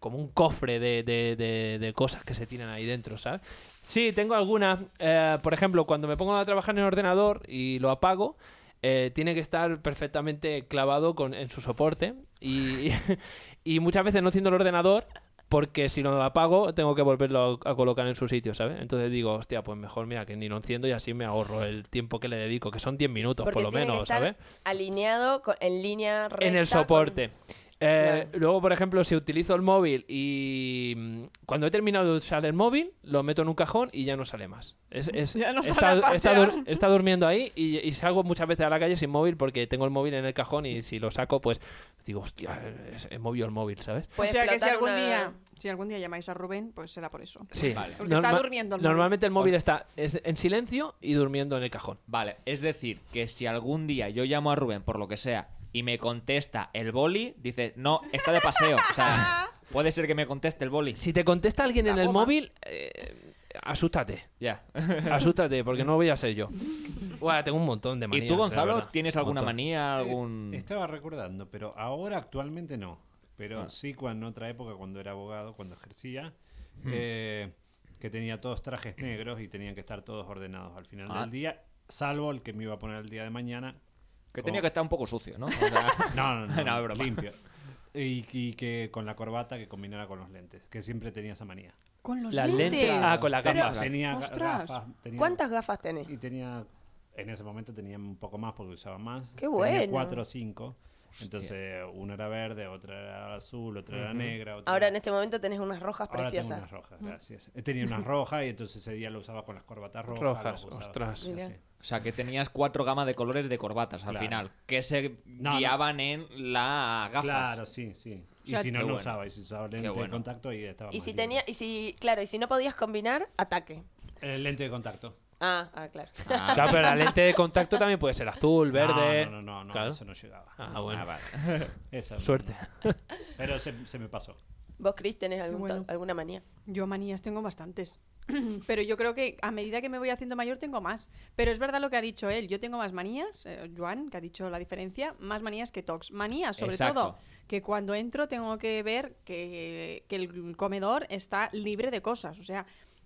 Speaker 2: Como un cofre de, de- de- de cosas que se tiran ahí dentro, ¿sabes? Sí, tengo algunas. eh, por ejemplo, cuando me pongo a trabajar en el ordenador y lo apago, eh, tiene que estar perfectamente clavado con, en su soporte. Y, y muchas veces no enciendo el ordenador porque si lo apago tengo que volverlo a, a colocar en su sitio, ¿sabes? Entonces digo, hostia, pues mejor mira que ni lo enciendo y así me ahorro el tiempo que le dedico, que son 10 minutos
Speaker 3: Porque
Speaker 2: por lo
Speaker 3: tiene que
Speaker 2: menos,
Speaker 3: estar
Speaker 2: ¿sabes?
Speaker 3: alineado con- en línea recta.
Speaker 2: en el
Speaker 3: con-
Speaker 2: soporte. Eh,
Speaker 3: Claro.
Speaker 2: Luego, por ejemplo, si utilizo el móvil y mm, cuando he terminado de usar el móvil, lo meto en un cajón y ya no sale más. Es- es-
Speaker 4: Ya no
Speaker 2: está,
Speaker 4: sale a
Speaker 2: está
Speaker 4: pasear.
Speaker 2: dur- está durmiendo ahí y, y salgo muchas veces a la calle sin móvil porque tengo el móvil en el cajón y si lo saco, pues digo, hostia, es- he movido el móvil, ¿sabes?
Speaker 3: puede
Speaker 4: o sea que si
Speaker 3: explotar
Speaker 4: algún,
Speaker 3: una-
Speaker 4: día, si algún día llamáis a Rubén, pues será por eso.
Speaker 2: Sí,
Speaker 1: Vale.
Speaker 4: Porque está durmiendo el móvil.
Speaker 2: Normalmente el móvil está es- en silencio y durmiendo en el cajón.
Speaker 1: Vale, es decir, que si algún día yo llamo a Rubén por lo que sea y me contesta el boli, dice, no, está de paseo. O sea, puede ser que me conteste el boli.
Speaker 2: Si te contesta alguien
Speaker 4: La
Speaker 2: en el
Speaker 4: goma.
Speaker 2: móvil, eh, asústate.
Speaker 1: Ya.
Speaker 2: Asústate, porque no voy a ser yo. Buah, tengo un montón de manías.
Speaker 1: ¿Y tú,
Speaker 2: la
Speaker 1: Gonzalo,
Speaker 2: verdad.
Speaker 1: tienes
Speaker 2: Un
Speaker 1: alguna
Speaker 2: montón.
Speaker 1: manía,
Speaker 5: Eh,
Speaker 1: algún...?
Speaker 5: Estaba recordando, pero ahora actualmente no. Pero
Speaker 1: Ah.
Speaker 5: sí, cuando en otra época, cuando era abogado, cuando ejercía,
Speaker 1: Hmm.
Speaker 5: eh, que tenía todos trajes negros y tenían que estar todos ordenados al final
Speaker 1: Ah.
Speaker 5: del día, salvo el que me iba a poner el día de mañana.
Speaker 1: Que
Speaker 5: como-
Speaker 1: tenía que estar un poco sucio, ¿no? O sea,
Speaker 5: No, no, no,
Speaker 1: No, es broma.
Speaker 5: limpio. Y, y que con la corbata que combinara con los lentes, que siempre tenía esa manía.
Speaker 4: Con los
Speaker 2: Las
Speaker 4: lentes.
Speaker 2: lentes. Ah, con las
Speaker 5: Pero
Speaker 2: gafas.
Speaker 5: Tenía ga-
Speaker 4: Ostras.
Speaker 5: gafas, tenía-
Speaker 3: ¿Cuántas gafas tenés?
Speaker 5: y tenía, en ese momento tenía un poco más porque usaba más.
Speaker 3: ¡Qué
Speaker 5: Tenía
Speaker 3: bueno!
Speaker 5: cuatro o cinco. Entonces, una era verde, otra era azul, otra era negra. Otra
Speaker 3: Ahora en
Speaker 5: era...
Speaker 3: este momento tenés unas rojas
Speaker 5: Ahora tengo
Speaker 3: preciosas.
Speaker 5: unas rojas, gracias. Eh, Tenía unas rojas y entonces ese día lo usaba con las corbatas rojas.
Speaker 2: Rojas,
Speaker 5: las usaba.
Speaker 2: ostras.
Speaker 5: Así.
Speaker 3: Mirá.
Speaker 1: o sea, que tenías cuatro gamas de colores de corbatas al
Speaker 5: Claro.
Speaker 1: final, que se
Speaker 5: No, no.
Speaker 1: guiaban en las gafas.
Speaker 5: Claro, sí, sí. Y
Speaker 4: sea,
Speaker 5: si
Speaker 1: qué
Speaker 5: no lo
Speaker 1: bueno.
Speaker 5: usaba, y si usaba lente de
Speaker 1: bueno.
Speaker 5: contacto, ahí estaba.
Speaker 3: Y
Speaker 5: más
Speaker 3: si
Speaker 5: libre.
Speaker 3: tenía, y si, claro, y si no podías combinar, ataque.
Speaker 5: El lente de contacto.
Speaker 3: Ah, ah, claro.
Speaker 1: Ah,
Speaker 2: Claro, pero la lente de contacto también puede ser azul, verde.
Speaker 5: No, no, no, no,
Speaker 2: Claro.
Speaker 5: eso no llegaba.
Speaker 2: Ah, bueno.
Speaker 1: ah, vale.
Speaker 5: Eso,
Speaker 2: Suerte.
Speaker 5: Pero se, se me pasó.
Speaker 3: ¿Vos, Chris, tenés algún
Speaker 4: Bueno.
Speaker 3: to- alguna manía?
Speaker 4: Yo manías tengo bastantes. Pero yo creo que a medida que me voy haciendo mayor tengo más. Pero es verdad lo que ha dicho él. Yo tengo más manías, eh, Joan, que ha dicho la diferencia, más manías que tox. Manías, sobre
Speaker 1: Exacto.
Speaker 4: todo, que cuando entro tengo que ver que, que el comedor está libre de cosas. O sea,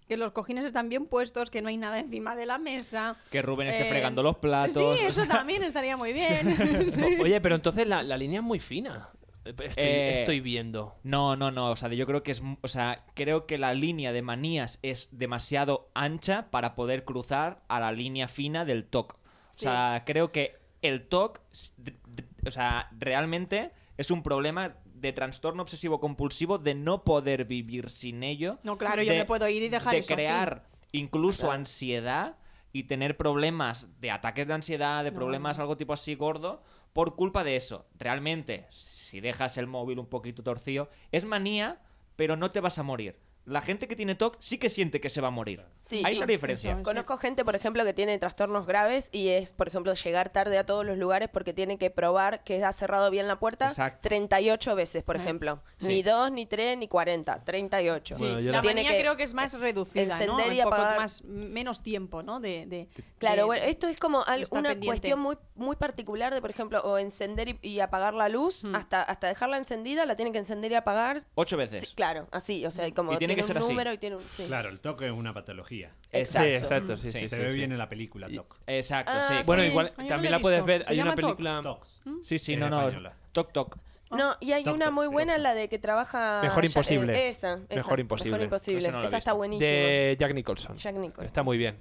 Speaker 4: que los cojines están bien puestos, que no hay nada encima de la mesa.
Speaker 1: Que Rubén esté
Speaker 4: Eh,
Speaker 1: fregando los platos.
Speaker 4: Sí, eso también estaría muy bien. Sí.
Speaker 2: Oye, pero entonces la, la línea es muy fina. Estoy,
Speaker 1: Eh,
Speaker 2: estoy viendo.
Speaker 1: No, no, no. O sea, yo creo que es, o sea, creo que la línea de manías es demasiado ancha para poder cruzar a la línea fina del TOC. O
Speaker 4: Sí.
Speaker 1: sea, creo que el TOC, s- d- d- o sea, realmente es un problema de trastorno obsesivo compulsivo de no poder vivir sin ello.
Speaker 4: No, claro, yo me puedo ir y dejar
Speaker 1: de
Speaker 4: eso así.
Speaker 1: crear incluso ansiedad y tener problemas de ataques de ansiedad, de
Speaker 4: No.
Speaker 1: problemas algo tipo así gordo, por culpa de eso. Realmente, si dejas el móvil un poquito torcido, es manía, pero no te vas a morir. La gente que tiene TOC sí que siente que se va a morir.
Speaker 3: Sí,
Speaker 1: Ahí
Speaker 3: sí,
Speaker 1: está la diferencia.
Speaker 4: eso es.
Speaker 3: Conozco gente, por ejemplo, que tiene trastornos graves y es, por ejemplo, llegar tarde a todos los lugares porque tiene que probar que ha cerrado bien la puerta
Speaker 1: Exacto.
Speaker 3: 38 veces, por
Speaker 4: Ah.
Speaker 3: ejemplo.
Speaker 1: Sí.
Speaker 3: Ni dos, ni tres, ni 40, 38.
Speaker 4: Sí,
Speaker 2: Bueno, yo
Speaker 4: la
Speaker 2: la-
Speaker 3: Tiene
Speaker 4: manía
Speaker 3: que
Speaker 4: creo que es más reducida, ¿no?
Speaker 3: encender y
Speaker 4: Un poco
Speaker 3: apagar.
Speaker 4: más, menos tiempo, ¿no? De, de-
Speaker 3: Claro,
Speaker 4: de-
Speaker 3: bueno, esto es como al-
Speaker 4: estar
Speaker 3: una
Speaker 4: pendiente.
Speaker 3: cuestión muy muy particular de, por ejemplo, o encender y, y apagar la luz,
Speaker 4: Mm.
Speaker 3: hasta hasta dejarla encendida, la tienen que encender y apagar.
Speaker 1: Ocho veces.
Speaker 3: Sí, claro, así, o sea, como
Speaker 1: Y tiene que
Speaker 3: un
Speaker 1: ser así.
Speaker 3: número y tiene un sí.
Speaker 5: Claro, el toque es una patología.
Speaker 2: Sí, exacto, sí,
Speaker 1: Sí,
Speaker 2: sí,
Speaker 5: se
Speaker 2: sí,
Speaker 5: ve
Speaker 2: sí.
Speaker 5: bien en la película TOC.
Speaker 1: Exacto,
Speaker 3: Ah,
Speaker 1: sí.
Speaker 3: sí.
Speaker 2: Bueno,
Speaker 3: Sí.
Speaker 2: igual
Speaker 4: Ay, yo no
Speaker 2: también
Speaker 4: la he
Speaker 2: la puedes
Speaker 4: visto.
Speaker 2: ver.
Speaker 4: Se
Speaker 2: Hay una
Speaker 4: llama Toc.
Speaker 2: película.
Speaker 5: Tocs.
Speaker 1: sí, sí,
Speaker 5: Es
Speaker 1: no, no.
Speaker 5: española.
Speaker 1: TOC, TOC.
Speaker 3: No, y hay
Speaker 5: Doctor,
Speaker 3: una muy
Speaker 5: sí,
Speaker 3: buena,
Speaker 5: doctor.
Speaker 3: la de que trabaja
Speaker 2: Mejor
Speaker 3: Ya-
Speaker 2: imposible.
Speaker 3: eh, esa, esa,
Speaker 2: Mejor imposible.
Speaker 3: Mejor imposible.
Speaker 1: Esa no la he
Speaker 3: esa está
Speaker 1: visto.
Speaker 3: buenísima.
Speaker 2: de Jack Nicholson.
Speaker 3: Jack Nicholson.
Speaker 2: Está muy bien.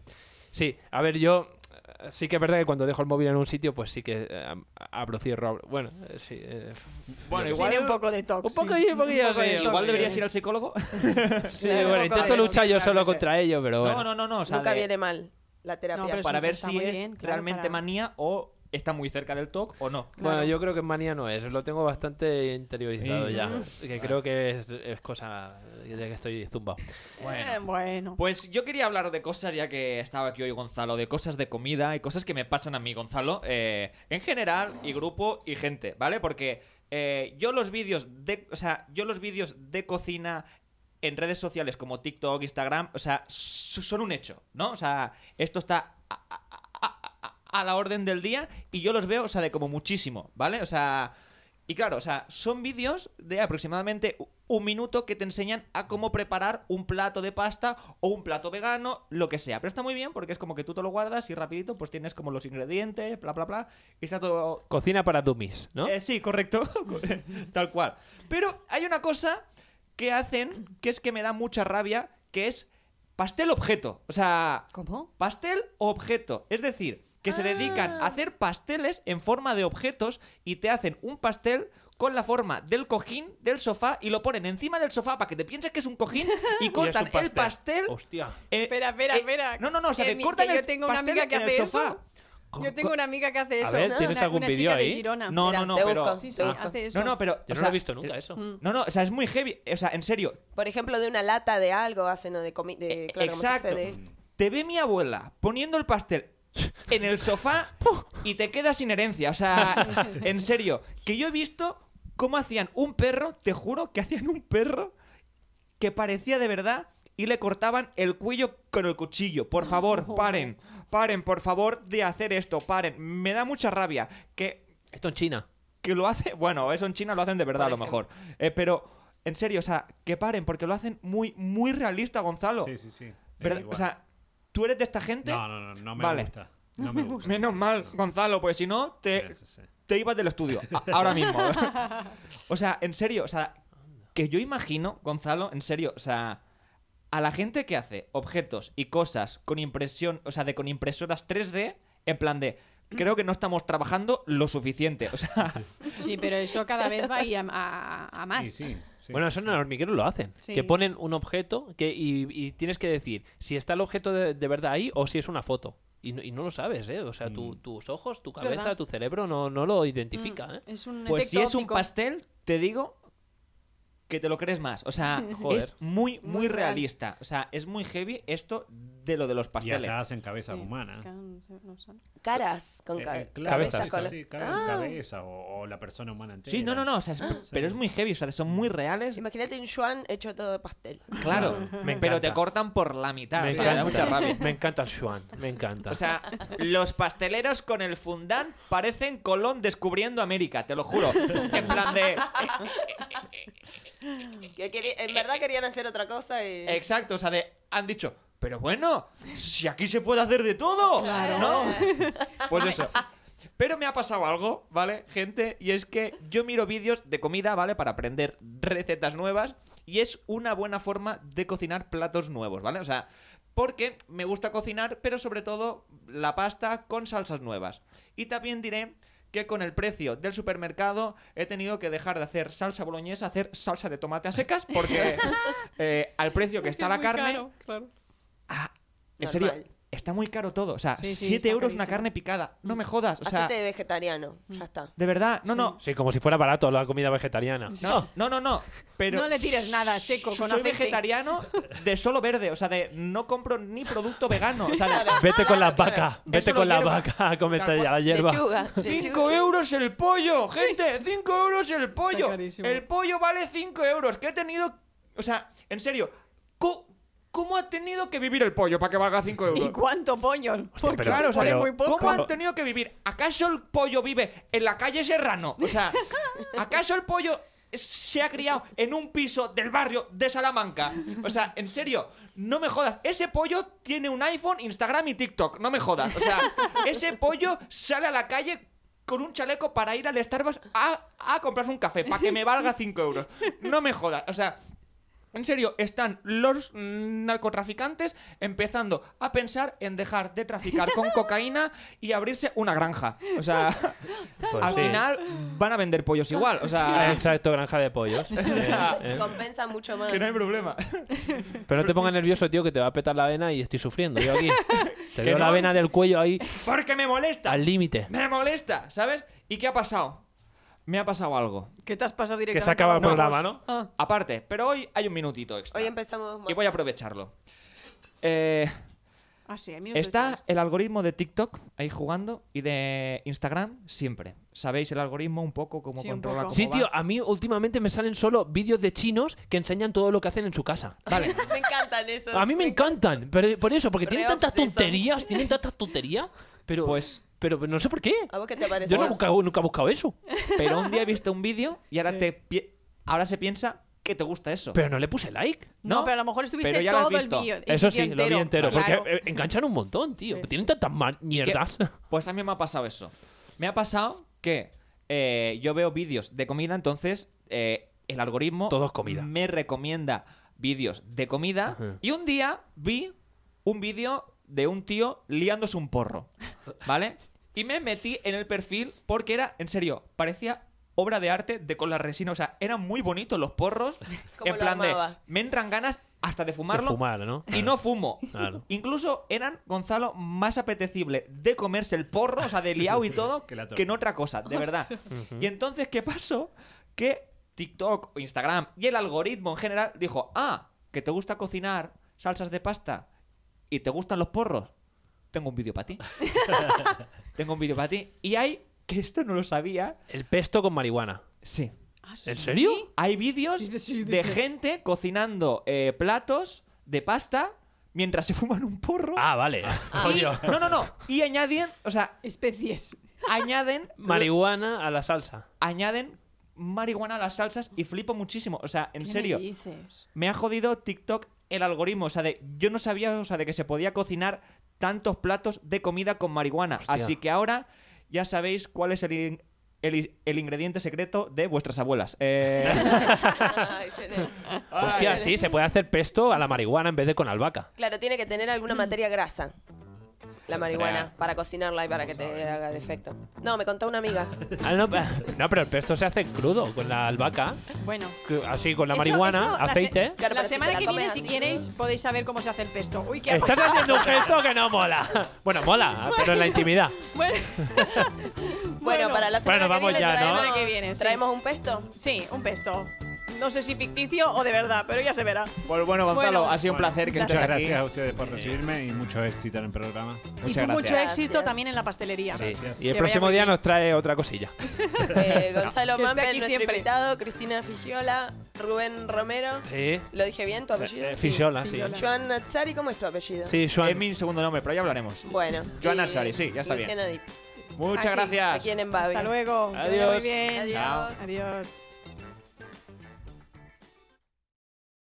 Speaker 2: Sí, a ver, yo eh, sí que es verdad que cuando dejo el móvil en un sitio, pues sí que eh, abro, cierro, abro. Bueno, eh, sí. eh,
Speaker 1: Bueno,
Speaker 2: yo qué
Speaker 1: igual-
Speaker 4: Tiene un poco de tox.
Speaker 2: Un poco
Speaker 4: sí.
Speaker 2: y un poquillo, sí.
Speaker 4: de tox,
Speaker 1: Igual deberías
Speaker 4: sí.
Speaker 1: ir al psicólogo.
Speaker 2: sé. Sí,
Speaker 3: Claro,
Speaker 2: bueno,
Speaker 3: un poco
Speaker 2: intento
Speaker 3: de-
Speaker 2: luchar yo solo
Speaker 4: claramente.
Speaker 2: contra ello, pero bueno.
Speaker 1: No, no, no, no. o sea,
Speaker 3: Nunca
Speaker 1: de-
Speaker 3: viene mal la terapia.
Speaker 4: No, pero es-
Speaker 1: para
Speaker 4: Eso
Speaker 1: ver
Speaker 4: está
Speaker 1: si
Speaker 4: muy
Speaker 1: es
Speaker 4: bien, claro,
Speaker 1: realmente
Speaker 4: para-
Speaker 1: manía o está muy cerca del TOC o no.
Speaker 2: Bueno,
Speaker 4: Claro.
Speaker 2: yo creo que manía no es, lo tengo bastante interiorizado
Speaker 1: Sí.
Speaker 2: ya.
Speaker 1: Mm.
Speaker 2: Que creo que es, es cosa de que estoy zumbado.
Speaker 4: Eh, bueno.
Speaker 1: Pues yo quería hablar de cosas, ya que estaba aquí hoy Gonzalo, de cosas de comida y cosas que me pasan a mí, Gonzalo, eh, en general, y grupo y gente, ¿vale? Porque eh, yo los vídeos de. O sea, yo los vídeos de cocina en redes sociales como TikTok, Instagram, o sea, s- son un hecho, ¿no? O sea, esto está a- a- a- a- a la orden del día y yo los veo, o sea, de como muchísimo, ¿vale? O sea. Y claro, o sea, son vídeos de aproximadamente u- un minuto que te enseñan a cómo preparar un plato de pasta o un plato vegano, lo que sea. Pero está muy bien porque es como que tú te lo guardas y rapidito pues tienes como los ingredientes, bla, bla, bla. Y está todo...
Speaker 2: Cocina para dummies, ¿no?
Speaker 1: Eh, sí, correcto. Tal cual. Pero hay una cosa que hacen, que es que me da mucha rabia, que es pastel objeto. O sea,
Speaker 4: ¿Cómo?
Speaker 1: pastel objeto. Es decir, que se dedican
Speaker 4: Ah.
Speaker 1: a hacer pasteles en forma de objetos y te hacen un pastel con la forma del cojín del sofá y lo ponen encima del sofá para que te pienses que es un cojín y
Speaker 2: Y es
Speaker 1: cortan
Speaker 2: un pastel.
Speaker 1: el pastel.
Speaker 2: Hostia.
Speaker 1: eh,
Speaker 4: Espera, espera,
Speaker 1: eh,
Speaker 4: espera.
Speaker 1: No, no, no, o sea,
Speaker 4: Que
Speaker 1: te
Speaker 4: mi-
Speaker 1: cortan
Speaker 4: que yo
Speaker 1: el
Speaker 4: tengo una
Speaker 1: pastel
Speaker 4: amiga que
Speaker 1: en el
Speaker 4: hace
Speaker 1: sofá.
Speaker 4: eso. Yo tengo una amiga que hace
Speaker 2: A
Speaker 4: eso.
Speaker 2: ver,
Speaker 4: una-
Speaker 2: ¿tienes
Speaker 4: una,
Speaker 2: algún
Speaker 4: una
Speaker 2: vídeo
Speaker 4: chica
Speaker 2: ahí?
Speaker 4: De Girona.
Speaker 1: No,
Speaker 3: Espera,
Speaker 1: no, no,
Speaker 3: te
Speaker 1: pero.
Speaker 3: busco,
Speaker 4: Sí, sí,
Speaker 3: te busco.
Speaker 4: hace eso.
Speaker 1: No, no, pero. o
Speaker 2: Yo no
Speaker 1: sea, eh,
Speaker 2: lo he visto nunca ¿eh? eso.
Speaker 4: Mm.
Speaker 1: No, no, o sea, es muy heavy. O sea, en serio,
Speaker 3: Por ejemplo, de una lata de algo hacen o de comida.
Speaker 1: Eh,
Speaker 3: Claro, como se hace
Speaker 1: exacto.
Speaker 3: de-
Speaker 1: te ve mi abuela poniendo el pastel en el sofá y te quedas sin herencia. O sea, en serio, que yo he visto cómo hacían un perro, te juro que hacían un perro que parecía de verdad y le cortaban el cuello con el cuchillo. Por favor,
Speaker 3: Oh.
Speaker 1: paren, paren, por favor, de hacer esto, paren. Me da mucha rabia que
Speaker 2: Esto en China.
Speaker 1: que lo hace, bueno, eso en China lo hacen de verdad a
Speaker 3: Por
Speaker 1: lo mejor, Eh, pero en serio, o sea, que paren porque lo hacen muy muy realista, Gonzalo.
Speaker 5: Sí, sí, sí. Es
Speaker 1: Pero, o
Speaker 5: igual.
Speaker 1: sea, tú eres de esta gente.
Speaker 5: no, no, no, no me
Speaker 1: Vale.
Speaker 5: gusta. No me gusta.
Speaker 1: Menos mal, Gonzalo, pues si no te,
Speaker 5: Sí, sí, sí.
Speaker 1: te ibas del estudio a- ahora mismo. o sea, en serio, o sea, que yo imagino, Gonzalo, en serio, o sea, a la gente que hace objetos y cosas con impresión, o sea, de con impresoras 3D, en plan de creo que no estamos trabajando lo suficiente, o sea,
Speaker 4: Sí, pero eso cada vez va a ir a, a- a más.
Speaker 5: Sí, sí, sí,
Speaker 2: bueno, eso
Speaker 5: sí.
Speaker 2: en el hormiguero lo hacen.
Speaker 4: Sí.
Speaker 2: Que ponen un objeto que, y, y tienes que decir si está el objeto de, de verdad ahí o si es una foto. Y no, y no lo sabes, ¿eh? O sea, tu-
Speaker 5: Mm.
Speaker 2: tus ojos, tu
Speaker 4: Es verdad.
Speaker 2: cabeza, tu cerebro no, no lo
Speaker 4: Mm,
Speaker 2: identifica, ¿eh?
Speaker 4: Es un
Speaker 1: pues si
Speaker 4: efecto
Speaker 1: es un
Speaker 4: óptico.
Speaker 1: pastel, te digo que te lo crees más, o sea,
Speaker 2: Joder.
Speaker 1: es muy muy,
Speaker 4: Muy real.
Speaker 1: realista, o sea, es muy heavy esto de lo de los
Speaker 5: Y
Speaker 1: pasteles.
Speaker 5: hasta hacen cabeza
Speaker 4: Sí,
Speaker 5: humana.
Speaker 4: es que no sé, no sé.
Speaker 3: Caras con
Speaker 5: Eh,
Speaker 3: ca-
Speaker 5: eh, claro,
Speaker 2: cabezas,
Speaker 5: sí,
Speaker 3: con
Speaker 5: sí,
Speaker 3: la-
Speaker 5: sí, cabe-
Speaker 3: Ah,
Speaker 5: cabeza o, o la persona humana entera.
Speaker 1: Sí, no, no, no, o sea, es-
Speaker 2: Ah,
Speaker 1: pero es muy heavy, o sea, son muy reales.
Speaker 3: Imagínate un Juan hecho todo de pastel.
Speaker 1: Claro,
Speaker 2: Me
Speaker 1: pero
Speaker 2: encanta.
Speaker 1: te cortan por la mitad.
Speaker 2: me,
Speaker 1: o sea, da
Speaker 2: encanta,
Speaker 1: mucha rabia.
Speaker 2: me encanta el Shuan, me encanta.
Speaker 1: O sea, los pasteleros con el fundán parecen Colón descubriendo América, te lo juro. En plan de...
Speaker 3: Que quería- en verdad querían hacer otra cosa y...
Speaker 1: Exacto, o sea, de... Han dicho, pero bueno, si aquí se puede hacer de todo,
Speaker 4: Claro.
Speaker 1: ¿no? Pues eso. Pero me ha pasado algo, ¿vale, gente? Y es que yo miro vídeos de comida, ¿vale? Para aprender recetas nuevas. Y es una buena forma de cocinar platos nuevos, ¿vale? O sea, porque me gusta cocinar, pero sobre todo la pasta con salsas nuevas. Y también diré que con el precio del supermercado he tenido que dejar de hacer salsa boloñesa, hacer salsa de tomate a secas, porque eh, al precio que está
Speaker 4: Es
Speaker 1: la
Speaker 4: muy
Speaker 1: carne...
Speaker 4: caro, claro.
Speaker 1: Ah, en
Speaker 3: Normal.
Speaker 1: serio, está muy caro todo. O sea,
Speaker 4: Sí,
Speaker 1: 7
Speaker 4: sí, está
Speaker 1: euros una
Speaker 4: carísimo.
Speaker 1: carne picada. No me jodas. O sea, mm.
Speaker 3: Hacete vegetariano, ya está.
Speaker 1: de verdad, no, no.
Speaker 2: Sí, como si fuera barato la comida vegetariana.
Speaker 1: No, no, no, no. Pero
Speaker 4: No le tires nada seco con
Speaker 1: soy
Speaker 4: aceite.
Speaker 1: vegetariano de solo verde. O sea, de no compro ni producto vegano. O sea, de
Speaker 2: Vete con las vacas, vete
Speaker 1: solo
Speaker 2: con las
Speaker 1: hierba.
Speaker 2: vacas a comerte
Speaker 1: Tal cual.
Speaker 2: la hierba.
Speaker 3: Lechuga.
Speaker 1: 5
Speaker 3: lechuga.
Speaker 1: euros el pollo, gente. 5 euros el pollo.
Speaker 4: carísimo.
Speaker 1: El pollo vale 5 euros. Que he tenido. O sea, en serio, co- ¿cómo ha tenido que vivir el pollo para que valga 5 euros?
Speaker 4: ¿Y cuánto pollo? Porque
Speaker 2: pero-
Speaker 1: claro, o sea,
Speaker 4: pone
Speaker 2: pero-
Speaker 4: muy poco.
Speaker 1: ¿Cómo han tenido que vivir? ¿Acaso el pollo vive en la calle Serrano? O sea, ¿acaso el pollo se ha criado en un piso del barrio de Salamanca? O sea, en serio, no me jodas. Ese pollo tiene un iPhone, Instagram y TikTok. No me jodas. O sea, ese pollo sale a la calle con un chaleco para ir al Starbucks a, a comprarse un café, para que me valga 5 euros. No me jodas. O sea, en serio, están los narcotraficantes empezando a pensar en dejar de traficar con cocaína y abrirse una granja. O sea,
Speaker 2: Pues
Speaker 1: al
Speaker 2: sí.
Speaker 1: final van a vender pollos igual. O sea,
Speaker 2: Exacto, granja de pollos. Eh, eh.
Speaker 3: Compensa mucho más.
Speaker 1: que no hay problema.
Speaker 2: Pero no te pongas nervioso, tío, que te va a petar la vena y estoy sufriendo. Yo aquí. Te
Speaker 1: Que
Speaker 2: veo la
Speaker 1: no.
Speaker 2: vena del cuello ahí
Speaker 1: Porque me molesta.
Speaker 2: al límite.
Speaker 1: Me molesta, ¿sabes? ¿Y qué ha pasado? Me ha pasado algo.
Speaker 4: ¿Qué te has pasado directamente?
Speaker 2: Que se acaba el
Speaker 4: por la
Speaker 2: programa,
Speaker 4: voz?
Speaker 2: ¿no?
Speaker 4: Ah.
Speaker 1: Aparte, pero hoy hay un minutito extra.
Speaker 3: Hoy empezamos más.
Speaker 1: y voy a aprovecharlo. Eh,
Speaker 4: Ah, sí, a mí me
Speaker 1: Está
Speaker 4: gusta.
Speaker 1: el algoritmo de TikTok ahí jugando y de Instagram siempre. ¿Sabéis el algoritmo un poco cómo
Speaker 4: Sí, un
Speaker 1: controla
Speaker 4: poco.
Speaker 1: cómo
Speaker 2: Sí,
Speaker 1: va?
Speaker 2: tío, a mí últimamente me salen solo vídeos de chinos que enseñan todo lo que hacen en su casa.
Speaker 1: Vale,
Speaker 3: Me encantan esos.
Speaker 1: Ah,
Speaker 2: A mí me encantan, pero por eso, porque tienen
Speaker 3: Reops
Speaker 2: tantas
Speaker 3: de esos.
Speaker 2: tonterías, tienen tantas tonterías, pero
Speaker 1: Pues-
Speaker 2: pero pero no sé por qué.
Speaker 3: ¿A vos qué te parece?
Speaker 2: Yo nunca, nunca he buscado eso.
Speaker 1: pero un día he visto un vídeo y ahora
Speaker 4: Sí.
Speaker 1: te pi- ahora se piensa que te gusta eso.
Speaker 2: Pero no le puse like.
Speaker 4: No,
Speaker 1: ¿no?
Speaker 4: pero a lo mejor estuviste
Speaker 1: Pero ya lo has
Speaker 4: todo el
Speaker 1: visto.
Speaker 4: vídeo. el
Speaker 2: Eso
Speaker 4: vídeo
Speaker 2: sí, lo vi entero,
Speaker 4: claro.
Speaker 2: porque eh, enganchan un montón, tío.
Speaker 4: Sí, sí.
Speaker 2: Tienen tantas ma- mierdas.
Speaker 1: Pues a mí me ha pasado eso. Me ha pasado que eh, yo veo vídeos de comida, entonces eh, el algoritmo
Speaker 2: Todo es comida.
Speaker 1: me recomienda vídeos de comida.
Speaker 2: Ajá.
Speaker 1: Y un día vi un vídeo de un tío liándose un porro. ¿Vale? Y me metí en el perfil porque era, en serio, parecía obra de arte de con la resina. O sea, eran muy bonitos los porros.
Speaker 3: Cómo
Speaker 1: En
Speaker 3: lo
Speaker 1: plan de,
Speaker 3: amaba.
Speaker 1: me entran ganas hasta de
Speaker 2: De
Speaker 1: fumarlo.
Speaker 2: fumar, ¿no?
Speaker 1: Y no fumo.
Speaker 2: Claro.
Speaker 1: Incluso eran, Gonzalo, más apetecible de comerse el porro, o sea, de liao y todo,
Speaker 5: Que la torta.
Speaker 1: que en otra cosa, de verdad.
Speaker 2: Ujú.
Speaker 1: Y entonces, ¿qué pasó? Que TikTok o Instagram y el algoritmo en general dijo, ah, que te gusta cocinar salsas de pasta y te gustan los porros, tengo un vídeo para ti. tengo un vídeo para ti. Y hay, que esto no lo sabía,
Speaker 2: El pesto con marihuana.
Speaker 1: sí.
Speaker 4: Ah, sí.
Speaker 2: ¿En serio?
Speaker 1: Hay vídeos
Speaker 4: Dice, sí,
Speaker 1: de
Speaker 4: dice.
Speaker 1: gente cocinando eh, platos de pasta mientras se fuman un porro.
Speaker 2: Ah, vale.
Speaker 1: Y-
Speaker 2: Coño.
Speaker 1: No, no, no. Y añaden, o sea,
Speaker 4: Especies.
Speaker 1: añaden.
Speaker 2: Marihuana a la salsa.
Speaker 1: Añaden marihuana a las salsas y flipo muchísimo. O sea, en
Speaker 4: ¿Qué me
Speaker 1: serio.
Speaker 4: dices?
Speaker 1: Me ha jodido TikTok el algoritmo. O sea, de, yo no sabía, o sea, de que se podía cocinar tantos platos de comida con marihuana.
Speaker 2: Hostia.
Speaker 1: Así que ahora ya sabéis cuál es el. in- el- el ingrediente secreto de vuestras abuelas. Eh,
Speaker 3: Ay, tenés.
Speaker 2: Hostia, sí, se puede hacer pesto a la marihuana en vez de con albahaca.
Speaker 3: Claro, tiene que tener
Speaker 2: Mm.
Speaker 3: alguna materia grasa. La marihuana,
Speaker 2: Será.
Speaker 3: para cocinarla y para que te haga el efecto. No, me contó una amiga.
Speaker 2: Ah, no, pe- no, pero el pesto se hace crudo con la albahaca.
Speaker 4: Bueno.
Speaker 2: que- Así, con la
Speaker 4: Eso-
Speaker 2: marihuana,
Speaker 4: eso, la se-
Speaker 2: aceite.
Speaker 4: La,
Speaker 3: Claro, pero si te
Speaker 4: semana
Speaker 3: la
Speaker 4: que viene,
Speaker 3: comes
Speaker 4: si
Speaker 3: así.
Speaker 4: queréis, podéis saber cómo se hace el pesto. Uy, qué
Speaker 2: Estás haciendo un gesto que no mola. Bueno, mola, pero en la intimidad.
Speaker 4: Bueno,
Speaker 3: Bueno, para la semana
Speaker 2: Bueno, vamos
Speaker 3: que viene,
Speaker 2: ya, ¿no?
Speaker 3: traemos,
Speaker 4: Semana que viene, sí.
Speaker 3: traemos un pesto.
Speaker 4: sí, un pesto. No sé si ficticio o de verdad, pero ya se verá.
Speaker 1: pues bueno, Gonzalo,
Speaker 4: Bueno,
Speaker 1: ha sido un
Speaker 5: Bueno,
Speaker 1: placer que
Speaker 5: Muchas
Speaker 1: estés aquí.
Speaker 5: gracias a ustedes por recibirme y mucho éxito en el programa.
Speaker 4: y
Speaker 1: Muchas
Speaker 4: tú
Speaker 1: gracias.
Speaker 4: mucho éxito
Speaker 3: Gracias.
Speaker 4: también en la pastelería.
Speaker 5: Sí.
Speaker 2: Y
Speaker 4: Que
Speaker 2: el
Speaker 4: vaya
Speaker 2: próximo
Speaker 4: muy
Speaker 2: día
Speaker 4: bien.
Speaker 2: nos trae otra cosilla.
Speaker 3: Eh, Gonzalo
Speaker 4: Que esté
Speaker 3: Mampel,
Speaker 4: aquí
Speaker 3: nuestro
Speaker 4: siempre.
Speaker 3: invitado, Cristina Figiola, Rubén Romero.
Speaker 2: Sí.
Speaker 3: ¿Lo dije bien tu apellido?
Speaker 2: Eh, Fijola, sí.
Speaker 4: Fijola.
Speaker 3: Joan Nazzari, ¿cómo es tu apellido?
Speaker 2: Sí, Joan.
Speaker 1: Es mi segundo nombre, pero ya hablaremos.
Speaker 3: Bueno.
Speaker 1: Joan
Speaker 3: y
Speaker 1: Nazzari, sí, ya está bien.
Speaker 3: Luciana Dip,
Speaker 1: Muchas
Speaker 4: Así,
Speaker 1: gracias.
Speaker 3: aquí en Embavi.
Speaker 4: Hasta luego. que vaya
Speaker 2: Adiós.
Speaker 4: Muy bien.
Speaker 3: Adiós.
Speaker 4: Adiós.